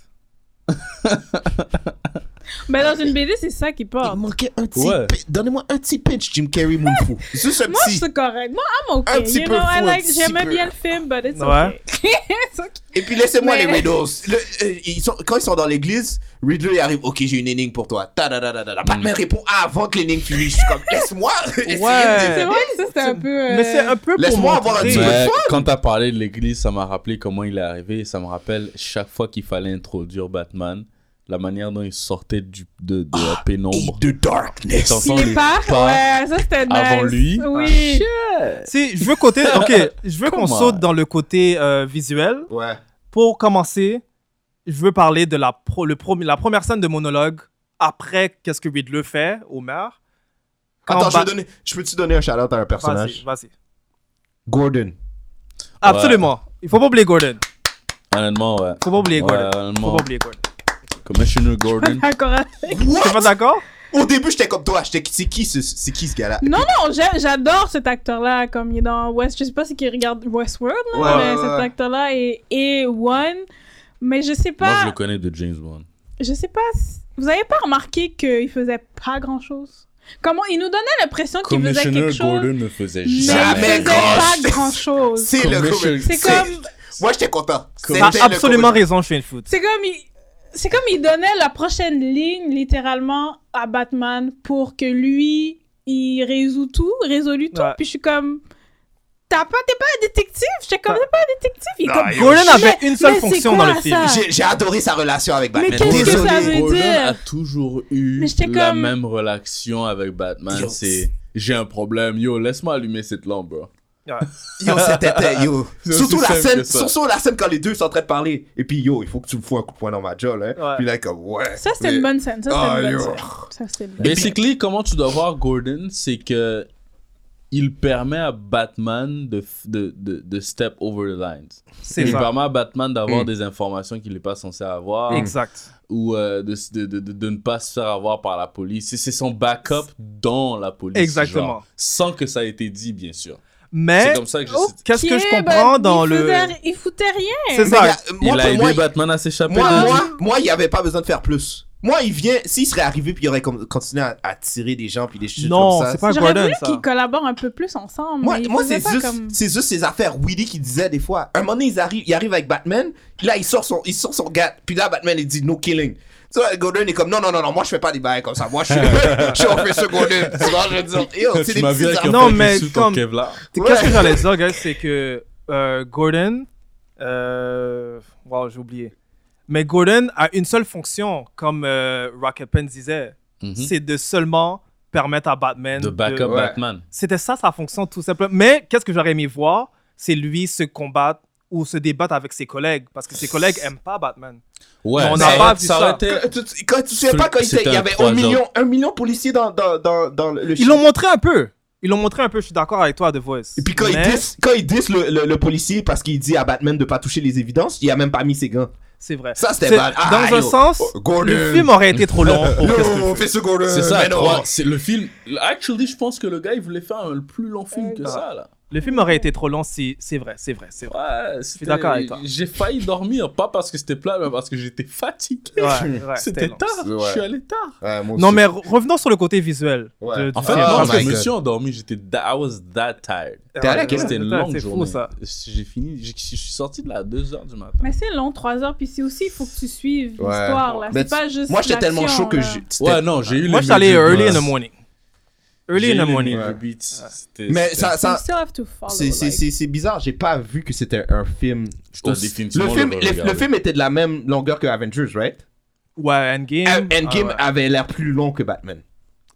[SPEAKER 5] Mais Ben, dans une BD, c'est ça qui porte.
[SPEAKER 4] Il manquait un petit.
[SPEAKER 6] Ouais.
[SPEAKER 4] pi- Donnez-moi un petit pinch, Jim Carrey, mon fou. Juste un
[SPEAKER 5] Moi, je
[SPEAKER 4] petit.
[SPEAKER 5] suis correct. Moi, I'm okay.
[SPEAKER 4] Un petit
[SPEAKER 5] you
[SPEAKER 4] peu
[SPEAKER 5] know, I
[SPEAKER 4] fou, un
[SPEAKER 5] like,
[SPEAKER 4] petit
[SPEAKER 5] j'aimais
[SPEAKER 4] peu.
[SPEAKER 5] bien le film, but it's
[SPEAKER 3] Ouais.
[SPEAKER 5] okay. It's okay.
[SPEAKER 4] Et puis laissez-moi
[SPEAKER 5] Mais-
[SPEAKER 4] les Riddles. Le- euh, ils sont, quand ils sont dans l'église, Riddler il arrive. Ok, j'ai une énigme pour toi. Ta da da da da. da. Batman répond ah, avant que l'énigme finisse. Je suis comme laisse-moi. essayer de-
[SPEAKER 5] C'est
[SPEAKER 3] Ouais.
[SPEAKER 5] vrai que ça, c'était un peu. euh,
[SPEAKER 3] Mais c'est un peu pour
[SPEAKER 4] Laisse-moi avoir un
[SPEAKER 3] montrer-
[SPEAKER 4] petit peu de
[SPEAKER 6] Mais
[SPEAKER 4] fun.
[SPEAKER 6] quand t'as parlé de l'église, ça m'a rappelé comment il est arrivé et ça me rappelle chaque fois qu'il fallait introduire Batman, la manière dont il sortait du, de, de
[SPEAKER 5] Ah,
[SPEAKER 6] la pénombre.
[SPEAKER 4] The darkness.
[SPEAKER 6] T'entends
[SPEAKER 5] Les
[SPEAKER 6] les
[SPEAKER 5] parcs,
[SPEAKER 6] pas
[SPEAKER 5] ouais, ça
[SPEAKER 4] Ah,
[SPEAKER 5] c'était nice.
[SPEAKER 6] avant lui.
[SPEAKER 5] Oui.
[SPEAKER 3] Si, je veux côté. Ok, je veux qu'on
[SPEAKER 6] Come on.
[SPEAKER 3] saute dans le côté euh, visuel.
[SPEAKER 4] Ouais.
[SPEAKER 3] Pour commencer, je veux parler de la, pro- le premier- la première scène de monologue après qu'est-ce que Riddler fait, Homer. Quand
[SPEAKER 4] Attends, je,
[SPEAKER 3] Bat-
[SPEAKER 4] vais donner- je peux-tu donner un shout-out à un
[SPEAKER 3] Vas-y,
[SPEAKER 4] personnage
[SPEAKER 3] vas-y.
[SPEAKER 4] Gordon.
[SPEAKER 3] Absolument. Il faut pas oublier Gordon.
[SPEAKER 6] Honnêtement, ouais.
[SPEAKER 3] Faut pas oublier
[SPEAKER 6] Ouais,
[SPEAKER 3] Gordon. Faut
[SPEAKER 6] honnêtement.
[SPEAKER 3] pas oublier Gordon.
[SPEAKER 6] Commissioner Gordon.
[SPEAKER 5] Encore un-
[SPEAKER 3] T'es pas d'accord
[SPEAKER 4] Au début, j'étais comme toi. J'étais c'est qui ce, c'est qui ce gars-là
[SPEAKER 5] Non, non, j'ai- Oh, j'adore cet acteur-là, comme il est dans West. Je sais pas si qui regarde Westworld, là,
[SPEAKER 4] Ouais,
[SPEAKER 5] mais
[SPEAKER 4] ouais,
[SPEAKER 5] cet
[SPEAKER 4] ouais.
[SPEAKER 5] acteur-là est, est One. Mais je sais
[SPEAKER 6] Moi, je
[SPEAKER 5] pas,
[SPEAKER 6] le connais de James Bond.
[SPEAKER 5] je, sais pas. si- Vous avez pas remarqué qu'il faisait pas grand-chose Comment il nous donnait l'impression qu'il faisait quelque
[SPEAKER 6] Commissioner
[SPEAKER 5] chose,
[SPEAKER 6] Gordon ne faisait
[SPEAKER 5] mais il
[SPEAKER 4] Jamais
[SPEAKER 5] faisait pas
[SPEAKER 4] grand-chose.
[SPEAKER 5] grand-chose.
[SPEAKER 4] C'est le
[SPEAKER 6] Commissioner-
[SPEAKER 5] C'est comme
[SPEAKER 4] Moi, j'étais content.
[SPEAKER 6] Comme-
[SPEAKER 3] T'as
[SPEAKER 4] C'était le
[SPEAKER 3] absolument
[SPEAKER 4] commissaire.
[SPEAKER 3] raison, Shane Foot.
[SPEAKER 5] C'est comme il... C'est comme il donnait la prochaine ligne littéralement à Batman pour que lui, il résout tout, résolut tout.
[SPEAKER 3] Ouais.
[SPEAKER 5] Puis je suis comme, t'as pas, t'es pas un détective. J'étais comme,
[SPEAKER 3] Ouais.
[SPEAKER 5] t'es pas un détective. Il est comme,
[SPEAKER 3] Gordon avait
[SPEAKER 5] Mais-
[SPEAKER 3] une seule
[SPEAKER 5] mais c'est
[SPEAKER 3] fonction dans le
[SPEAKER 5] quoi,
[SPEAKER 3] film.
[SPEAKER 5] ça?
[SPEAKER 4] J'ai, j'ai adoré sa relation avec
[SPEAKER 5] Mais
[SPEAKER 4] Batman.
[SPEAKER 5] qu'est-ce que
[SPEAKER 4] Désolé.
[SPEAKER 5] ça veut
[SPEAKER 6] Gordon
[SPEAKER 5] dire?
[SPEAKER 6] a toujours eu
[SPEAKER 5] Mais j'étais
[SPEAKER 6] la
[SPEAKER 5] comme-
[SPEAKER 6] même relation avec Batman.
[SPEAKER 4] Yo.
[SPEAKER 6] C'est j'ai un problème, yo, laisse-moi allumer cette lampe, bro.
[SPEAKER 4] Yo, c'était yo.
[SPEAKER 6] C'est
[SPEAKER 4] surtout
[SPEAKER 6] aussi
[SPEAKER 4] la
[SPEAKER 6] simple
[SPEAKER 4] scène,
[SPEAKER 6] que ça.
[SPEAKER 4] surtout la scène quand les deux sont en train de parler. Et puis yo, il faut que tu me fous un coup de poing dans ma jaw là.
[SPEAKER 3] Ouais.
[SPEAKER 4] Puis là comme ouais.
[SPEAKER 5] ça c'était
[SPEAKER 4] Mais-
[SPEAKER 5] une bonne scène. Ça c'était
[SPEAKER 4] Ah,
[SPEAKER 5] une
[SPEAKER 4] yo.
[SPEAKER 5] bonne scène. Ça c'était une bonne.
[SPEAKER 6] Basically, comment tu dois voir Gordon, c'est que il permet à Batman de, f- de, de, de step over the lines.
[SPEAKER 3] C'est
[SPEAKER 6] Il
[SPEAKER 3] ça.
[SPEAKER 6] permet à Batman d'avoir
[SPEAKER 4] Mm.
[SPEAKER 6] des informations qu'il n'est pas censé avoir
[SPEAKER 3] Exact.
[SPEAKER 6] ou euh, de, s- de, de, de- de ne pas se faire avoir par la police. C'est- C'est son backup dans la police.
[SPEAKER 3] Exactement. Eh,
[SPEAKER 6] genre. sans que ça ait été dit, bien sûr.
[SPEAKER 3] Mais
[SPEAKER 6] C'est comme ça que je...
[SPEAKER 5] Oh.
[SPEAKER 3] qu'est-ce que
[SPEAKER 5] Ok,
[SPEAKER 3] je
[SPEAKER 5] ben,
[SPEAKER 3] comprends dans
[SPEAKER 5] il
[SPEAKER 3] le.
[SPEAKER 5] faisait- il foutait rien.
[SPEAKER 3] C'est
[SPEAKER 4] Mais
[SPEAKER 3] ça.
[SPEAKER 4] y a-
[SPEAKER 6] Il
[SPEAKER 4] Euh, moi,
[SPEAKER 6] a
[SPEAKER 4] pour
[SPEAKER 6] aidé
[SPEAKER 4] moi,
[SPEAKER 6] Batman à s'échapper.
[SPEAKER 4] moi,
[SPEAKER 6] de-
[SPEAKER 4] moi, moi, il avait pas besoin de faire plus. Moi, il vient, s'il serait arrivé puis il aurait com- continué à, à tirer des gens puis des choses
[SPEAKER 3] Non,
[SPEAKER 4] comme ça.
[SPEAKER 3] c'est pas
[SPEAKER 5] J'aurais
[SPEAKER 3] Gordon
[SPEAKER 5] voulu
[SPEAKER 3] ça.
[SPEAKER 5] qu'ils collaborent un peu plus ensemble.
[SPEAKER 4] Ah. Moi,
[SPEAKER 5] mais ils
[SPEAKER 4] moi
[SPEAKER 5] faisaient
[SPEAKER 4] c'est
[SPEAKER 5] pas
[SPEAKER 4] juste,
[SPEAKER 5] comme-
[SPEAKER 4] c'est juste ces affaires Willy qui disait des fois. Un moment donné, ils arrivent, ils arrivent avec Batman, puis là, il sort son, il sort son gars, puis là, Batman, il dit no killing. Tu vois, Gordon est comme non, non, non, non, moi, je fais pas des bails comme ça. Moi, je suis, je suis officier Gordon. Tu vois, je veux dire, yo, c'est
[SPEAKER 6] Tu
[SPEAKER 4] des
[SPEAKER 6] m'as vu
[SPEAKER 4] petits
[SPEAKER 6] avec un
[SPEAKER 3] Non,
[SPEAKER 6] fake
[SPEAKER 3] mais
[SPEAKER 6] suit en
[SPEAKER 3] comme-
[SPEAKER 6] Kevlar.
[SPEAKER 3] T'es-
[SPEAKER 4] Ouais.
[SPEAKER 3] Qu'est-ce que j'allais dire, guys, c'est que euh, Gordon. Euh... Wow, j'ai oublié. Mais Gordon a une seule fonction, comme euh, Rocket Pen disait
[SPEAKER 6] Mhm.
[SPEAKER 3] c'est de seulement permettre à Batman.
[SPEAKER 6] De backup
[SPEAKER 4] Ouais.
[SPEAKER 6] Batman.
[SPEAKER 3] C'était ça sa fonction, tout simplement. Mais qu'est-ce que j'aurais aimé voir C'est lui se combattre ou se débattre avec ses collègues, parce que ses collègues aiment pas Batman.
[SPEAKER 6] Ouais,
[SPEAKER 3] Mais on
[SPEAKER 6] ça
[SPEAKER 3] n'a
[SPEAKER 6] aurait-
[SPEAKER 3] pas vu
[SPEAKER 6] ça aurait
[SPEAKER 3] ça.
[SPEAKER 6] été-
[SPEAKER 4] Quand- euh, tu- Quand tu sais
[SPEAKER 6] C'est-
[SPEAKER 4] pas quand il
[SPEAKER 6] c'était
[SPEAKER 4] était- il y
[SPEAKER 6] un
[SPEAKER 4] avait
[SPEAKER 6] trois
[SPEAKER 4] un million, un million de policiers dans, dans, dans, dans le
[SPEAKER 3] Ils l'ont montré un peu. Ils l'ont montré un peu, je suis d'accord avec toi, The Voice.
[SPEAKER 4] Et puis quand
[SPEAKER 3] Mais
[SPEAKER 4] ils disent, quand ils disent le, le, le policier parce qu'il dit à Batman de pas toucher les évidences, il a même pas mis ses gants.
[SPEAKER 3] C'est vrai.
[SPEAKER 4] Ça, c'était
[SPEAKER 3] C'est-
[SPEAKER 4] bad. Ah,
[SPEAKER 3] dans
[SPEAKER 4] yo.
[SPEAKER 3] un sens,
[SPEAKER 4] Oh, Gordon.
[SPEAKER 3] le film aurait été trop long. pour qu'est-ce que-
[SPEAKER 4] Yo, officier Gordon.
[SPEAKER 6] C'est ça,
[SPEAKER 4] mais non.
[SPEAKER 6] trois- c'est le film. Actually, je pense que le gars, il voulait faire un plus long film que ça, là.
[SPEAKER 3] Le film aurait été trop long si. C'est vrai, c'est vrai, c'est vrai.
[SPEAKER 4] Ah,
[SPEAKER 6] Ouais,
[SPEAKER 3] suis d'accord avec toi.
[SPEAKER 6] J'ai failli dormir, pas parce que c'était plat, mais parce que j'étais fatigué.
[SPEAKER 3] Ouais, ouais, c'était
[SPEAKER 6] c'était
[SPEAKER 3] long.
[SPEAKER 6] tard,
[SPEAKER 4] Ouais.
[SPEAKER 6] je suis allé tard.
[SPEAKER 4] Ouais, moi
[SPEAKER 3] Non,
[SPEAKER 4] aussi.
[SPEAKER 3] mais re- revenons sur le côté visuel.
[SPEAKER 4] Ouais.
[SPEAKER 3] de- du
[SPEAKER 6] En fait,
[SPEAKER 3] film.
[SPEAKER 4] Ah,
[SPEAKER 6] moi,
[SPEAKER 4] my
[SPEAKER 6] je me
[SPEAKER 4] God.
[SPEAKER 6] suis endormi, j'étais. da- I was that tired.
[SPEAKER 4] T'es allé à quelle
[SPEAKER 3] Ouais,
[SPEAKER 4] heure?
[SPEAKER 6] C'était une
[SPEAKER 3] putain,
[SPEAKER 6] longue
[SPEAKER 3] c'est fou,
[SPEAKER 6] journée.
[SPEAKER 3] ça.
[SPEAKER 6] J'ai fini, j'ai- je suis sorti de là à 2h du matin.
[SPEAKER 5] Mais c'est long, trois heures. Puis c'est aussi, il faut que tu suives
[SPEAKER 4] Ouais.
[SPEAKER 5] l'histoire. là.
[SPEAKER 4] Mais
[SPEAKER 5] C'est pas juste.
[SPEAKER 4] Moi, j'étais tellement
[SPEAKER 5] l'action,
[SPEAKER 4] chaud que
[SPEAKER 5] là.
[SPEAKER 4] j'ai. c'était-
[SPEAKER 6] Ouais, non, j'ai eu les
[SPEAKER 3] Moi, je suis allé
[SPEAKER 6] major
[SPEAKER 3] early in
[SPEAKER 6] beats.
[SPEAKER 3] the morning. Early
[SPEAKER 6] J'ai eu
[SPEAKER 3] in the
[SPEAKER 6] les
[SPEAKER 3] morning.
[SPEAKER 6] major beats, c'était-
[SPEAKER 4] Mais
[SPEAKER 6] c'était-
[SPEAKER 4] ça,
[SPEAKER 5] You
[SPEAKER 4] ça,
[SPEAKER 5] still have to follow,
[SPEAKER 4] c'est, c'est,
[SPEAKER 5] Oh, like.
[SPEAKER 4] c'est, c'est bizarre. J'ai pas vu que c'était un film.
[SPEAKER 6] Je dois
[SPEAKER 4] aussi-
[SPEAKER 6] définitivement
[SPEAKER 4] le
[SPEAKER 6] le
[SPEAKER 4] film, le,
[SPEAKER 6] re-regarder.
[SPEAKER 4] le film était de la même longueur que Avengers, right? Euh,
[SPEAKER 3] Ouais, Endgame.
[SPEAKER 4] Endgame
[SPEAKER 3] Ah ouais,
[SPEAKER 4] avait l'air plus long que Batman.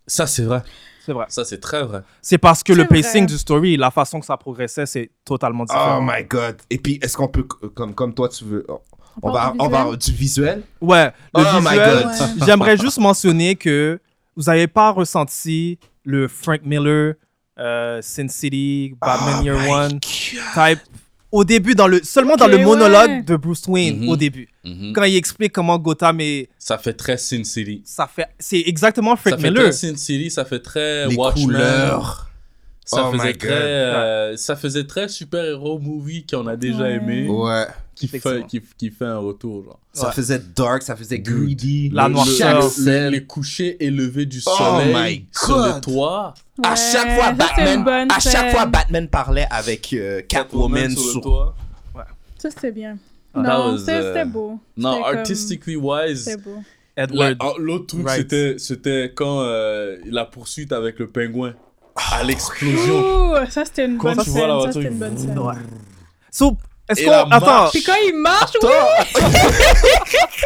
[SPEAKER 6] Ça, c'est vrai.
[SPEAKER 3] c'est vrai.
[SPEAKER 6] Ça, c'est très vrai.
[SPEAKER 3] C'est parce que le
[SPEAKER 5] C'est vrai.
[SPEAKER 3] pacing du story, la façon que ça progressait, c'est totalement
[SPEAKER 4] Oh
[SPEAKER 3] différent.
[SPEAKER 4] my god. Et puis, est-ce qu'on peut, comme, comme toi, tu veux. On,
[SPEAKER 5] parle
[SPEAKER 4] va,
[SPEAKER 5] du
[SPEAKER 4] on va
[SPEAKER 5] visuel.
[SPEAKER 4] du visuel.
[SPEAKER 3] Ouais, le
[SPEAKER 4] Oh my
[SPEAKER 3] visuel,
[SPEAKER 4] God.
[SPEAKER 3] j'aimerais juste mentionner que vous n'avez pas ressenti le Frank Miller, euh, Sin City, Batman
[SPEAKER 4] Oh
[SPEAKER 3] Year
[SPEAKER 4] my
[SPEAKER 3] One
[SPEAKER 4] God.
[SPEAKER 3] type au début, dans le, seulement dans
[SPEAKER 5] Ok,
[SPEAKER 3] le monologue
[SPEAKER 5] ouais.
[SPEAKER 3] de Bruce Wayne,
[SPEAKER 6] Mhm.
[SPEAKER 3] au début.
[SPEAKER 6] Mhm.
[SPEAKER 3] Quand il explique comment Gotham est.
[SPEAKER 6] Ça fait très Sin City.
[SPEAKER 3] Ça fait, c'est exactement
[SPEAKER 6] Ça
[SPEAKER 3] Frank
[SPEAKER 6] fait
[SPEAKER 3] Miller.
[SPEAKER 6] très Sin City, ça fait très
[SPEAKER 4] Les
[SPEAKER 6] Watchmen.
[SPEAKER 4] couleurs.
[SPEAKER 6] Ça,
[SPEAKER 4] Oh my
[SPEAKER 6] faisait
[SPEAKER 4] God.
[SPEAKER 6] très, euh, ça faisait très super-héros movie qu'on a déjà
[SPEAKER 5] Ouais.
[SPEAKER 6] aimé.
[SPEAKER 4] Ouais.
[SPEAKER 6] Qui fait,
[SPEAKER 3] Effectivement.
[SPEAKER 6] qui, qui fait un retour. Genre.
[SPEAKER 4] Ça
[SPEAKER 3] Ouais.
[SPEAKER 4] faisait dark, ça faisait greedy.
[SPEAKER 3] La
[SPEAKER 4] Le-
[SPEAKER 3] noirceur.
[SPEAKER 4] chaque
[SPEAKER 6] Le,
[SPEAKER 4] scène.
[SPEAKER 6] le coucher et lever du
[SPEAKER 4] Oh
[SPEAKER 6] soleil
[SPEAKER 4] my
[SPEAKER 6] sur le
[SPEAKER 4] God.
[SPEAKER 6] toit.
[SPEAKER 4] À
[SPEAKER 5] Ouais,
[SPEAKER 4] chaque fois,
[SPEAKER 5] ça, c'est une
[SPEAKER 4] Batman,
[SPEAKER 5] bonne
[SPEAKER 4] à chaque
[SPEAKER 5] scène.
[SPEAKER 4] fois, Batman parlait avec euh, Catwoman
[SPEAKER 6] Catwoman
[SPEAKER 4] sur.
[SPEAKER 6] le toit.
[SPEAKER 5] Ça, c'était bien.
[SPEAKER 6] Ah, that
[SPEAKER 5] non,
[SPEAKER 6] was,
[SPEAKER 5] c'était
[SPEAKER 6] euh,
[SPEAKER 5] c'était beau.
[SPEAKER 6] Non,
[SPEAKER 5] C'était comme-
[SPEAKER 6] artistically wise,
[SPEAKER 5] C'était beau.
[SPEAKER 3] Edward.
[SPEAKER 6] La- oh, L'autre truc,
[SPEAKER 3] Right.
[SPEAKER 6] c'était, c'était quand euh, la poursuite avec le pingouin à l'explosion.
[SPEAKER 5] Ouh, ça, c'était une
[SPEAKER 6] Ah, Quand
[SPEAKER 5] bonne
[SPEAKER 6] tu vois la
[SPEAKER 5] scène. Ça,
[SPEAKER 6] voiture,
[SPEAKER 5] c'était une bonne scène.
[SPEAKER 3] Ouais. So, est-ce
[SPEAKER 6] Et
[SPEAKER 3] qu'on.
[SPEAKER 6] la
[SPEAKER 3] Attends.
[SPEAKER 6] marche.
[SPEAKER 5] Puis quand il marche, oui!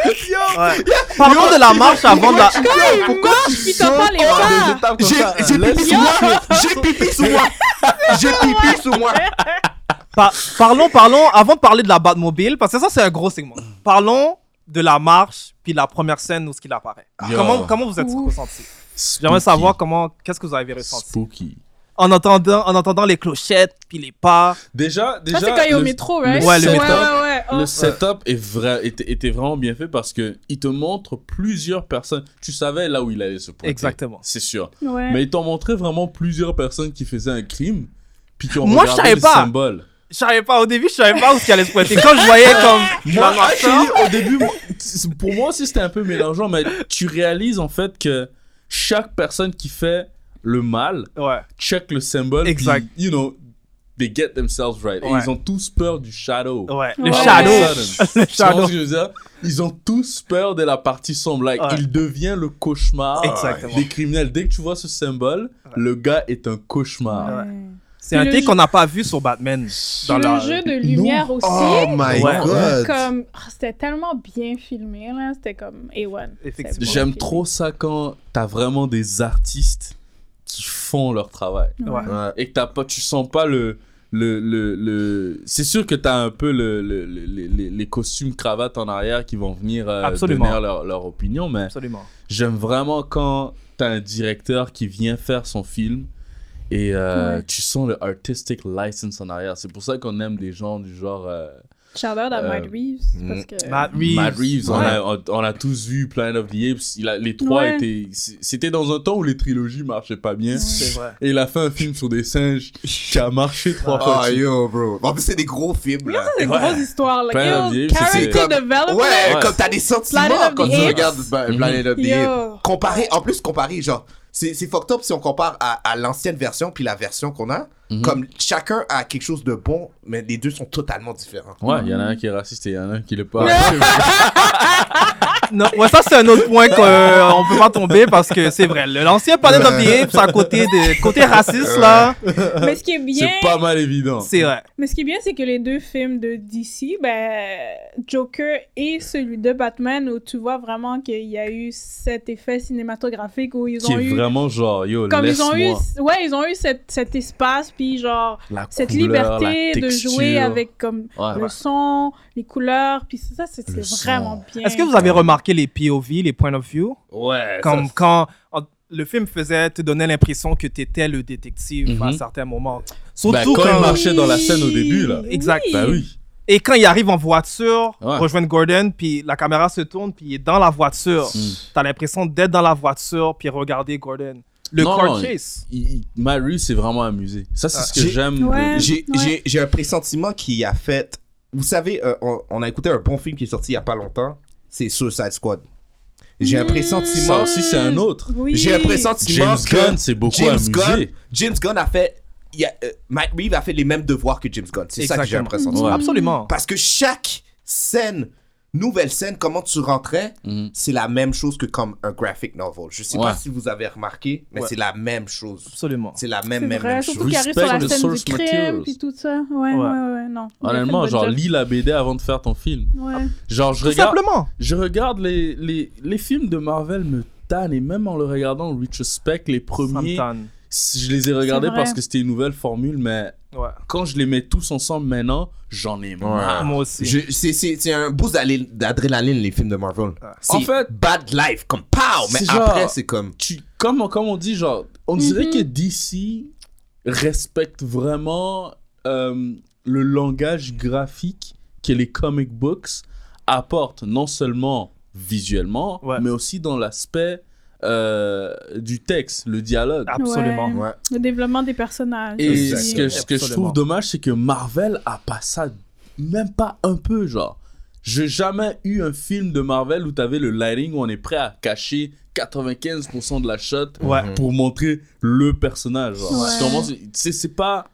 [SPEAKER 3] Ouais. Parlons de la marche avant de la.
[SPEAKER 5] Quand il marche, puis t'entends les pas!
[SPEAKER 4] J'ai j'ai pipi sous moi. J'ai pipi sous moi. J'ai pipi sous moi.
[SPEAKER 3] Par- parlons, parlons, avant de parler de la Batmobile, parce que ça, c'est un gros segment. Parlons de la marche, puis la première scène où ce qu'il apparaît.
[SPEAKER 6] Yo.
[SPEAKER 3] Comment, comment vous êtes
[SPEAKER 5] Ouf.
[SPEAKER 3] ressenti J'aimerais savoir comment, qu'est-ce que vous avez ressenti
[SPEAKER 6] Spooky.
[SPEAKER 3] en entendant, en entendant les clochettes, puis les pas.
[SPEAKER 6] Déjà, déjà.
[SPEAKER 5] Ça, c'est quand il est au
[SPEAKER 6] le-
[SPEAKER 5] métro, right?
[SPEAKER 3] Ouais, le
[SPEAKER 5] ouais,
[SPEAKER 3] métro.
[SPEAKER 5] ouais, ouais. Oh.
[SPEAKER 6] Le setup est vrai, était, était vraiment bien fait parce que il te montre plusieurs personnes. Tu savais là où il allait se pointer.
[SPEAKER 3] Exactement.
[SPEAKER 6] C'est sûr.
[SPEAKER 5] Ouais.
[SPEAKER 6] Mais ils t'ont montré vraiment plusieurs personnes qui faisaient un crime, puis qui ont
[SPEAKER 3] Moi, je
[SPEAKER 6] regardé
[SPEAKER 3] savais
[SPEAKER 6] le
[SPEAKER 3] pas.
[SPEAKER 6] symbole.
[SPEAKER 3] Je savais pas, au début, je savais pas où ce qu'il allait se pointer. Quand je voyais comme.
[SPEAKER 6] Moi,
[SPEAKER 3] la marche-
[SPEAKER 6] ah, j'ai dit, au début, moi, c'est- pour moi aussi, c'était un peu mélangeant, mais tu réalises en fait que chaque personne qui fait le mal
[SPEAKER 3] Ouais.
[SPEAKER 6] check le symbole.
[SPEAKER 3] Exact.
[SPEAKER 6] puis, you know, they get themselves right. Et
[SPEAKER 3] Ouais.
[SPEAKER 6] ils ont tous peur du shadow.
[SPEAKER 3] Ouais. Le
[SPEAKER 5] Ouais.
[SPEAKER 3] shadow. Le
[SPEAKER 6] Tu comprends
[SPEAKER 3] shadow.
[SPEAKER 6] ce que je veux dire? Ils ont tous peur de la partie sombre. Like,
[SPEAKER 3] Ouais.
[SPEAKER 6] Il devient le cauchemar
[SPEAKER 3] Exactement.
[SPEAKER 6] des criminels. Dès que tu vois ce symbole,
[SPEAKER 3] Ouais.
[SPEAKER 6] le gars est un cauchemar.
[SPEAKER 5] Ouais.
[SPEAKER 3] C'est un
[SPEAKER 5] Le
[SPEAKER 3] thé
[SPEAKER 5] jeu-
[SPEAKER 3] qu'on n'a pas vu sur Batman. Dans
[SPEAKER 5] le
[SPEAKER 3] la...
[SPEAKER 5] jeu de lumière aussi.
[SPEAKER 4] Oh my
[SPEAKER 3] Ouais.
[SPEAKER 4] god.
[SPEAKER 5] Comme, ah, c'était tellement bien filmé, là. C'était comme A1. C'était
[SPEAKER 3] Effectivement.
[SPEAKER 5] bien
[SPEAKER 6] J'aime
[SPEAKER 5] filmé.
[SPEAKER 6] trop ça quand t'as vraiment des artistes qui font leur travail.
[SPEAKER 3] Ouais.
[SPEAKER 6] Et que t'as pas, tu sens pas le. le, le, le... C'est sûr que t'as un peu le, le- le- les, les costumes cravates en arrière qui vont venir euh,
[SPEAKER 3] Absolument.
[SPEAKER 6] donner leur, leur opinion, mais
[SPEAKER 3] Absolument.
[SPEAKER 6] J'aime vraiment quand t'as un directeur qui vient faire son film et euh,
[SPEAKER 5] Ouais.
[SPEAKER 6] tu sens le artistic license en arrière. C'est pour ça qu'on aime des gens du genre euh,
[SPEAKER 5] Shout out à
[SPEAKER 6] Euh,
[SPEAKER 5] Matt Reeves.
[SPEAKER 4] mm.
[SPEAKER 5] Parce que...
[SPEAKER 3] Matt Ah, Reeves.
[SPEAKER 6] Matt Reeves. On,
[SPEAKER 3] Ouais.
[SPEAKER 6] a, on- on a tous vu Planet of the Apes. Il a- les trois
[SPEAKER 5] Ouais.
[SPEAKER 6] étaient. c- C'était dans un temps où les trilogies marchaient pas bien.
[SPEAKER 3] C'est vrai.
[SPEAKER 6] Et il a fait un film sur des singes qui a marché trois fois.
[SPEAKER 4] Oh yo bro. En plus c'est des gros films là.
[SPEAKER 5] C'est une
[SPEAKER 6] Ouais.
[SPEAKER 5] grosse histoire, là.
[SPEAKER 6] Planet of the
[SPEAKER 5] Yo,
[SPEAKER 6] Apes, c'est-
[SPEAKER 5] character
[SPEAKER 4] c'est comme-
[SPEAKER 5] development.
[SPEAKER 4] Ouais,
[SPEAKER 6] Ouais.
[SPEAKER 4] comme t'as des sentiments
[SPEAKER 5] Planet of the
[SPEAKER 4] quand tu
[SPEAKER 5] Apes.
[SPEAKER 4] regardes Ba-
[SPEAKER 6] Mhm.
[SPEAKER 4] Planet of the Apes.
[SPEAKER 5] Yo.
[SPEAKER 4] Comparé, en plus comparé, genre, c'est c'est fucked up si on compare à, à l'ancienne version puis la version qu'on a.
[SPEAKER 6] Mhm.
[SPEAKER 4] Comme chacun a quelque chose de bon, mais les deux sont totalement différents.
[SPEAKER 6] Ouais, il y en a un qui est raciste et il y en a un qui l'est pas.
[SPEAKER 3] Non, ouais, ça c'est un autre point qu'on euh, peut pas tomber parce que c'est vrai. le- L'ancien Planet of the Apes, à côté de côté raciste là,
[SPEAKER 4] euh,
[SPEAKER 5] Mais ce qui est bien,
[SPEAKER 6] C'est pas mal évident.
[SPEAKER 3] c'est vrai.
[SPEAKER 5] mais ce qui est bien, c'est que les deux films de DC, ben Joker et celui de Batman, où tu vois vraiment qu'il y a eu cet effet cinématographique où ils
[SPEAKER 6] Qui
[SPEAKER 5] ont
[SPEAKER 6] est
[SPEAKER 5] eu
[SPEAKER 6] vraiment genre, yo,
[SPEAKER 5] comme ils ont eu
[SPEAKER 6] laisse-moi.
[SPEAKER 5] ouais ils ont eu cet, cet espace puis genre
[SPEAKER 6] La
[SPEAKER 5] cette
[SPEAKER 6] couleur, la
[SPEAKER 5] liberté de jouer
[SPEAKER 6] texture.
[SPEAKER 5] avec comme
[SPEAKER 6] Ouais.
[SPEAKER 5] le son les couleurs puis ça c'est c'est
[SPEAKER 6] Le son.
[SPEAKER 5] vraiment bien
[SPEAKER 3] Est-ce que vous avez remarqué les POV, les points of view
[SPEAKER 6] Ouais.
[SPEAKER 3] Comme quand en- le film faisait, te donnait l'impression que t'étais le détective à
[SPEAKER 6] Mhm.
[SPEAKER 3] certains moments.
[SPEAKER 6] Bah,
[SPEAKER 3] Surtout
[SPEAKER 6] quand il
[SPEAKER 3] quand-
[SPEAKER 6] marche- marchait dans la scène au début, là.
[SPEAKER 3] Exact.
[SPEAKER 6] Bah oui.
[SPEAKER 3] Et quand il arrive en voiture,
[SPEAKER 6] Ouais.
[SPEAKER 3] rejoindre Gordon, puis la caméra se tourne, puis il est dans la voiture.
[SPEAKER 6] Mm.
[SPEAKER 3] T'as l'impression d'être dans la voiture, puis regarder Gordon. Le
[SPEAKER 6] Non,
[SPEAKER 3] car
[SPEAKER 6] non,
[SPEAKER 3] chase.
[SPEAKER 6] il, il- Matt Reeves s'est vraiment amusé. Ça, c'est
[SPEAKER 3] Ah.
[SPEAKER 6] ce que
[SPEAKER 4] J'ai-
[SPEAKER 6] j'aime. de-
[SPEAKER 5] Ouais.
[SPEAKER 4] J'ai j'ai- j'ai un pressentiment qui a fait. Vous savez, euh, on, on a écouté un bon film qui est sorti il y a pas longtemps. C'est Suicide Squad. J'ai un
[SPEAKER 6] Ça
[SPEAKER 4] pressentiment.
[SPEAKER 6] aussi, c'est un autre.
[SPEAKER 5] oui.
[SPEAKER 4] J'ai un pressentiment.
[SPEAKER 6] James
[SPEAKER 4] que
[SPEAKER 6] Gunn s'est beaucoup
[SPEAKER 4] James
[SPEAKER 6] amusé.
[SPEAKER 4] Gunn, James Gunn a fait. il y a, euh, Mike Reeves a fait les mêmes devoirs que James Gunn. C'est ça que j'ai un
[SPEAKER 3] Exactement.
[SPEAKER 4] pressentiment.
[SPEAKER 6] Ouais.
[SPEAKER 3] Absolument.
[SPEAKER 4] Parce que chaque scène, nouvelle scène, comment tu rentrais,
[SPEAKER 6] Mhm.
[SPEAKER 4] c'est la même chose que comme un graphic novel. Je sais
[SPEAKER 6] Ouais.
[SPEAKER 4] pas si vous avez remarqué, mais
[SPEAKER 3] Ouais.
[SPEAKER 4] c'est la même chose.
[SPEAKER 3] Absolument.
[SPEAKER 4] C'est la
[SPEAKER 5] c'est
[SPEAKER 4] même, même,
[SPEAKER 5] vrai
[SPEAKER 4] même
[SPEAKER 5] surtout
[SPEAKER 4] chose.
[SPEAKER 5] qu'il arrive sur la
[SPEAKER 6] Respect the
[SPEAKER 5] scène du
[SPEAKER 6] source materials.
[SPEAKER 5] crime puis tout ça ouais ouais ouais, non Il a fait une
[SPEAKER 6] Honnêtement,
[SPEAKER 5] bonne
[SPEAKER 6] genre,
[SPEAKER 5] job.
[SPEAKER 6] lis la BD avant de faire ton film.
[SPEAKER 5] ouais.
[SPEAKER 6] Genre, je
[SPEAKER 3] Tout
[SPEAKER 6] regarde,
[SPEAKER 3] simplement.
[SPEAKER 6] je regarde les, les, les films de Marvel me tannent. Et même en le regardant en retrospect, les premiers,
[SPEAKER 3] Sometime.
[SPEAKER 6] si- je les ai regardés
[SPEAKER 5] vrai.
[SPEAKER 6] parce que c'était une nouvelle formule. Mais
[SPEAKER 3] Ouais.
[SPEAKER 6] quand je les mets tous ensemble maintenant, j'en ai marre.
[SPEAKER 3] Moi aussi.
[SPEAKER 4] Je- c'est- C'est c'est un boost d'allé- d'adrénaline, les films de Marvel. C'est
[SPEAKER 6] En fait-
[SPEAKER 4] bad life, comme pow! Mais
[SPEAKER 6] C'est genre-
[SPEAKER 4] après, c'est comme.
[SPEAKER 6] tu, comme, on- comme on dit, genre, on dirait que DC respecte vraiment euh, le langage graphique que les comic books apportent, non seulement visuellement, mais aussi dans l'aspect euh, du texte, le dialogue.
[SPEAKER 5] Ouais. Le développement des personnages.
[SPEAKER 6] Et
[SPEAKER 5] aussi.
[SPEAKER 6] ce que, ce que je trouve dommage, c'est que Marvel a pas ça même pas un peu, genre. J'ai jamais eu un film de Marvel où t'avais le lighting où on est prêt à cacher 95% de la shot
[SPEAKER 3] Ouais.
[SPEAKER 6] pour montrer le personnage. genre.
[SPEAKER 3] Ouais.
[SPEAKER 6] Tu comprends? C'est- tu sais, c'est pas.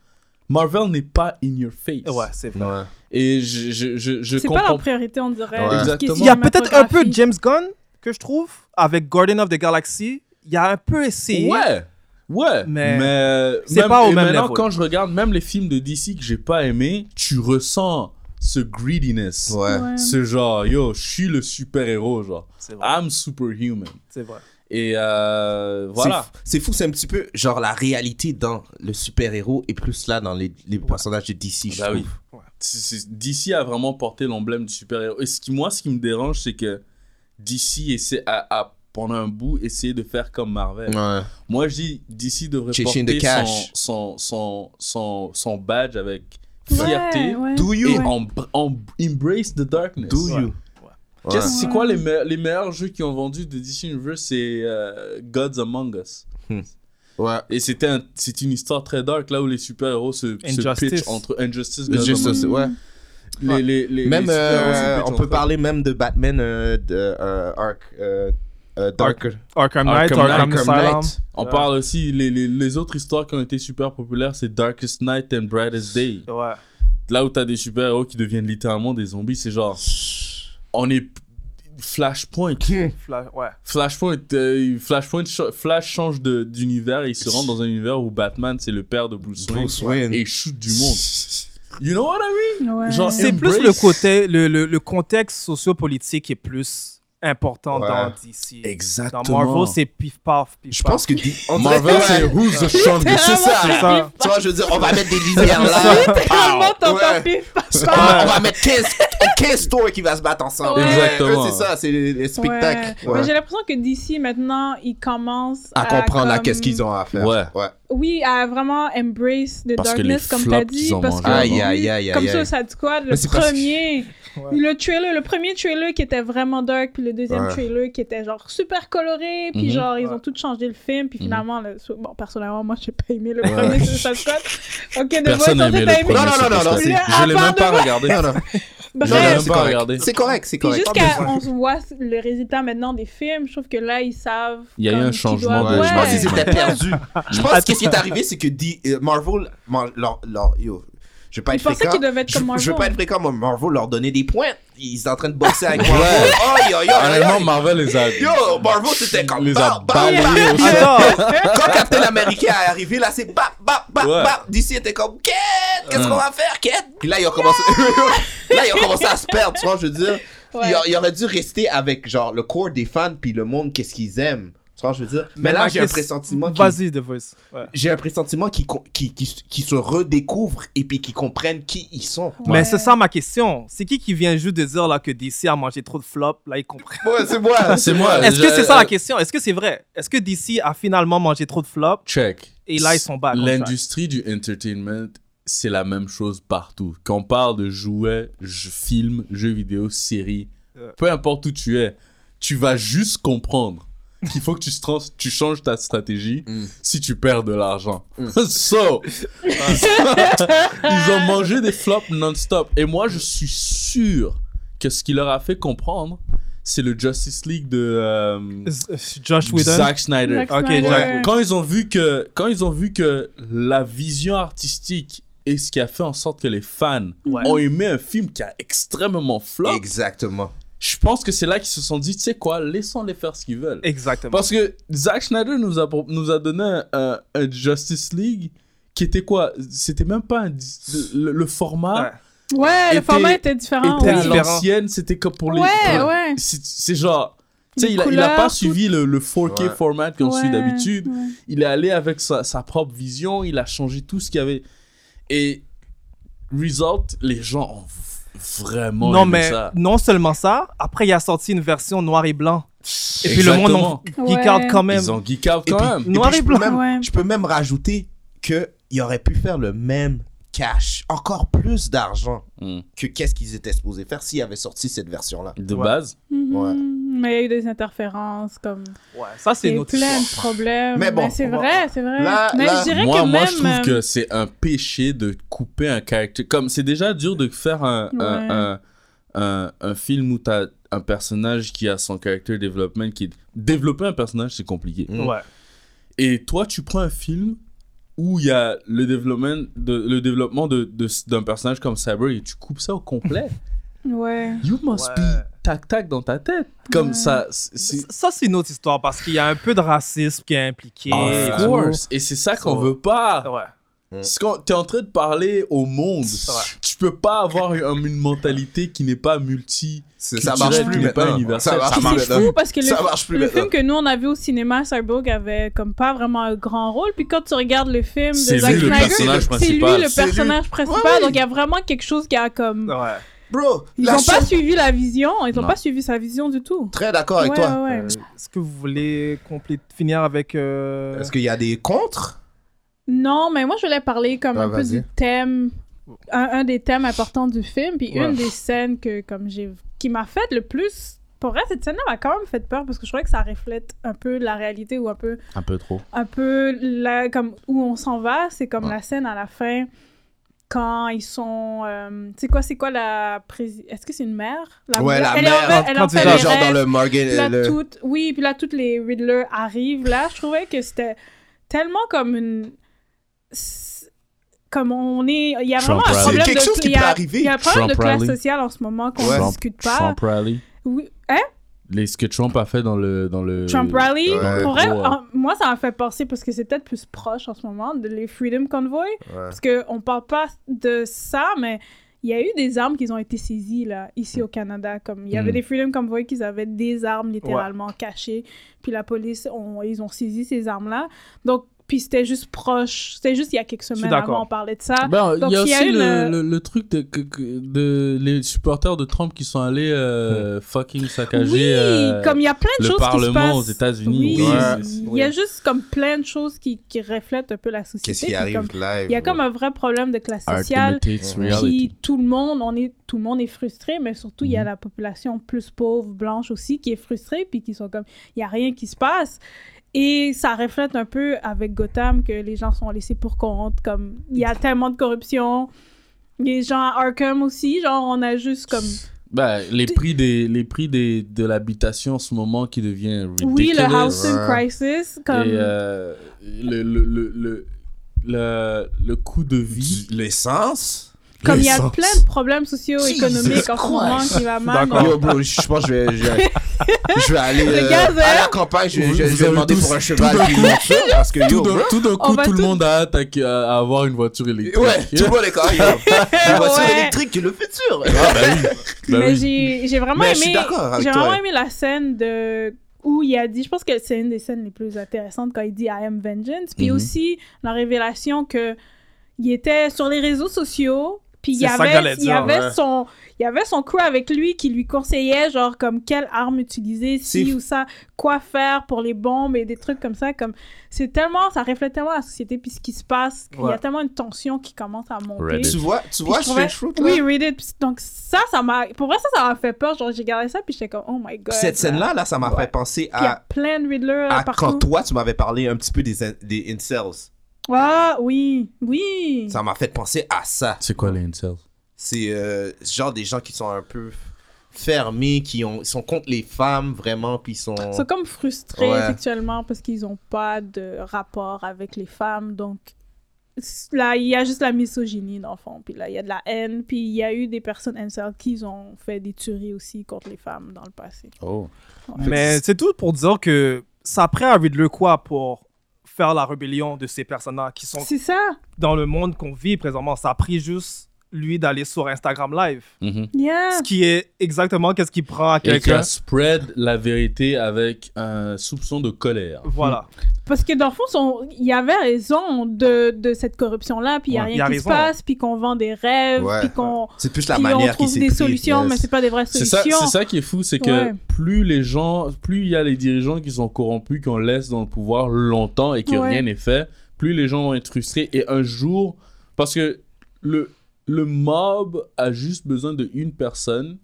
[SPEAKER 6] Marvel n'est pas in your face. Ouais,
[SPEAKER 3] c'est
[SPEAKER 6] vrai. Et je, je, je, je
[SPEAKER 5] C'est pas
[SPEAKER 6] comprends.
[SPEAKER 5] leur priorité, on dirait.
[SPEAKER 6] Ouais.
[SPEAKER 5] tout ce qui est
[SPEAKER 6] Exactement.
[SPEAKER 3] Il y a peut-être un peu
[SPEAKER 5] cinématographie.
[SPEAKER 3] James Gunn que je trouve avec Guardian of the Galaxy. Il y a un peu essayé.
[SPEAKER 6] Ouais, ouais.
[SPEAKER 3] Mais
[SPEAKER 6] Mais, euh,
[SPEAKER 3] c'est pas au
[SPEAKER 6] et
[SPEAKER 3] même
[SPEAKER 6] maintenant,
[SPEAKER 3] level.
[SPEAKER 6] quand je regarde même les films de DC que j'ai pas aimé, tu ressens ce greediness.
[SPEAKER 3] Ouais.
[SPEAKER 6] Ce genre, yo, je suis le super-héros, genre.
[SPEAKER 3] C'est vrai.
[SPEAKER 6] I'm superhuman.
[SPEAKER 3] C'est vrai.
[SPEAKER 6] Et euh, voilà.
[SPEAKER 4] C'est- C'est fou, c'est un petit peu genre la réalité dans le super-héros et plus là dans les, les personnages de DC, je
[SPEAKER 6] Bah
[SPEAKER 4] trouve.
[SPEAKER 6] oui. C'est- c'est- DC a vraiment porté l'emblème du super-héros. Et ce qui, moi, ce qui me dérange, c'est que DC essaie à, à- pendant un bout, essayer de faire comme Marvel.
[SPEAKER 4] Ouais.
[SPEAKER 6] Moi, je dis, DC devrait
[SPEAKER 4] Chasing
[SPEAKER 6] porter
[SPEAKER 4] the cash.
[SPEAKER 6] Son, son, son, son, son badge avec
[SPEAKER 4] Ouais,
[SPEAKER 6] fierté
[SPEAKER 4] ouais. Do you.
[SPEAKER 6] et em- em- embrace the darkness.
[SPEAKER 4] Do you.
[SPEAKER 6] Qu'est-ce- C'est quoi les, me- les meilleurs jeux qui ont vendu de DC Universe C'est euh, Gods Among Us.
[SPEAKER 4] Ouais.
[SPEAKER 6] Et c'était un- c'est une histoire très dark là où les super-héros se, se
[SPEAKER 4] Injustice.
[SPEAKER 6] pitchent entre Injustice Gods
[SPEAKER 4] Injustice,
[SPEAKER 6] Among Us.
[SPEAKER 4] ouais.
[SPEAKER 6] Les, les, les,
[SPEAKER 4] même,
[SPEAKER 6] les super-héros se
[SPEAKER 4] euh,
[SPEAKER 6] pitchent
[SPEAKER 4] on
[SPEAKER 6] entre
[SPEAKER 4] peut
[SPEAKER 6] eux.
[SPEAKER 4] parler même de Batman euh, de, euh, Ark, euh, euh, Dark.
[SPEAKER 3] Arkham Knight, Arkham Asylum.
[SPEAKER 6] On
[SPEAKER 3] Ouais.
[SPEAKER 6] parle aussi, les, les, les autres histoires qui ont été super populaires, c'est Darkest Night and Brightest Day.
[SPEAKER 3] Ouais.
[SPEAKER 6] Là où t'as des super-héros qui deviennent littéralement des zombies, c'est genre. On est. Flashpoint.
[SPEAKER 3] Flash- ouais.
[SPEAKER 6] Flashpoint, euh, Flashpoint cha- Flash change de- d'univers et il se rend dans un univers où Batman c'est le père de Bruce Wayne,
[SPEAKER 4] Bruce Wayne.
[SPEAKER 6] et shoot du monde. You know what I mean? Genre,
[SPEAKER 3] Ah, c'est plus
[SPEAKER 6] embrace-
[SPEAKER 3] le côté, le, le, le contexte sociopolitique est plus important
[SPEAKER 6] Ouais.
[SPEAKER 3] dans DC.
[SPEAKER 6] Exactement.
[SPEAKER 3] Dans Marvel, c'est pif paf, pif
[SPEAKER 4] Je pense que D- on dirait-
[SPEAKER 6] Marvel, c'est
[SPEAKER 4] Ouais.
[SPEAKER 6] who's the strongest?
[SPEAKER 4] C'est ça.
[SPEAKER 3] C'est ça.
[SPEAKER 4] Tu vois, je veux dire, on va mettre des lumières là.
[SPEAKER 3] Littéralement,
[SPEAKER 4] Pow.
[SPEAKER 3] t'entends
[SPEAKER 4] Ouais.
[SPEAKER 3] pif,
[SPEAKER 4] On va- On va mettre 15, 15 tours qui va se battre ensemble.
[SPEAKER 6] Ouais. Exactement.
[SPEAKER 4] Eux, C'est ça, c'est les, les spectacles.
[SPEAKER 5] Ouais.
[SPEAKER 4] Ouais.
[SPEAKER 5] Mais j'ai l'impression que d'ici maintenant, ils commencent
[SPEAKER 4] À comprendre là
[SPEAKER 5] comme-
[SPEAKER 4] qu'est-ce qu'ils ont à faire.
[SPEAKER 6] Ouais.
[SPEAKER 5] Oui, à vraiment embrace the
[SPEAKER 6] Parce que
[SPEAKER 5] darkness,
[SPEAKER 6] les
[SPEAKER 5] comme
[SPEAKER 6] flops
[SPEAKER 5] t'as dit.
[SPEAKER 6] qu'ils ont
[SPEAKER 5] Parce que,
[SPEAKER 6] mangés
[SPEAKER 5] oui,
[SPEAKER 6] avant. Aïe, aïe, aïe,
[SPEAKER 5] comme
[SPEAKER 6] aïe,
[SPEAKER 5] ça,
[SPEAKER 6] aïe.
[SPEAKER 5] ça Squad,
[SPEAKER 6] Mais
[SPEAKER 5] le
[SPEAKER 6] c'est parce que-
[SPEAKER 5] premier. Le trailer, le premier trailer qui était vraiment dark, puis le deuxième
[SPEAKER 6] Ouais.
[SPEAKER 5] trailer qui était genre super coloré, puis
[SPEAKER 6] Mhm.
[SPEAKER 5] genre ils ont tout changé le film, puis finalement, le- bon, personnellement, moi j'ai pas aimé le
[SPEAKER 6] Ouais.
[SPEAKER 5] premier Suicide Squad. Ok, de
[SPEAKER 6] Personne
[SPEAKER 5] moi,
[SPEAKER 6] n'a aimé le premier.
[SPEAKER 4] Non, non, non, non, non,
[SPEAKER 6] c'est-
[SPEAKER 4] c'est-
[SPEAKER 6] Je l'ai
[SPEAKER 4] à part
[SPEAKER 6] même
[SPEAKER 4] de
[SPEAKER 6] pas
[SPEAKER 4] moi.
[SPEAKER 6] regardé.
[SPEAKER 4] Non, non.
[SPEAKER 6] Je l'ai
[SPEAKER 5] Bref.
[SPEAKER 6] même
[SPEAKER 4] C'est
[SPEAKER 6] pas
[SPEAKER 4] correct.
[SPEAKER 6] regardé.
[SPEAKER 4] C'est correct, c'est
[SPEAKER 5] Puis
[SPEAKER 4] correct.
[SPEAKER 5] jusqu'à on se voit le résultat maintenant des films, je trouve que là ils savent.
[SPEAKER 6] Il y a eu un changement de.
[SPEAKER 4] Je pense qu'ils étaient perdus. Je pense que ce qui est
[SPEAKER 6] Attends.
[SPEAKER 4] arrivé, c'est que D- euh, Marvel, Mar- leur, leur- yo, je vais pas
[SPEAKER 5] Ils
[SPEAKER 4] être
[SPEAKER 5] pensaient
[SPEAKER 4] fréquent.
[SPEAKER 5] qu'ils devaient être
[SPEAKER 4] Je-
[SPEAKER 5] comme
[SPEAKER 4] Je veux
[SPEAKER 5] Marvel.
[SPEAKER 4] pas être fréquent, mais Marvel leur donnait des points. Ils étaient en train de boxer avec
[SPEAKER 6] Ouais.
[SPEAKER 4] Marvel. Oh, yo, yo,
[SPEAKER 6] Honnêtement,
[SPEAKER 4] yo.
[SPEAKER 6] Marvel les a.
[SPEAKER 4] Yo, Marvel, c'était comme.
[SPEAKER 6] les a
[SPEAKER 4] bam, bam, bam.
[SPEAKER 6] balayés au sol.
[SPEAKER 4] Quand Captain America est arrivé, là, c'est bap, bap, bap,
[SPEAKER 6] Ouais.
[SPEAKER 4] bap. D'ici, était comme, quête, qu'est-ce
[SPEAKER 6] Ouais.
[SPEAKER 4] qu'on va faire, quête? Puis là, ils ont commencé, là, ils ont commencé à se perdre, tu vois, je veux dire.
[SPEAKER 6] Ouais.
[SPEAKER 4] Ils, ils auraient dû rester avec, genre, le corps des fans, puis le monde, qu'est-ce qu'ils aiment. Tu vois, je veux dire. Mais, là,
[SPEAKER 3] Maintenant
[SPEAKER 4] j'ai un
[SPEAKER 3] que-
[SPEAKER 4] pressentiment qu'ils-
[SPEAKER 3] Vas-y, The Voice. Ouais.
[SPEAKER 4] j'ai un pressentiment qu'ils con- qu'ils- qu'ils- qu'ils se redécouvrent et puis qu'ils comprennent qui ils sont.
[SPEAKER 3] Mais c'est ça ma question. C'est qui qui vient juste de dire là que DC a mangé trop de flops Là, ils comprennent.
[SPEAKER 4] Ouais, c'est moi.
[SPEAKER 6] C'est moi.
[SPEAKER 3] Est-ce que
[SPEAKER 6] Je-
[SPEAKER 3] c'est euh, ça la question Est-ce que c'est vrai Est-ce que DC a finalement mangé trop de flops
[SPEAKER 6] Check.
[SPEAKER 3] Et là, ils sont back on track.
[SPEAKER 6] L'industrie du entertainment, c'est la même chose partout. Quand on parle de jouets, jeux- films, jeux vidéo, séries,
[SPEAKER 3] Euh.
[SPEAKER 6] peu importe où tu es, tu vas juste comprendre qu'il faut que tu, se trans- tu changes ta stratégie si tu perds de l'argent. so,
[SPEAKER 3] Ah.
[SPEAKER 6] ils ont mangé des flops non-stop. Et moi, je suis sûr que ce qui leur a fait comprendre, c'est le Justice League de euh,
[SPEAKER 3] Josh Whedon?
[SPEAKER 6] Zack Snyder.
[SPEAKER 3] Zack Ok, Snyder. Zack-
[SPEAKER 6] Quand ils ont vu que quand ils ont vu que la vision artistique est ce qui a fait en sorte que les fans
[SPEAKER 4] Ouais.
[SPEAKER 6] ont aimé un film qui a extrêmement flop.
[SPEAKER 4] Exactement.
[SPEAKER 6] Je pense que c'est là qu'ils se sont dit, tu sais quoi, laissons-les faire ce qu'ils veulent.
[SPEAKER 3] Exactement.
[SPEAKER 6] Parce que Zack Snyder nous a, pro- nous a donné un, un- un Justice League qui était quoi C'était même pas un dis- le, le format.
[SPEAKER 5] Ouais, le format était différent.
[SPEAKER 6] Était à
[SPEAKER 5] oui.
[SPEAKER 6] l'ancienne, c'était comme pour les.
[SPEAKER 5] Ouais,
[SPEAKER 6] pour-
[SPEAKER 5] ouais.
[SPEAKER 6] C'est c'est genre. Tu sais,
[SPEAKER 5] Les
[SPEAKER 6] il, a- il a pas
[SPEAKER 5] couleurs,
[SPEAKER 6] suivi le, le 4K
[SPEAKER 4] Ouais.
[SPEAKER 6] format qu'on suit
[SPEAKER 4] Ouais,
[SPEAKER 6] d'habitude. Il est allé avec sa, sa propre vision, il a changé tout ce qu'il y avait. Et. Result, les gens ont v- vraiment
[SPEAKER 3] Non,
[SPEAKER 6] aimé
[SPEAKER 3] mais
[SPEAKER 6] ça.
[SPEAKER 3] non seulement ça, après il a sorti une version noir et blanc. Et puis le monde on
[SPEAKER 6] Exactement.
[SPEAKER 3] geek out quand même.
[SPEAKER 6] Ils ont geek out
[SPEAKER 4] Et
[SPEAKER 6] quand
[SPEAKER 4] puis-
[SPEAKER 6] même.
[SPEAKER 4] et puis, je peux même- Je peux même rajouter que il aurait pu faire le même cash, encore plus d'argent
[SPEAKER 6] Hmm.
[SPEAKER 4] que qu'est-ce qu'ils étaient supposés faire s'ils avaient sorti cette version-là.
[SPEAKER 6] De base
[SPEAKER 5] Mhm.
[SPEAKER 4] Ouais.
[SPEAKER 5] Mais il y a eu des interférences comme.
[SPEAKER 3] Ouais, ça, c'est
[SPEAKER 5] Il y a eu
[SPEAKER 3] notre
[SPEAKER 5] plein de
[SPEAKER 3] histoire.
[SPEAKER 5] problèmes.
[SPEAKER 3] Mais
[SPEAKER 5] Mais
[SPEAKER 3] bon,
[SPEAKER 5] c'est
[SPEAKER 3] on va-
[SPEAKER 5] vrai, c'est vrai.
[SPEAKER 3] Là-
[SPEAKER 5] mais
[SPEAKER 6] Là,
[SPEAKER 5] je dirais
[SPEAKER 6] moi,
[SPEAKER 5] que
[SPEAKER 6] moi,
[SPEAKER 5] même.
[SPEAKER 6] je trouve
[SPEAKER 5] euh,
[SPEAKER 6] que c'est un péché de couper un caractère. Comme c'est déjà dur de faire un, un-
[SPEAKER 5] Ouais.
[SPEAKER 6] un- un- un film où t'as un personnage qui a son caractère development. Qui... Développer un personnage, c'est compliqué.
[SPEAKER 3] Ouais.
[SPEAKER 6] Et toi, tu prends un film où il y a le développement de le développement de de- d'un personnage comme Cyber et tu coupes ça au complet.
[SPEAKER 5] euh, Ouais.
[SPEAKER 6] You must be tac tac dans ta tête. Comme ça, c'est
[SPEAKER 3] Ça, c'est une autre histoire parce qu'il y a un peu de racisme qui est impliqué. et
[SPEAKER 6] Of
[SPEAKER 3] tout.
[SPEAKER 6] course. Et Ah, c'est ça qu'on
[SPEAKER 3] So-
[SPEAKER 6] veut pas.
[SPEAKER 3] Ouais.
[SPEAKER 6] Ce qu'on- T'es en train de parler au monde. Tu peux pas avoir une, une mentalité qui n'est pas multi.
[SPEAKER 4] ça marche plus
[SPEAKER 6] n'est pas
[SPEAKER 4] maintenant.
[SPEAKER 6] universelle.
[SPEAKER 4] Ça marche
[SPEAKER 5] Puis c'est fou parce que le,
[SPEAKER 4] Ça marche plus
[SPEAKER 5] le
[SPEAKER 4] maintenant.
[SPEAKER 5] film que nous on a vu au cinéma, Cyborg avait comme pas vraiment un grand rôle. Puis quand tu regardes le film de
[SPEAKER 6] C'est
[SPEAKER 5] Zack
[SPEAKER 6] lui le
[SPEAKER 5] Snyder,
[SPEAKER 6] personnage
[SPEAKER 5] c'est lui
[SPEAKER 6] principal.
[SPEAKER 5] le
[SPEAKER 6] C'est lui.
[SPEAKER 5] personnage principal.
[SPEAKER 4] Ouais, ouais.
[SPEAKER 5] Donc il y a vraiment quelque chose qui a comme.
[SPEAKER 4] Bro,
[SPEAKER 5] Ils
[SPEAKER 4] la
[SPEAKER 5] n'ont pas
[SPEAKER 4] chose-
[SPEAKER 5] suivi la vision. Ils n'ont
[SPEAKER 3] Non.
[SPEAKER 5] pas suivi sa vision du tout.
[SPEAKER 4] Très d'accord avec
[SPEAKER 5] Ouais,
[SPEAKER 4] Ah, toi.
[SPEAKER 5] ouais, ouais.
[SPEAKER 3] Euh, Est-ce que vous voulez complé- finir avec. euh,
[SPEAKER 4] Est-ce qu'il y a des contres
[SPEAKER 5] Non, mais moi je voulais parler comme
[SPEAKER 3] Ah,
[SPEAKER 5] un peu
[SPEAKER 3] vas-y.
[SPEAKER 5] du thème, un, un des thèmes importants du film, puis
[SPEAKER 3] Ouais.
[SPEAKER 5] une des scènes que comme j'ai, qui m'a fait le plus. Pour vrai, cette scène-là m'a quand même fait peur parce que je trouvais que ça reflète un peu la réalité ou un peu,
[SPEAKER 6] Un peu trop.
[SPEAKER 5] un peu là, comme où on s'en va. C'est comme
[SPEAKER 6] Ouais.
[SPEAKER 5] la scène à la fin quand ils sont. euh, c'est quoi, c'est quoi la prési- Est-ce que c'est une mère
[SPEAKER 4] Ouais, la
[SPEAKER 5] elle est en-
[SPEAKER 4] mère.
[SPEAKER 5] elle
[SPEAKER 4] Quand
[SPEAKER 5] en fait
[SPEAKER 4] ils
[SPEAKER 5] les
[SPEAKER 4] sont genre dans
[SPEAKER 5] rêves.
[SPEAKER 4] le Morgan-
[SPEAKER 5] Puis là,
[SPEAKER 4] le-
[SPEAKER 5] toutes- oui, puis là toutes les Riddler arrivent. Là, je trouvais que c'était tellement comme une. c'est- Comme on est, il y a
[SPEAKER 6] Trump
[SPEAKER 5] vraiment un
[SPEAKER 6] rally.
[SPEAKER 5] problème
[SPEAKER 6] C'est quelque
[SPEAKER 5] de,
[SPEAKER 6] chose qui
[SPEAKER 5] il y a-
[SPEAKER 6] peut arriver.
[SPEAKER 5] Il y a un problème de
[SPEAKER 6] Trump
[SPEAKER 5] classe
[SPEAKER 6] rally.
[SPEAKER 5] sociale en ce moment qu'on ne
[SPEAKER 6] Trump-
[SPEAKER 5] discute pas.
[SPEAKER 6] Trump Rally.
[SPEAKER 5] Oui, hein?
[SPEAKER 6] Les, ce que Trump a fait dans le. Dans le
[SPEAKER 5] Trump Rally,
[SPEAKER 6] dans le
[SPEAKER 5] pour vrai,
[SPEAKER 6] gros, euh,
[SPEAKER 5] en- moi ça m'a fait penser parce que c'est peut-être plus proche en ce moment de hein, les Freedom Convoy parce que on parle pas de ça mais il y a eu des armes qui ont été saisies là ici au Canada comme il y avait
[SPEAKER 7] Mm.
[SPEAKER 5] des Freedom Convoy qui avaient des armes littéralement cachées puis la police ont- ils ont saisi ces armes là donc puis c'était juste proche c'était juste il y a quelques
[SPEAKER 6] suis
[SPEAKER 5] semaines
[SPEAKER 6] d'accord.
[SPEAKER 5] avant on parlait de ça
[SPEAKER 6] Ben,
[SPEAKER 5] donc
[SPEAKER 6] il y a aussi
[SPEAKER 5] une, euh,
[SPEAKER 6] le, le- le truc de, que- que- de- les supporters de Trump qui sont allés euh, fucking saccager
[SPEAKER 5] Oui,
[SPEAKER 6] euh,
[SPEAKER 5] comme il y a plein de
[SPEAKER 6] le
[SPEAKER 5] choses qui se
[SPEAKER 6] parlement
[SPEAKER 5] passent.
[SPEAKER 6] aux États-Unis.
[SPEAKER 5] Oui,
[SPEAKER 6] Ouais.
[SPEAKER 5] Il y a juste comme plein de choses qui, qui reflètent un peu la société.
[SPEAKER 6] Qu'est-ce qui
[SPEAKER 5] puis
[SPEAKER 6] arrive
[SPEAKER 5] comme-
[SPEAKER 6] live,
[SPEAKER 5] Il y a comme
[SPEAKER 6] ouais.
[SPEAKER 5] un vrai problème de classe
[SPEAKER 6] Art
[SPEAKER 5] sociale.
[SPEAKER 6] imitates reality.
[SPEAKER 5] Puis tout le monde, on est, tout le monde est frustré, mais surtout il
[SPEAKER 6] Mhm.
[SPEAKER 5] y a la population plus pauvre, blanche aussi, qui est frustrée, puis qui sont comme, il y a rien qui se passe. Et ça reflète un peu avec Gotham que les gens sont laissés pour compte, comme il y a tellement de corruption. Les gens à Arkham aussi, genre on a juste comme
[SPEAKER 6] Ben, les prix des les prix des, de l'habitation en ce moment qui devient ridiculous.
[SPEAKER 5] oui le housing crisis, comme
[SPEAKER 6] Et euh, le, le, le, le, le, le coût de vie.
[SPEAKER 4] L'essence
[SPEAKER 5] Comme il y a plein de problèmes socio-économiques en ce moment qui va mal. donc-
[SPEAKER 4] Yo, bro, je pense que je vais, je vais, je vais aller
[SPEAKER 5] Le
[SPEAKER 4] euh,
[SPEAKER 5] gaz,
[SPEAKER 4] à la
[SPEAKER 5] hein.
[SPEAKER 4] campagne. Je, je,
[SPEAKER 6] Vous-
[SPEAKER 4] je
[SPEAKER 6] vous
[SPEAKER 4] vais
[SPEAKER 6] avez
[SPEAKER 4] demander
[SPEAKER 6] tous-
[SPEAKER 4] pour un
[SPEAKER 6] tout
[SPEAKER 4] cheval.
[SPEAKER 6] d'un
[SPEAKER 4] puis
[SPEAKER 6] coup-
[SPEAKER 4] voiture, parce que yo,
[SPEAKER 6] tout d'un
[SPEAKER 4] bro,
[SPEAKER 6] tout, d'un coup,
[SPEAKER 4] on va
[SPEAKER 6] tout le monde a hâte à, à avoir une voiture électrique.
[SPEAKER 4] Ouais, tout le monde est quand même. La voiture électrique est le Ah, futur.
[SPEAKER 6] Ben
[SPEAKER 5] mais
[SPEAKER 6] oui.
[SPEAKER 5] j'ai- j'ai vraiment
[SPEAKER 4] Mais je suis
[SPEAKER 5] aimé
[SPEAKER 4] d'accord avec
[SPEAKER 5] j'ai
[SPEAKER 4] toi.
[SPEAKER 5] vraiment aimé la scène de où il a dit je pense que c'est une des scènes les plus intéressantes quand il dit I am vengeance puis
[SPEAKER 6] Mhm.
[SPEAKER 5] aussi la révélation que il était sur les réseaux sociaux puis il y
[SPEAKER 6] C'est ça que j'allais
[SPEAKER 5] avait il y
[SPEAKER 6] dire,
[SPEAKER 5] avait
[SPEAKER 6] ouais.
[SPEAKER 5] son il y avait son crew avec lui qui lui conseillait genre comme quelle arme utiliser si
[SPEAKER 6] C'est-
[SPEAKER 5] ou ça quoi faire pour les bombes et des trucs comme ça comme c'est tellement ça reflète tellement la société puis ce qui se passe il y a
[SPEAKER 4] Ouais.
[SPEAKER 5] tellement une tension qui commence à monter
[SPEAKER 4] Reddit. Tu vois- tu
[SPEAKER 5] Puis
[SPEAKER 4] vois,
[SPEAKER 5] je
[SPEAKER 4] je
[SPEAKER 5] trouvais-
[SPEAKER 4] fais shoot, là.
[SPEAKER 5] oui Reddit. Puis Donc ça, ça m'a... Pour vrai, ça, ça m'a fait peur. Genre, j'ai regardé ça, puis j'étais comme, oh my god.
[SPEAKER 4] Cette scène-là, là, ça m'a fait penser
[SPEAKER 5] Puis il y a
[SPEAKER 4] à,
[SPEAKER 5] plein de Riddler
[SPEAKER 4] à
[SPEAKER 5] partout.
[SPEAKER 4] quand toi, tu m'avais parlé un petit peu des, in- des incels.
[SPEAKER 5] Ah, oui, oui.
[SPEAKER 4] Ça m'a fait penser à ça.
[SPEAKER 6] C'est quoi les incels
[SPEAKER 4] C'est euh, ce genre des gens qui sont un peu fermés, qui ont, sont contre les femmes vraiment, puis ils sont.
[SPEAKER 5] Ils sont comme frustrés
[SPEAKER 4] Ouais.
[SPEAKER 5] sexuellement parce qu'ils n'ont pas de rapport avec les femmes. Donc là, il y a juste la misogynie dans le fond. Puis là, il y a de la haine. Puis il y a eu des personnes incel qui ont fait des tueries aussi contre les femmes dans le passé.
[SPEAKER 6] Oh.
[SPEAKER 3] Mais c'est tout pour dire que ça prend à Riddler quoi pour faire la rébellion de ces personnes-là qui sont
[SPEAKER 5] C'est ça.
[SPEAKER 3] dans le monde qu'on vit présentement. Ça a pris juste lui d'aller sur Instagram Live.
[SPEAKER 5] Yeah.
[SPEAKER 3] Ce qui est exactement qu'est-ce qu'il prend à
[SPEAKER 6] Et qui
[SPEAKER 3] quelqu'un.
[SPEAKER 6] a spread la vérité avec un soupçon de colère.
[SPEAKER 3] Voilà.
[SPEAKER 5] Parce que dans le fond, son- il y avait raison de, de cette corruption-là, puis il n'y a
[SPEAKER 4] Ouais, il y
[SPEAKER 5] rien
[SPEAKER 4] a
[SPEAKER 5] qui se
[SPEAKER 4] raison.
[SPEAKER 5] passe, puis qu'on vend des rêves,
[SPEAKER 6] Ouais.
[SPEAKER 5] puis qu'on
[SPEAKER 4] C'est plus la
[SPEAKER 5] puis on
[SPEAKER 6] manière qui
[SPEAKER 5] trouve
[SPEAKER 6] s'est
[SPEAKER 5] des
[SPEAKER 6] pris,
[SPEAKER 5] solutions,
[SPEAKER 6] yes.
[SPEAKER 5] mais c'est pas des vraies
[SPEAKER 6] C'est ça,
[SPEAKER 5] solutions.
[SPEAKER 6] c'est ça qui est fou, c'est que
[SPEAKER 5] Ouais.
[SPEAKER 6] plus les gens, plus il y a les dirigeants qui sont corrompus, qu'on laisse dans le pouvoir longtemps et que
[SPEAKER 5] Ouais.
[SPEAKER 6] rien n'est fait, plus les gens vont être frustrés et un jour, parce que le, le mob a juste besoin de une personne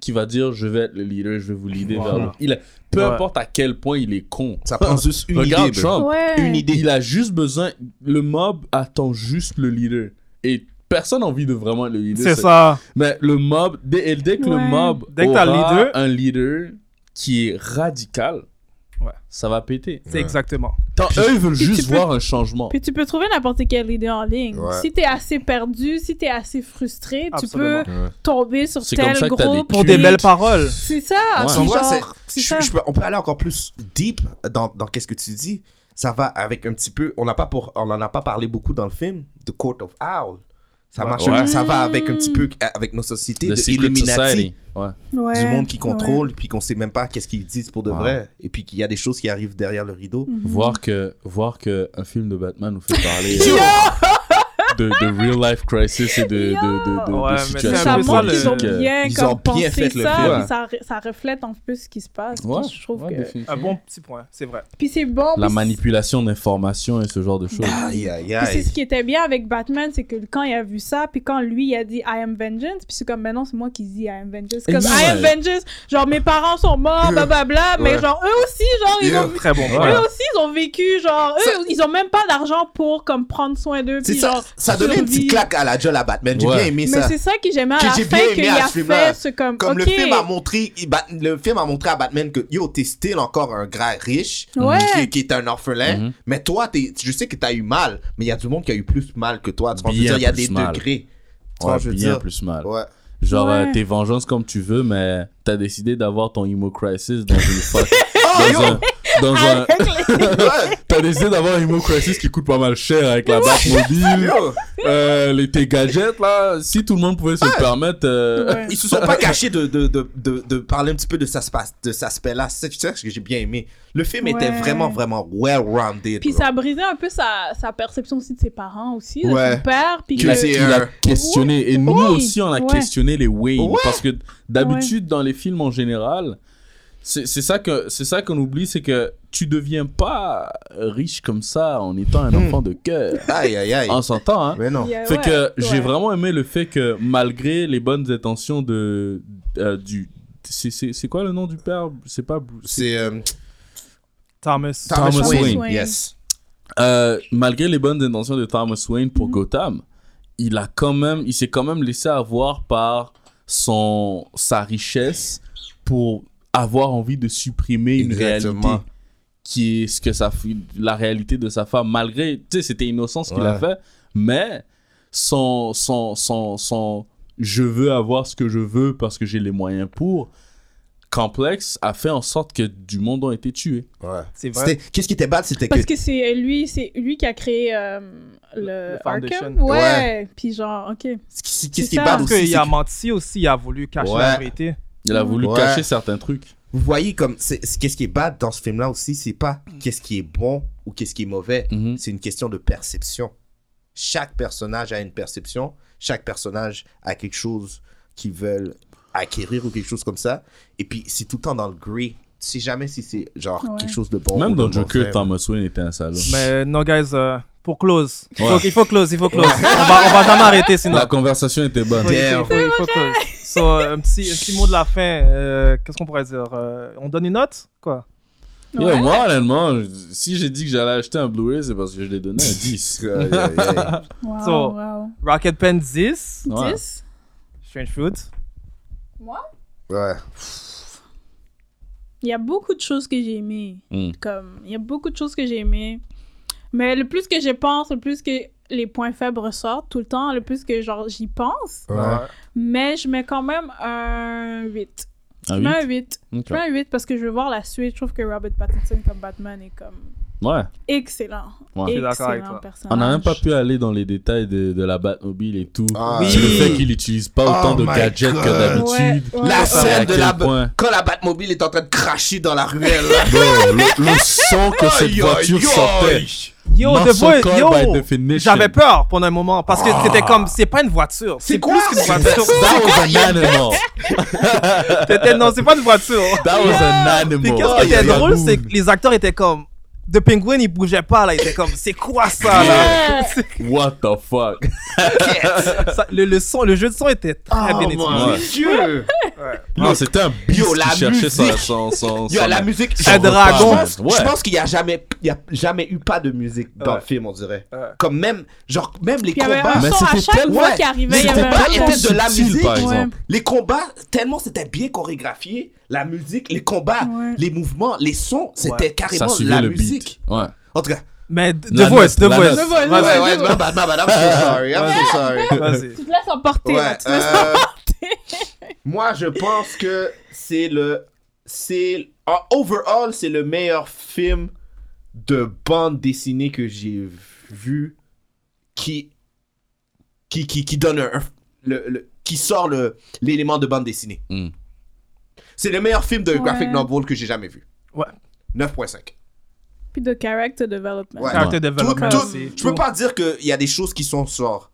[SPEAKER 6] qui va dire je vais être le leader, je vais vous leader
[SPEAKER 4] Voilà.
[SPEAKER 6] vers le. Il a- peu
[SPEAKER 4] Ouais.
[SPEAKER 6] importe à quel point il est con.
[SPEAKER 4] Ça prend juste une
[SPEAKER 6] Ah, Regarde
[SPEAKER 4] idée, bro.
[SPEAKER 6] Trump.
[SPEAKER 4] Ouais. Une idée.
[SPEAKER 6] Il a juste besoin. Le mob attend juste le leader. Et personne n'a envie de vraiment être le leader.
[SPEAKER 3] C'est ça.
[SPEAKER 6] Mais le mob, dès, et dès que le
[SPEAKER 3] Ouais.
[SPEAKER 6] mob
[SPEAKER 3] Dès que t'as le
[SPEAKER 6] aura
[SPEAKER 3] leader-
[SPEAKER 6] un leader qui est radical, ça va péter.
[SPEAKER 3] C'est exactement.
[SPEAKER 6] Tant,
[SPEAKER 3] Puis-
[SPEAKER 6] eux, ils veulent
[SPEAKER 3] puis
[SPEAKER 6] juste
[SPEAKER 3] tu peux-
[SPEAKER 6] voir un changement.
[SPEAKER 5] Puis tu peux trouver n'importe quelle idée en ligne.
[SPEAKER 6] Ouais.
[SPEAKER 5] Si t'es assez perdu, si t'es assez frustré,
[SPEAKER 3] Absolument.
[SPEAKER 5] tu peux
[SPEAKER 6] Ouais.
[SPEAKER 5] tomber sur
[SPEAKER 6] C'est
[SPEAKER 5] tel
[SPEAKER 6] comme ça que t'as des
[SPEAKER 5] groupe.
[SPEAKER 6] Pour des
[SPEAKER 5] qui-
[SPEAKER 6] belles paroles.
[SPEAKER 5] C'est ça.
[SPEAKER 4] Ouais.
[SPEAKER 5] c'est
[SPEAKER 4] Tu vois,
[SPEAKER 5] genre-
[SPEAKER 4] c'est-
[SPEAKER 5] c'est
[SPEAKER 4] je-
[SPEAKER 5] ça.
[SPEAKER 4] je peux- on peut aller encore plus deep dans, dans qu'est-ce que tu dis. Ça va avec un petit peu. On n'a pas pour, on en a pas parlé beaucoup dans le film. The Court of Owl. Ça
[SPEAKER 6] Ouais.
[SPEAKER 4] marche.
[SPEAKER 6] Ouais.
[SPEAKER 4] Ça va avec un petit peu avec nos sociétés
[SPEAKER 6] The
[SPEAKER 4] de
[SPEAKER 6] Secret
[SPEAKER 4] Illuminati.
[SPEAKER 6] Society. Ouais.
[SPEAKER 5] Ouais,
[SPEAKER 4] du monde qui
[SPEAKER 5] ouais.
[SPEAKER 4] contrôle puis qu'on sait même pas qu'est-ce qu'ils disent pour de
[SPEAKER 6] Ouais.
[SPEAKER 4] vrai et puis qu'il y a des choses qui arrivent derrière le rideau.
[SPEAKER 5] Mhm.
[SPEAKER 6] Voir que voir que un film de Batman nous fait parler euh, de, de real life crisis et de de de, de, de
[SPEAKER 3] Ouais, mais
[SPEAKER 6] situations
[SPEAKER 3] ça montre qu'ils
[SPEAKER 6] politiques,
[SPEAKER 3] ont
[SPEAKER 6] euh,
[SPEAKER 5] bien
[SPEAKER 4] Ils
[SPEAKER 5] comme
[SPEAKER 4] ont bien
[SPEAKER 5] penser
[SPEAKER 4] fait le
[SPEAKER 5] ça,
[SPEAKER 4] film.
[SPEAKER 5] puis ça, ré- ça reflète un peu ce qui se passe. puis
[SPEAKER 6] Ouais,
[SPEAKER 5] je trouve
[SPEAKER 6] ouais,
[SPEAKER 5] que...
[SPEAKER 6] définitivement.
[SPEAKER 3] Un bon petit point, c'est vrai.
[SPEAKER 5] Puis c'est bon.
[SPEAKER 6] la
[SPEAKER 5] puis
[SPEAKER 6] manipulation d'informations et ce genre de choses.
[SPEAKER 4] Aïe, aïe,
[SPEAKER 5] Puis c'est ce qui était bien avec Batman, c'est que quand il a vu ça, puis quand lui il a dit I am vengeance, puis c'est comme maintenant c'est moi qui dis I am vengeance. Comme
[SPEAKER 6] Exact.
[SPEAKER 5] I am vengeance, genre mes parents sont morts, blablabla, mais
[SPEAKER 3] Ouais.
[SPEAKER 5] genre eux aussi, genre ils ont,
[SPEAKER 3] Très bon
[SPEAKER 5] eux
[SPEAKER 3] point.
[SPEAKER 5] aussi ils ont vécu, genre eux ils ont même pas d'argent pour comme prendre soin d'eux.
[SPEAKER 4] C'est
[SPEAKER 5] puis
[SPEAKER 4] ça,
[SPEAKER 5] genre,
[SPEAKER 4] ça donnait une petite
[SPEAKER 5] survivre.
[SPEAKER 4] claque à la Joel à Batman. J'ai
[SPEAKER 6] Ouais.
[SPEAKER 4] bien aimé
[SPEAKER 5] Mais
[SPEAKER 4] ça.
[SPEAKER 5] c'est ça qui j'aimais à
[SPEAKER 4] Que
[SPEAKER 5] la
[SPEAKER 4] j'ai
[SPEAKER 5] fin,
[SPEAKER 4] bien aimé
[SPEAKER 5] qu'il
[SPEAKER 4] à
[SPEAKER 5] a
[SPEAKER 4] ce film-là.
[SPEAKER 5] fait ce comme.
[SPEAKER 4] Comme
[SPEAKER 5] ok.
[SPEAKER 4] le film a montré, il bat- le film a montré à Batman que yo t'es still encore un gars riche
[SPEAKER 5] Ouais.
[SPEAKER 4] qui, qui est un orphelin,
[SPEAKER 6] Mhm.
[SPEAKER 4] mais toi t'es, je sais que t'as eu mal, mais il y a du monde qui a eu plus mal que toi. Tu vois, je veux
[SPEAKER 6] Bien
[SPEAKER 4] dire, il y a
[SPEAKER 6] plus
[SPEAKER 4] des
[SPEAKER 6] mal.
[SPEAKER 4] degrés. Tu
[SPEAKER 3] Ah,
[SPEAKER 6] Ouais,
[SPEAKER 4] vois, je veux
[SPEAKER 6] bien
[SPEAKER 4] dire.
[SPEAKER 6] plus mal.
[SPEAKER 4] Ouais.
[SPEAKER 6] Genre, euh,
[SPEAKER 4] Ouais.
[SPEAKER 6] t'es vengeance comme tu veux, mais t'as décidé d'avoir ton emo crisis dans une fuck- dans un, dans un- t'as décidé d'avoir un emo crisis qui coûte pas mal cher avec la Batmobile, euh, les tes gadgets là. Si tout le monde pouvait se
[SPEAKER 5] Ah.
[SPEAKER 6] le permettre, euh,
[SPEAKER 4] Ils se sont pas cachés de, de, de, de, de parler un petit peu de ça, de cet aspect-là. C'est c'est ça que j'ai bien aimé. Le film était
[SPEAKER 5] Ouais.
[SPEAKER 4] vraiment, vraiment well-rounded.
[SPEAKER 5] Puis
[SPEAKER 4] bro.
[SPEAKER 5] ça brisait un peu sa, sa perception aussi de ses parents aussi, de
[SPEAKER 6] Ouais.
[SPEAKER 5] son père. Puis
[SPEAKER 6] Il
[SPEAKER 5] que-
[SPEAKER 6] a, il
[SPEAKER 4] euh,
[SPEAKER 6] a questionné. Et nous
[SPEAKER 5] Oui.
[SPEAKER 6] aussi, on a
[SPEAKER 5] Ouais.
[SPEAKER 6] questionné les Wayne.
[SPEAKER 5] Ouais.
[SPEAKER 6] Parce que d'habitude, dans les films en général, c'est c'est ça que- c'est ça qu'on oublie, c'est que tu deviens pas riche comme ça en étant un
[SPEAKER 5] Hmm.
[SPEAKER 6] enfant de cœur.
[SPEAKER 4] Aïe, aïe, aïe.
[SPEAKER 6] On s'entend, hein.
[SPEAKER 4] Mais non.
[SPEAKER 6] Fait que
[SPEAKER 4] euh, Ouais,
[SPEAKER 6] j'ai
[SPEAKER 4] ouais.
[SPEAKER 6] vraiment aimé le fait que malgré les bonnes intentions de euh, du c'est- c'est c'est quoi le nom du père C'est pas Bruce-
[SPEAKER 4] C'est euh,
[SPEAKER 3] Thomas.
[SPEAKER 6] Thomas, Wayne.
[SPEAKER 4] Yes.
[SPEAKER 6] Euh, malgré les bonnes intentions de Thomas Wayne pour Gotham, il a quand même, il s'est quand même laissé avoir par son sa richesse pour avoir envie de supprimer une
[SPEAKER 4] Exactement.
[SPEAKER 6] réalité qui est ce que ça fait- la réalité de sa femme. Malgré, tu sais, c'était innocent ce qu'il a
[SPEAKER 4] Ouais.
[SPEAKER 6] fait, mais son son son son je veux avoir ce que je veux parce que j'ai les moyens pour. Complexe a fait en sorte que du monde a été tué.
[SPEAKER 3] C'est
[SPEAKER 4] vrai. C'était- Qu'est-ce qui était bad, c'était
[SPEAKER 5] Parce que c'est euh, lui, c'est lui qui a créé euh, le,
[SPEAKER 3] Foundation.
[SPEAKER 5] Arkham. Ouais.
[SPEAKER 3] Ouais.
[SPEAKER 5] Puis genre, ok.
[SPEAKER 4] Qu'est-ce
[SPEAKER 3] C'est ça. Parce qu'il a menti aussi, il a voulu cacher
[SPEAKER 4] Ouais.
[SPEAKER 3] la vérité.
[SPEAKER 6] Il a voulu
[SPEAKER 4] Ouais.
[SPEAKER 6] cacher certains trucs.
[SPEAKER 4] Vous voyez comme c'est c'est- qu'est-ce qui est bad dans ce film-là aussi, c'est pas qu'est-ce qui est bon ou qu'est-ce qui est mauvais, c'est une question de perception. Chaque personnage a une perception, chaque personnage a quelque chose qu'ils veulent acquérir ou quelque chose comme ça. Et puis c'est tout le temps dans le gris. Tu sais jamais si c'est genre
[SPEAKER 3] Ouais.
[SPEAKER 4] quelque chose de bon. ou
[SPEAKER 6] Même
[SPEAKER 4] de
[SPEAKER 6] dans
[SPEAKER 4] mauvais.
[SPEAKER 6] Joker, Thomas Wayne était un salaud.
[SPEAKER 3] Mais non, guys, euh, pour close. Il faut,
[SPEAKER 6] Ouais.
[SPEAKER 3] il faut close, il faut close. on, va, on va jamais arrêter sinon.
[SPEAKER 6] La conversation était bonne.
[SPEAKER 3] Il faut- il faut- il faut close. So, un, petit, un petit mot de la fin. euh, Qu'est-ce qu'on pourrait dire Euh, On donne une note Quoi
[SPEAKER 6] Yo, Moi, honnêtement, je- si j'ai dit que j'allais acheter un Blu-ray, c'est parce que je l'ai donné à 10.
[SPEAKER 4] Aïe, aïe, aïe.
[SPEAKER 5] Wow,
[SPEAKER 3] So,
[SPEAKER 5] wow.
[SPEAKER 3] Rocket Pen 10.
[SPEAKER 6] Ouais.
[SPEAKER 5] 10?
[SPEAKER 3] Strange Fruit.
[SPEAKER 5] Moi,
[SPEAKER 4] Ouais.
[SPEAKER 5] il y a beaucoup de choses que j'ai aimées.
[SPEAKER 6] Mm.
[SPEAKER 5] Comme, il y a beaucoup de choses que j'ai aimées. Mais le plus que je pense, le plus que les points faibles ressortent tout le temps, le plus que genre j'y pense. Mais je mets quand même un 8.
[SPEAKER 6] Un
[SPEAKER 5] je mets un
[SPEAKER 6] 8?
[SPEAKER 5] 8.
[SPEAKER 6] Ok.
[SPEAKER 5] Je mets un 8 parce que je veux voir la suite. Je trouve que Robert Pattinson comme Batman est comme
[SPEAKER 6] Ouais.
[SPEAKER 5] excellent.
[SPEAKER 6] Ouais. Je suis
[SPEAKER 5] Excellent
[SPEAKER 6] d'accord avec
[SPEAKER 3] toi.
[SPEAKER 5] personnage.
[SPEAKER 6] On n'a même pas pu aller dans les détails de, de la Batmobile et tout.
[SPEAKER 4] Ah,
[SPEAKER 6] Sur le
[SPEAKER 4] oui.
[SPEAKER 6] fait qu'il n'utilise pas autant
[SPEAKER 4] Oh
[SPEAKER 6] de
[SPEAKER 4] my
[SPEAKER 6] gadgets
[SPEAKER 4] God.
[SPEAKER 6] que d'habitude.
[SPEAKER 4] Ouais, ouais. La
[SPEAKER 6] Et à
[SPEAKER 4] scène de
[SPEAKER 6] quel
[SPEAKER 4] la
[SPEAKER 6] point-
[SPEAKER 4] quand la Batmobile est en train de cracher dans la ruelle.
[SPEAKER 6] Bro, le, le son que cette
[SPEAKER 4] Aïe,
[SPEAKER 6] voiture
[SPEAKER 4] aïe,
[SPEAKER 6] sortait.
[SPEAKER 4] aïe.
[SPEAKER 3] Yo,
[SPEAKER 6] Muscle
[SPEAKER 3] The Voice,
[SPEAKER 6] car
[SPEAKER 3] yo
[SPEAKER 6] by definition.
[SPEAKER 3] J'avais peur pendant un moment parce que c'était comme, c'est pas une voiture. C'est
[SPEAKER 4] quoi?
[SPEAKER 3] plus qu'une
[SPEAKER 6] That
[SPEAKER 3] voiture.
[SPEAKER 6] was an animal.
[SPEAKER 3] T'étais- non, c'est pas une voiture.
[SPEAKER 6] That was an animal. ah,
[SPEAKER 3] Puis qu'est-ce qui était drôle, c'est que les acteurs étaient comme, The Penguin, il bougeait pas, là. Il était comme, c'est quoi ça, là?
[SPEAKER 6] What the fuck?
[SPEAKER 3] Ça- le, le son, le jeu de son était très
[SPEAKER 4] Oh
[SPEAKER 3] bien
[SPEAKER 4] mon
[SPEAKER 3] étudié.
[SPEAKER 4] dieu!
[SPEAKER 6] Non, c'était un
[SPEAKER 4] Yo,
[SPEAKER 6] beast
[SPEAKER 4] la
[SPEAKER 6] qui cherchait son,
[SPEAKER 4] musique.
[SPEAKER 6] son, son,
[SPEAKER 4] Yo,
[SPEAKER 6] son-
[SPEAKER 4] la musique,
[SPEAKER 6] son
[SPEAKER 3] Un
[SPEAKER 6] repas,
[SPEAKER 3] dragon.
[SPEAKER 6] man.
[SPEAKER 4] Je pense-
[SPEAKER 6] Ouais.
[SPEAKER 4] Je pense qu'il n'y a jamais, il y a jamais eu pas de musique dans
[SPEAKER 3] Ouais.
[SPEAKER 4] le film, on dirait.
[SPEAKER 3] Ouais.
[SPEAKER 4] Comme même, genre, même les
[SPEAKER 5] Puis il y avait
[SPEAKER 4] combats.
[SPEAKER 5] un
[SPEAKER 6] Mais
[SPEAKER 5] son à
[SPEAKER 6] c'était
[SPEAKER 5] chaque
[SPEAKER 6] tellement-
[SPEAKER 5] fois
[SPEAKER 4] Ouais,
[SPEAKER 5] qui arrivait, il y
[SPEAKER 4] c'était
[SPEAKER 5] avait
[SPEAKER 4] pas-
[SPEAKER 5] un
[SPEAKER 4] était
[SPEAKER 5] son.
[SPEAKER 4] de la
[SPEAKER 6] Subtil,
[SPEAKER 4] musique,
[SPEAKER 6] par
[SPEAKER 5] ouais.
[SPEAKER 6] exemple.
[SPEAKER 4] Les combats, tellement c'était bien chorégraphié, la musique, les combats,
[SPEAKER 5] Ouais.
[SPEAKER 4] les mouvements, les sons, c'était
[SPEAKER 3] Ouais.
[SPEAKER 6] Ça
[SPEAKER 4] carrément
[SPEAKER 6] suivait
[SPEAKER 4] la
[SPEAKER 6] le
[SPEAKER 4] musique.
[SPEAKER 6] beat. Ouais.
[SPEAKER 4] En tout cas.
[SPEAKER 3] Mais The
[SPEAKER 6] La
[SPEAKER 3] Voice,
[SPEAKER 6] note,
[SPEAKER 3] The
[SPEAKER 6] la
[SPEAKER 3] Voice.
[SPEAKER 6] note.
[SPEAKER 5] Ouais, ouais,
[SPEAKER 4] Ouais, ouais,
[SPEAKER 5] ouais,
[SPEAKER 4] ouais, my bad, my bad, I'm so sorry, I'm so sorry.
[SPEAKER 3] Vas-y.
[SPEAKER 5] Tu te laisses emporter, là,
[SPEAKER 4] Ouais,
[SPEAKER 5] tu te laisses
[SPEAKER 4] euh,
[SPEAKER 5] emporter.
[SPEAKER 4] Moi, je pense que c'est le. C'est. en Overall, c'est le meilleur film de bande dessinée que j'ai vu qui. qui, qui, qui donne un. un- le, le- qui sort le- l'élément de bande dessinée.
[SPEAKER 6] Mm.
[SPEAKER 4] C'est le meilleur film de
[SPEAKER 5] Ouais.
[SPEAKER 4] graphic novel que j'ai jamais vu.
[SPEAKER 3] Ouais.
[SPEAKER 4] 9.5.
[SPEAKER 5] Puis de character development.
[SPEAKER 4] Ouais.
[SPEAKER 3] Character
[SPEAKER 4] Tout-
[SPEAKER 3] development
[SPEAKER 4] tout-
[SPEAKER 3] aussi.
[SPEAKER 4] je peux pas dire qu'il y a des choses qui sont genre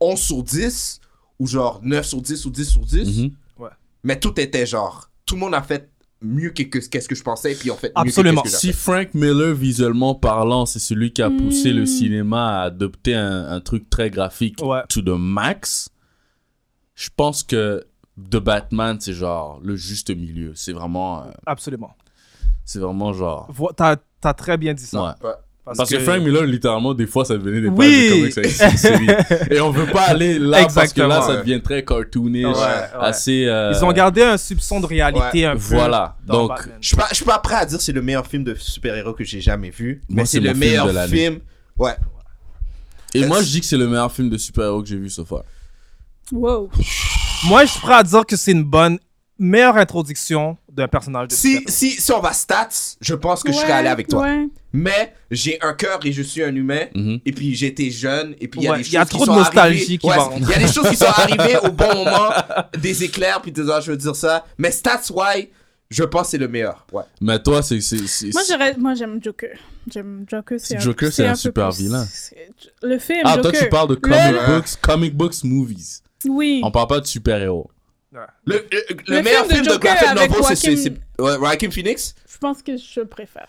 [SPEAKER 4] 11 sur 10 ou genre 9 sur 10 ou 10 sur 10.
[SPEAKER 6] Mhm.
[SPEAKER 3] Ouais.
[SPEAKER 4] Mais tout était genre. Tout le monde a fait mieux que que- qu'est-ce que je pensais et puis en fait. mieux que
[SPEAKER 3] Absolument.
[SPEAKER 4] qu'est-ce que
[SPEAKER 6] Si Frank Miller, visuellement parlant, c'est celui qui a poussé
[SPEAKER 5] Mm.
[SPEAKER 6] le cinéma à adopter un, un truc très graphique
[SPEAKER 3] Ouais.
[SPEAKER 6] to the max, je pense que The Batman, c'est genre le juste milieu. C'est vraiment, euh,
[SPEAKER 3] Absolument.
[SPEAKER 6] c'est vraiment genre.
[SPEAKER 3] Vo- T'as t'as très bien dit ça.
[SPEAKER 6] Ouais. Parce que, Frank Miller, littéralement, des fois, ça devenait des pages de
[SPEAKER 3] Oui.
[SPEAKER 6] comics avec ses séries. Et on veut pas aller là parce que là,
[SPEAKER 3] Exactement,
[SPEAKER 6] ça
[SPEAKER 4] ouais.
[SPEAKER 6] devient très cartoonish,
[SPEAKER 3] Ouais, ouais.
[SPEAKER 6] assez. euh,
[SPEAKER 3] Ils ont gardé un soupçon de réalité un peu.
[SPEAKER 6] Voilà.
[SPEAKER 3] dans
[SPEAKER 6] Donc,
[SPEAKER 3] Batman.
[SPEAKER 4] Je suis pas, je suis pas prêt à dire c'est le meilleur film de super-héros que j'ai jamais vu.
[SPEAKER 6] Moi,
[SPEAKER 4] mais
[SPEAKER 6] c'est
[SPEAKER 4] c'est le
[SPEAKER 6] mon film
[SPEAKER 4] meilleur
[SPEAKER 6] de l'année.
[SPEAKER 4] film. Ouais.
[SPEAKER 6] Et moi, je dis que c'est le meilleur film de super-héros que j'ai vu so far.
[SPEAKER 5] Wow.
[SPEAKER 3] Moi, je suis prêt à dire que c'est une bonne, meilleure introduction d'un personnage de
[SPEAKER 4] Si,
[SPEAKER 3] super-héros.
[SPEAKER 4] si, si on va stats, je pense que je serais
[SPEAKER 5] Ouais,
[SPEAKER 4] allé avec toi.
[SPEAKER 5] ouais.
[SPEAKER 4] Mais j'ai un cœur et je suis un humain.
[SPEAKER 6] Mhm.
[SPEAKER 4] Et puis j'étais jeune. Et puis il y a
[SPEAKER 3] Ouais,
[SPEAKER 4] des
[SPEAKER 3] il y a
[SPEAKER 4] choses
[SPEAKER 3] trop
[SPEAKER 4] qui
[SPEAKER 3] de
[SPEAKER 4] sont
[SPEAKER 3] nostalgie
[SPEAKER 4] arrivées.
[SPEAKER 3] qui
[SPEAKER 4] Ouais,
[SPEAKER 3] va rentrer.
[SPEAKER 4] Il y a des choses qui sont arrivées au bon moment. Des éclairs. Puis des ah, je veux dire ça. Mais stats why, je pense que c'est le meilleur. Ouais.
[SPEAKER 6] Mais toi, c'est. c'est- c'est-
[SPEAKER 5] Moi, j'aurais- moi, j'aime Joker. J'aime Joker, c'est un
[SPEAKER 6] Joker, c'est un
[SPEAKER 5] peu
[SPEAKER 6] super
[SPEAKER 5] plus-
[SPEAKER 6] vilain.
[SPEAKER 5] c'est- Le film,
[SPEAKER 6] Ah,
[SPEAKER 5] Joker.
[SPEAKER 6] toi, tu parles de comic
[SPEAKER 4] Le-
[SPEAKER 6] books, comic books movies.
[SPEAKER 5] Oui.
[SPEAKER 6] On parle pas de super-héros.
[SPEAKER 4] Le, le- le
[SPEAKER 5] Le
[SPEAKER 4] meilleur
[SPEAKER 5] film de
[SPEAKER 4] film de,
[SPEAKER 5] Joker
[SPEAKER 4] graphic
[SPEAKER 5] avec
[SPEAKER 4] novel, c'est- c'est
[SPEAKER 5] Joaquin-
[SPEAKER 4] c'est- ouais, Joaquin Phoenix.
[SPEAKER 5] Je pense que je préfère.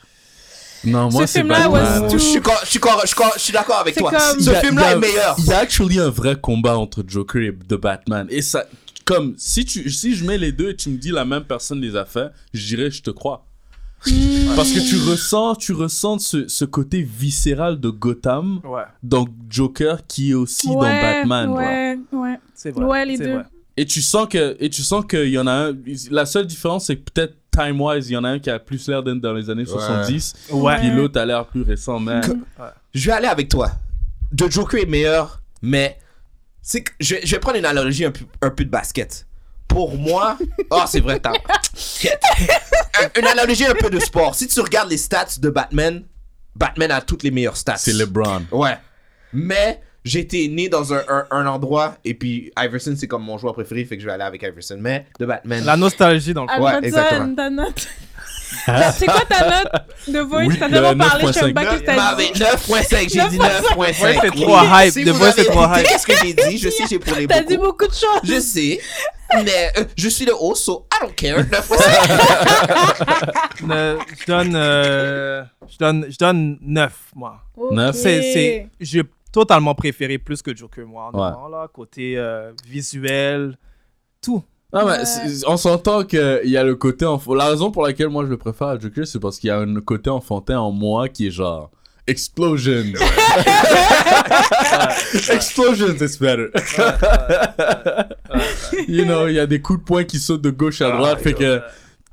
[SPEAKER 6] Non,
[SPEAKER 5] Ce
[SPEAKER 6] moi, c'est
[SPEAKER 5] film-là
[SPEAKER 6] Batman.
[SPEAKER 5] was
[SPEAKER 4] Euh, Je suis cor- je suis cor- je suis cor- je suis d'accord avec
[SPEAKER 5] C'est
[SPEAKER 4] toi.
[SPEAKER 5] comme-
[SPEAKER 4] Ce
[SPEAKER 6] Il y a- il
[SPEAKER 4] film-là
[SPEAKER 6] y
[SPEAKER 4] est
[SPEAKER 6] a-
[SPEAKER 4] meilleur.
[SPEAKER 6] Il y a actually un vrai combat entre Joker et The Batman. Et ça, comme, si, tu, si je mets les deux et tu me dis la même personne les a fait, je dirais je te crois.
[SPEAKER 5] Hmm.
[SPEAKER 6] Parce que tu ressens, tu ressens ce, ce côté viscéral de Gotham
[SPEAKER 3] Ouais,
[SPEAKER 6] dans Joker qui est aussi dans
[SPEAKER 5] Ouais,
[SPEAKER 6] Batman. voilà.
[SPEAKER 5] Ouais, ouais.
[SPEAKER 3] c'est vrai.
[SPEAKER 5] Ouais, les
[SPEAKER 3] c'est
[SPEAKER 5] deux.
[SPEAKER 3] vrai.
[SPEAKER 6] Et tu sens que et tu sens qu'il y en a un. La seule différence c'est que peut-être time wise il y en a un qui a plus l'air d'être dans les années 70
[SPEAKER 3] Ouais.
[SPEAKER 6] puis l'autre a l'air plus récent mais
[SPEAKER 4] Que- Je vais aller avec toi. The Joker est meilleur, mais c'est que je, je vais prendre une analogie un peu, un peu de basket. Pour moi, oh c'est vrai, t'as- Shit. Un- une analogie un peu de sport. Si tu regardes les stats de Batman, Batman a toutes les meilleures stats.
[SPEAKER 6] c'est LeBron.
[SPEAKER 4] Ouais. Mais j'étais né dans un, un- un endroit et puis Iverson c'est comme mon joueur préféré, fait que je vais aller avec Iverson. Mais de Batman,
[SPEAKER 3] La nostalgie, dans le fond.
[SPEAKER 5] Alfred Zahn,
[SPEAKER 4] exactement.
[SPEAKER 5] ta note. C'est quoi ta note de voice?
[SPEAKER 6] Oui,
[SPEAKER 5] T'as
[SPEAKER 6] le
[SPEAKER 5] tellement parlé, je sais
[SPEAKER 6] 9.5.
[SPEAKER 5] même pas qu'est-ce que
[SPEAKER 4] Bah,
[SPEAKER 5] t'as
[SPEAKER 4] mais
[SPEAKER 5] dit.
[SPEAKER 4] 9.5, j'ai dit 9.5.
[SPEAKER 3] Ouais, c'est
[SPEAKER 4] Oui.
[SPEAKER 3] trop hype.
[SPEAKER 4] Si
[SPEAKER 3] De
[SPEAKER 4] vous
[SPEAKER 3] vrai, c'est
[SPEAKER 4] avez
[SPEAKER 3] trop
[SPEAKER 4] écouté
[SPEAKER 3] hype.
[SPEAKER 4] Qu'est-ce que j'ai dit Je sais, j'ai pour les
[SPEAKER 5] T'as dit
[SPEAKER 4] beaucoup.
[SPEAKER 5] beaucoup de choses.
[SPEAKER 4] Je sais, mais euh, je suis le haut, so I don't care. 9.5.
[SPEAKER 3] Ne- je, donne, euh, je, donne, je donne 9, moi.
[SPEAKER 6] Neuf.
[SPEAKER 5] Ok.
[SPEAKER 3] C'est- c'est- J'ai totalement préféré plus que Joker, moi.
[SPEAKER 6] Ouais.
[SPEAKER 3] honnêtement, là, côté euh, visuel, tout.
[SPEAKER 6] Non mais
[SPEAKER 5] Ouais.
[SPEAKER 6] c'est- on s'entend que il y a le côté enf- la raison pour laquelle moi je le préfère à Joker c'est parce qu'il y a un côté enfantin en moi qui est genre explosion. Explosions is better. you know, il y a des coups de poing qui sautent de gauche
[SPEAKER 3] Ah,
[SPEAKER 6] à droite. fait que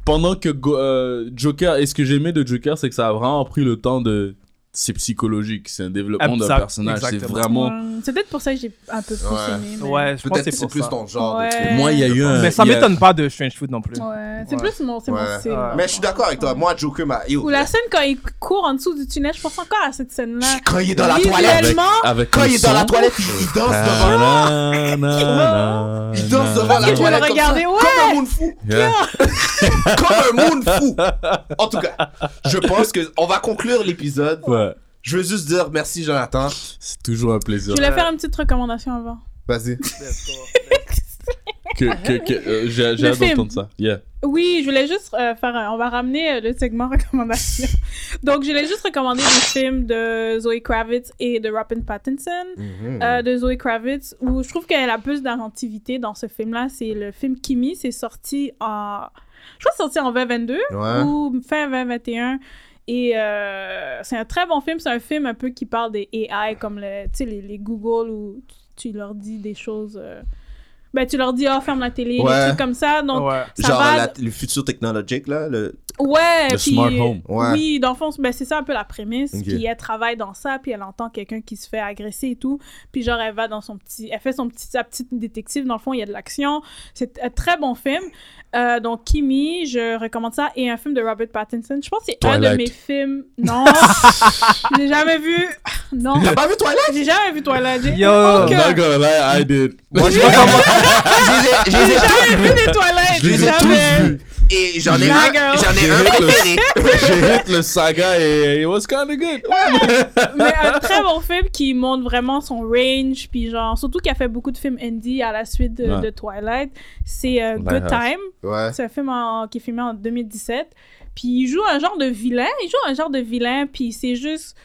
[SPEAKER 6] pendant que Go- euh, Joker, et ce que j'aimais de Joker, c'est que ça a vraiment pris le temps de. C'est psychologique, c'est un développement d'un
[SPEAKER 3] Exact-
[SPEAKER 6] personnage. C'est
[SPEAKER 3] exactement.
[SPEAKER 6] vraiment.
[SPEAKER 5] Ouais, C'est peut-être pour ça que j'ai un peu plus
[SPEAKER 4] Ouais.
[SPEAKER 5] aimé. mais-
[SPEAKER 3] Ouais, je pense
[SPEAKER 4] Peut-être
[SPEAKER 3] que
[SPEAKER 4] que
[SPEAKER 3] c'est
[SPEAKER 4] c'est
[SPEAKER 3] pour
[SPEAKER 4] plus
[SPEAKER 3] ça.
[SPEAKER 4] ton genre.
[SPEAKER 5] Ouais.
[SPEAKER 4] de truc.
[SPEAKER 6] Moi, il y a eu un.
[SPEAKER 3] Mais ça
[SPEAKER 6] il y a-
[SPEAKER 3] m'étonne pas de Strange Food non plus.
[SPEAKER 5] Ouais, c'est
[SPEAKER 3] Ouais.
[SPEAKER 5] plus mon, c'est
[SPEAKER 4] Ouais.
[SPEAKER 5] mon style. là,
[SPEAKER 4] Mais je suis d'accord avec toi.
[SPEAKER 5] Ouais.
[SPEAKER 4] Moi, Joker m'a. yo.
[SPEAKER 5] Ou la scène quand il court en dessous du tunnel, je pense encore à cette scène-là.
[SPEAKER 4] Quand il est dans la
[SPEAKER 5] Visuellement,
[SPEAKER 4] toilette.
[SPEAKER 6] Avec, avec
[SPEAKER 4] Quand
[SPEAKER 6] le
[SPEAKER 4] il est dans la
[SPEAKER 6] son. Ah,
[SPEAKER 4] toilette, il il danse
[SPEAKER 3] Ah,
[SPEAKER 4] devant.
[SPEAKER 6] Na, na, na,
[SPEAKER 4] Il danse
[SPEAKER 6] na,
[SPEAKER 4] devant la
[SPEAKER 6] na.
[SPEAKER 5] Je vais
[SPEAKER 4] toilette.
[SPEAKER 5] le
[SPEAKER 4] comme
[SPEAKER 5] regarder,
[SPEAKER 4] ça,
[SPEAKER 5] ouais.
[SPEAKER 4] Comme un moon fou.
[SPEAKER 6] Yeah.
[SPEAKER 4] Comme un moon fou. En tout cas, je pense que on va conclure l'épisode.
[SPEAKER 6] Ouais,
[SPEAKER 4] Je veux juste dire merci, Jonathan.
[SPEAKER 6] c'est toujours un plaisir.
[SPEAKER 5] Je voulais faire une petite recommandation avant.
[SPEAKER 4] Vas-y.
[SPEAKER 6] que, que, que- euh, j'ai j'ai
[SPEAKER 5] Le
[SPEAKER 6] hâte
[SPEAKER 5] film.
[SPEAKER 6] d'entendre ça. Yeah.
[SPEAKER 5] Oui, je voulais juste euh, faire un... On va ramener euh, le segment recommandation. Donc, je voulais juste recommander les films de Zoe Kravitz et de Robin Pattinson. euh, de Zoe Kravitz, où je trouve qu'elle a plus d'inventivité dans ce film-là. C'est le film Kimi, c'est sorti en... Je crois que c'est sorti en 2022
[SPEAKER 4] Ouais.
[SPEAKER 5] ou fin 2021. Et euh, c'est un très bon film. C'est un film un peu qui parle des AI, comme le, tu sais, les, les Google, où tu, tu leur dis des choses... euh, Ben, tu leur dis, oh, ferme la télé,
[SPEAKER 4] Ouais.
[SPEAKER 5] des trucs comme ça. Donc,
[SPEAKER 4] Ouais.
[SPEAKER 5] ça
[SPEAKER 4] Genre
[SPEAKER 5] va...
[SPEAKER 4] la- le futur technologique, là. Le...
[SPEAKER 5] Ouais,
[SPEAKER 4] Le
[SPEAKER 5] puis- euh,
[SPEAKER 4] smart home. Ouais.
[SPEAKER 5] Oui, dans le fond, ben, c'est euh, ça un peu la prémisse.
[SPEAKER 4] Ok.
[SPEAKER 5] Puis elle travaille dans ça, puis elle entend quelqu'un qui se fait agresser et tout. Puis genre, elle va dans son petit... Elle fait son petit, sa petite détective. Dans le fond, il y a de l'action. C'est un très bon film. Euh, donc, Kimi, je recommande ça. Et un film de Robert Pattinson. Je pense que c'est un de
[SPEAKER 6] Twilight.
[SPEAKER 5] mes films... Non! je l'ai jamais vu... Non.
[SPEAKER 4] T'as pas vu Twilight?
[SPEAKER 5] J'ai jamais vu Twilight. J'ai
[SPEAKER 3] Yo.
[SPEAKER 5] aucun-
[SPEAKER 6] Not gonna lie, I did.
[SPEAKER 4] Oh, Moi, je
[SPEAKER 5] J'ai jamais vu des toilettes.
[SPEAKER 6] Je les ai
[SPEAKER 5] jamais.
[SPEAKER 6] tous vus.
[SPEAKER 4] Et j'en ai
[SPEAKER 5] J'ai-
[SPEAKER 4] un,
[SPEAKER 5] Girl.
[SPEAKER 4] j'en ai
[SPEAKER 6] J'ai
[SPEAKER 4] un
[SPEAKER 6] hit,
[SPEAKER 4] préféré.
[SPEAKER 6] le... j'ai hit le saga et it was kinda good.
[SPEAKER 5] mais un très bon film qui montre vraiment son range, puis genre, surtout qu'il a fait beaucoup de films indie à la suite de,
[SPEAKER 6] Ouais.
[SPEAKER 5] de Twilight, c'est euh,
[SPEAKER 6] Lighthouse.
[SPEAKER 5] Good Time.
[SPEAKER 4] Ouais.
[SPEAKER 5] C'est un film en- qui est filmé en 2017. Puis il joue un genre de vilain, il joue un genre de vilain, puis c'est juste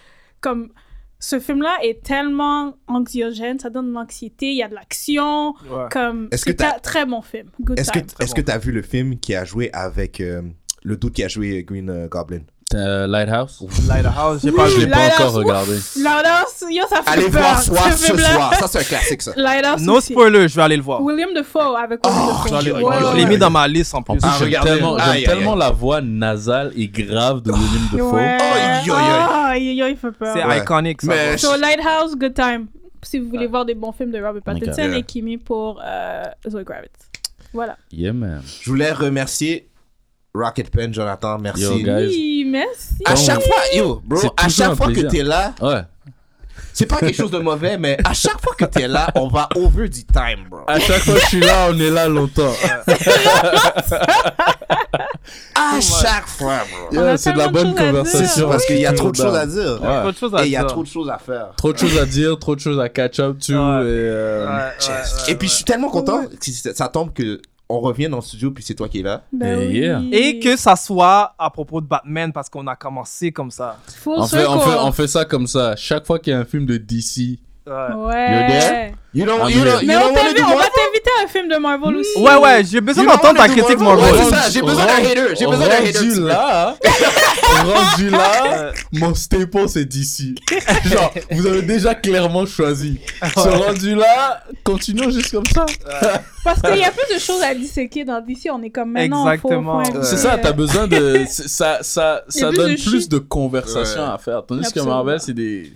[SPEAKER 5] comme... Ce film-là est tellement anxiogène, ça donne de l'anxiété, il y a de l'action,
[SPEAKER 3] Ouais.
[SPEAKER 5] comme...
[SPEAKER 4] Est-ce que
[SPEAKER 5] c'est un
[SPEAKER 4] t'as-
[SPEAKER 5] très bon film, Good
[SPEAKER 4] Est-ce que
[SPEAKER 5] Time.
[SPEAKER 4] est-ce que t'as vu le film qui a joué avec euh, le doute qui a joué Green euh, Goblin?
[SPEAKER 6] Euh, Lighthouse.
[SPEAKER 3] Lighthouse, j'ai
[SPEAKER 5] Oui,
[SPEAKER 3] pas vu.
[SPEAKER 6] Je l'ai pas
[SPEAKER 5] Lighthouse,
[SPEAKER 6] encore
[SPEAKER 5] ouf.
[SPEAKER 6] regardé.
[SPEAKER 5] Lighthouse, yo, ça fait
[SPEAKER 4] Allez
[SPEAKER 5] peur, Euh,
[SPEAKER 4] voir soir
[SPEAKER 5] ce
[SPEAKER 4] ce
[SPEAKER 5] film-là.
[SPEAKER 4] soir. Ça, c'est un classique, ça.
[SPEAKER 5] Lighthouse
[SPEAKER 3] No
[SPEAKER 5] aussi.
[SPEAKER 3] spoiler, je vais aller le voir.
[SPEAKER 5] William Defoe avec William Dafoe.
[SPEAKER 4] j'allais-
[SPEAKER 5] Ouais,
[SPEAKER 4] oh,
[SPEAKER 5] ouais,
[SPEAKER 3] Je
[SPEAKER 5] ouais.
[SPEAKER 3] l'ai mis dans ma liste en
[SPEAKER 6] En
[SPEAKER 3] plus.
[SPEAKER 6] plus,
[SPEAKER 4] Ah,
[SPEAKER 6] j'aime
[SPEAKER 4] regardez.
[SPEAKER 6] tellement, j'aime
[SPEAKER 4] Aïe, aïe,
[SPEAKER 6] tellement
[SPEAKER 4] aïe.
[SPEAKER 6] la voix nasale et grave de William Dafoe.
[SPEAKER 5] Ouais.
[SPEAKER 4] Aïe, aïe, aïe.
[SPEAKER 5] Ah, aïe, aïe, il fait
[SPEAKER 3] C'est
[SPEAKER 5] peur.
[SPEAKER 4] Ouais.
[SPEAKER 3] iconique, ça.
[SPEAKER 4] Mais-
[SPEAKER 5] So, Lighthouse, Good Time. Si vous voulez voir des bons films de Robert
[SPEAKER 6] Oh my God.
[SPEAKER 5] Pattinson
[SPEAKER 4] Yeah.
[SPEAKER 5] et Kimi pour euh, Zoe Kravitz. Voilà.
[SPEAKER 6] Yeah, man.
[SPEAKER 4] Je voulais remercier Rocket Pen, Jonathan. Merci.
[SPEAKER 6] Yo, guys.
[SPEAKER 5] Oui, merci.
[SPEAKER 4] À chaque fois, yo, bro,
[SPEAKER 6] C'est
[SPEAKER 4] à
[SPEAKER 6] toujours
[SPEAKER 4] chaque
[SPEAKER 6] un
[SPEAKER 4] fois que
[SPEAKER 6] plaisir.
[SPEAKER 4] t'es là,
[SPEAKER 6] Ouais.
[SPEAKER 4] c'est pas quelque chose de mauvais, mais à chaque fois que t'es là, on va over the time, bro.
[SPEAKER 6] À chaque fois que je suis là, on est là longtemps.
[SPEAKER 3] Oh
[SPEAKER 4] À chaque fois, bro.
[SPEAKER 5] On a
[SPEAKER 6] c'est de la
[SPEAKER 5] tellement
[SPEAKER 6] bonne
[SPEAKER 5] de choses à
[SPEAKER 6] conversation.
[SPEAKER 5] dire.
[SPEAKER 4] Parce qu'il y a trop de choses à dire.
[SPEAKER 6] Ouais.
[SPEAKER 3] Autre chose à
[SPEAKER 4] Et il y a
[SPEAKER 3] dire.
[SPEAKER 4] trop de choses à faire.
[SPEAKER 6] Trop de choses à dire, trop de choses à catch up to. Et,
[SPEAKER 3] Ouais.
[SPEAKER 6] euh,
[SPEAKER 3] Ouais, ouais, ouais,
[SPEAKER 4] Et puis, je suis tellement content que ça ça tombe que on revienne dans le studio, puis c'est toi qui es là.
[SPEAKER 5] Ben
[SPEAKER 6] Eh,
[SPEAKER 5] oui.
[SPEAKER 6] yeah.
[SPEAKER 3] Et que ça soit à propos de Batman parce qu'on a commencé comme ça.
[SPEAKER 5] Full
[SPEAKER 6] On fait,
[SPEAKER 5] circle.
[SPEAKER 6] on, fait, on fait ça comme ça. Chaque fois qu'il y a un film de DC.
[SPEAKER 3] Ouais,
[SPEAKER 4] You're
[SPEAKER 5] Ouais.
[SPEAKER 4] there? You don't,
[SPEAKER 6] I'm
[SPEAKER 4] you
[SPEAKER 6] here.
[SPEAKER 4] don't, you
[SPEAKER 5] Mais on
[SPEAKER 4] don't wanna
[SPEAKER 5] t'invite-
[SPEAKER 4] do
[SPEAKER 5] on va
[SPEAKER 4] Marvel?
[SPEAKER 5] t'inviter à un film de Marvel aussi.
[SPEAKER 3] ouais, ouais, j'ai besoin
[SPEAKER 4] You don't
[SPEAKER 3] d'entendre
[SPEAKER 4] wanna do
[SPEAKER 3] ta critique,
[SPEAKER 4] Marvel?
[SPEAKER 3] Marvel.
[SPEAKER 4] Ouais, c'est ça, j'ai besoin d'un hater. J'ai besoin d'un
[SPEAKER 6] Rendu
[SPEAKER 4] hater.
[SPEAKER 6] là, rendu là, mon staple c'est DC. Genre, vous avez déjà clairement choisi. Ce rendu là, continuons juste comme ça.
[SPEAKER 5] Parce qu'il y a plus de choses à disséquer dans DC. On est comme maintenant. faut-
[SPEAKER 3] Exactement.
[SPEAKER 5] faut-
[SPEAKER 6] C'est ça, t'as besoin de. c'est- Ça, ça,
[SPEAKER 5] Il y a
[SPEAKER 6] ça
[SPEAKER 5] plus
[SPEAKER 6] donne
[SPEAKER 5] de
[SPEAKER 6] plus
[SPEAKER 5] chi.
[SPEAKER 6] de conversations
[SPEAKER 4] Ouais.
[SPEAKER 6] à faire. Tandis
[SPEAKER 5] Absolument.
[SPEAKER 6] que Marvel, c'est des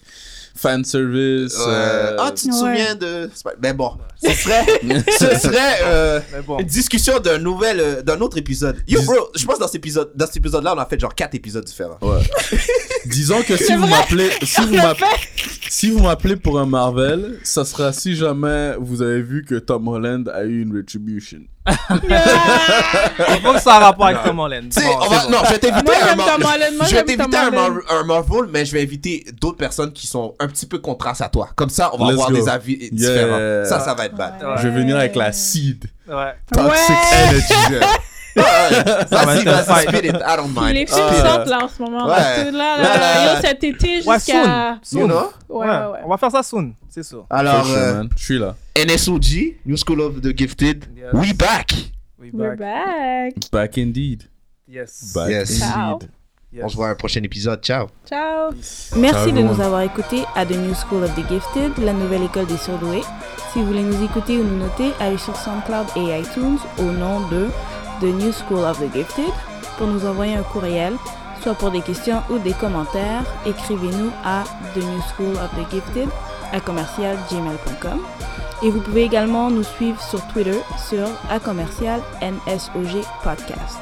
[SPEAKER 6] fanservice.
[SPEAKER 4] Euh,
[SPEAKER 6] euh,
[SPEAKER 4] Ah, tu te
[SPEAKER 5] Ouais.
[SPEAKER 4] souviens de. c'est pas- Ben bon, ce serait, ce serait euh,
[SPEAKER 3] Mais bon.
[SPEAKER 4] une discussion d'un nouvel, euh, d'un autre épisode. Yo,
[SPEAKER 6] Dis-
[SPEAKER 4] bro, je pense dans cet épisode, dans cet épisode-là, on a fait genre 4 épisodes différents.
[SPEAKER 6] Ouais. Disons que si
[SPEAKER 5] C'est
[SPEAKER 6] vous
[SPEAKER 5] vrai.
[SPEAKER 6] m'appelez, si vous
[SPEAKER 5] le
[SPEAKER 6] m'appelez, si vous m'appelez pour un Marvel, ça sera si jamais vous avez vu que Tom Holland a eu une retribution.
[SPEAKER 3] Il faut que ça a rapport avec Tom Holland.
[SPEAKER 4] Tu sais,
[SPEAKER 3] Bon,
[SPEAKER 4] on va.
[SPEAKER 3] c'est bon.
[SPEAKER 4] Non, je vais t'inviter
[SPEAKER 5] Moi,
[SPEAKER 4] à un
[SPEAKER 5] j'aime
[SPEAKER 4] Mar-
[SPEAKER 5] Tom Holland. Moi,
[SPEAKER 4] Je vais
[SPEAKER 5] j'aime Tom
[SPEAKER 4] t'inviter à un,
[SPEAKER 5] Holland.
[SPEAKER 4] Mar- un Marvel, mais je vais inviter d'autres personnes qui sont un petit peu contrastes à toi. Comme ça, on va
[SPEAKER 6] Let's
[SPEAKER 4] avoir
[SPEAKER 6] go.
[SPEAKER 4] des avis
[SPEAKER 6] Yeah.
[SPEAKER 4] différents. Ça, ça va être bad.
[SPEAKER 3] Ouais.
[SPEAKER 6] Je vais venir avec la seed.
[SPEAKER 3] Ouais.
[SPEAKER 6] Toxic energy.
[SPEAKER 4] Ah, Ça
[SPEAKER 3] va
[SPEAKER 4] va
[SPEAKER 3] être un fight.
[SPEAKER 4] spit it, I don't mind.
[SPEAKER 5] Les films
[SPEAKER 4] Spit it.
[SPEAKER 5] sortent là en ce moment.
[SPEAKER 4] Ah. Ouais.
[SPEAKER 5] Parce que là,
[SPEAKER 4] Ouais,
[SPEAKER 5] là,
[SPEAKER 4] ouais,
[SPEAKER 5] yo, cet été
[SPEAKER 3] Ouais,
[SPEAKER 5] jusqu'à.
[SPEAKER 3] soon.
[SPEAKER 4] You
[SPEAKER 3] Soon.
[SPEAKER 4] know?
[SPEAKER 5] Ouais, ouais, ouais.
[SPEAKER 3] On va faire ça soon, c'est sûr.
[SPEAKER 4] Alors,
[SPEAKER 6] For sure,
[SPEAKER 4] euh,
[SPEAKER 6] man. je suis là.
[SPEAKER 4] NSOG, New School of the Gifted,
[SPEAKER 3] Yes.
[SPEAKER 4] we back!
[SPEAKER 3] We
[SPEAKER 5] We're
[SPEAKER 3] back.
[SPEAKER 5] back.
[SPEAKER 6] Back indeed.
[SPEAKER 3] Yes.
[SPEAKER 6] Back
[SPEAKER 4] Yes.
[SPEAKER 6] indeed.
[SPEAKER 5] Ciao.
[SPEAKER 3] Yes.
[SPEAKER 4] On se voit à un prochain épisode. Ciao!
[SPEAKER 5] Ciao.
[SPEAKER 7] Merci de
[SPEAKER 6] Ciao.
[SPEAKER 7] nous avoir écoutés à The New School of the Gifted, la nouvelle école des surdoués. Si vous voulez nous écouter ou nous noter, allez sur SoundCloud et iTunes au nom de The New School of the Gifted pour nous envoyer un courriel, soit pour des questions ou des commentaires. Écrivez-nous à The New School of the Gifted à commercialgmail.com. Et vous pouvez également nous suivre sur Twitter sur à commercial NSOG Podcast.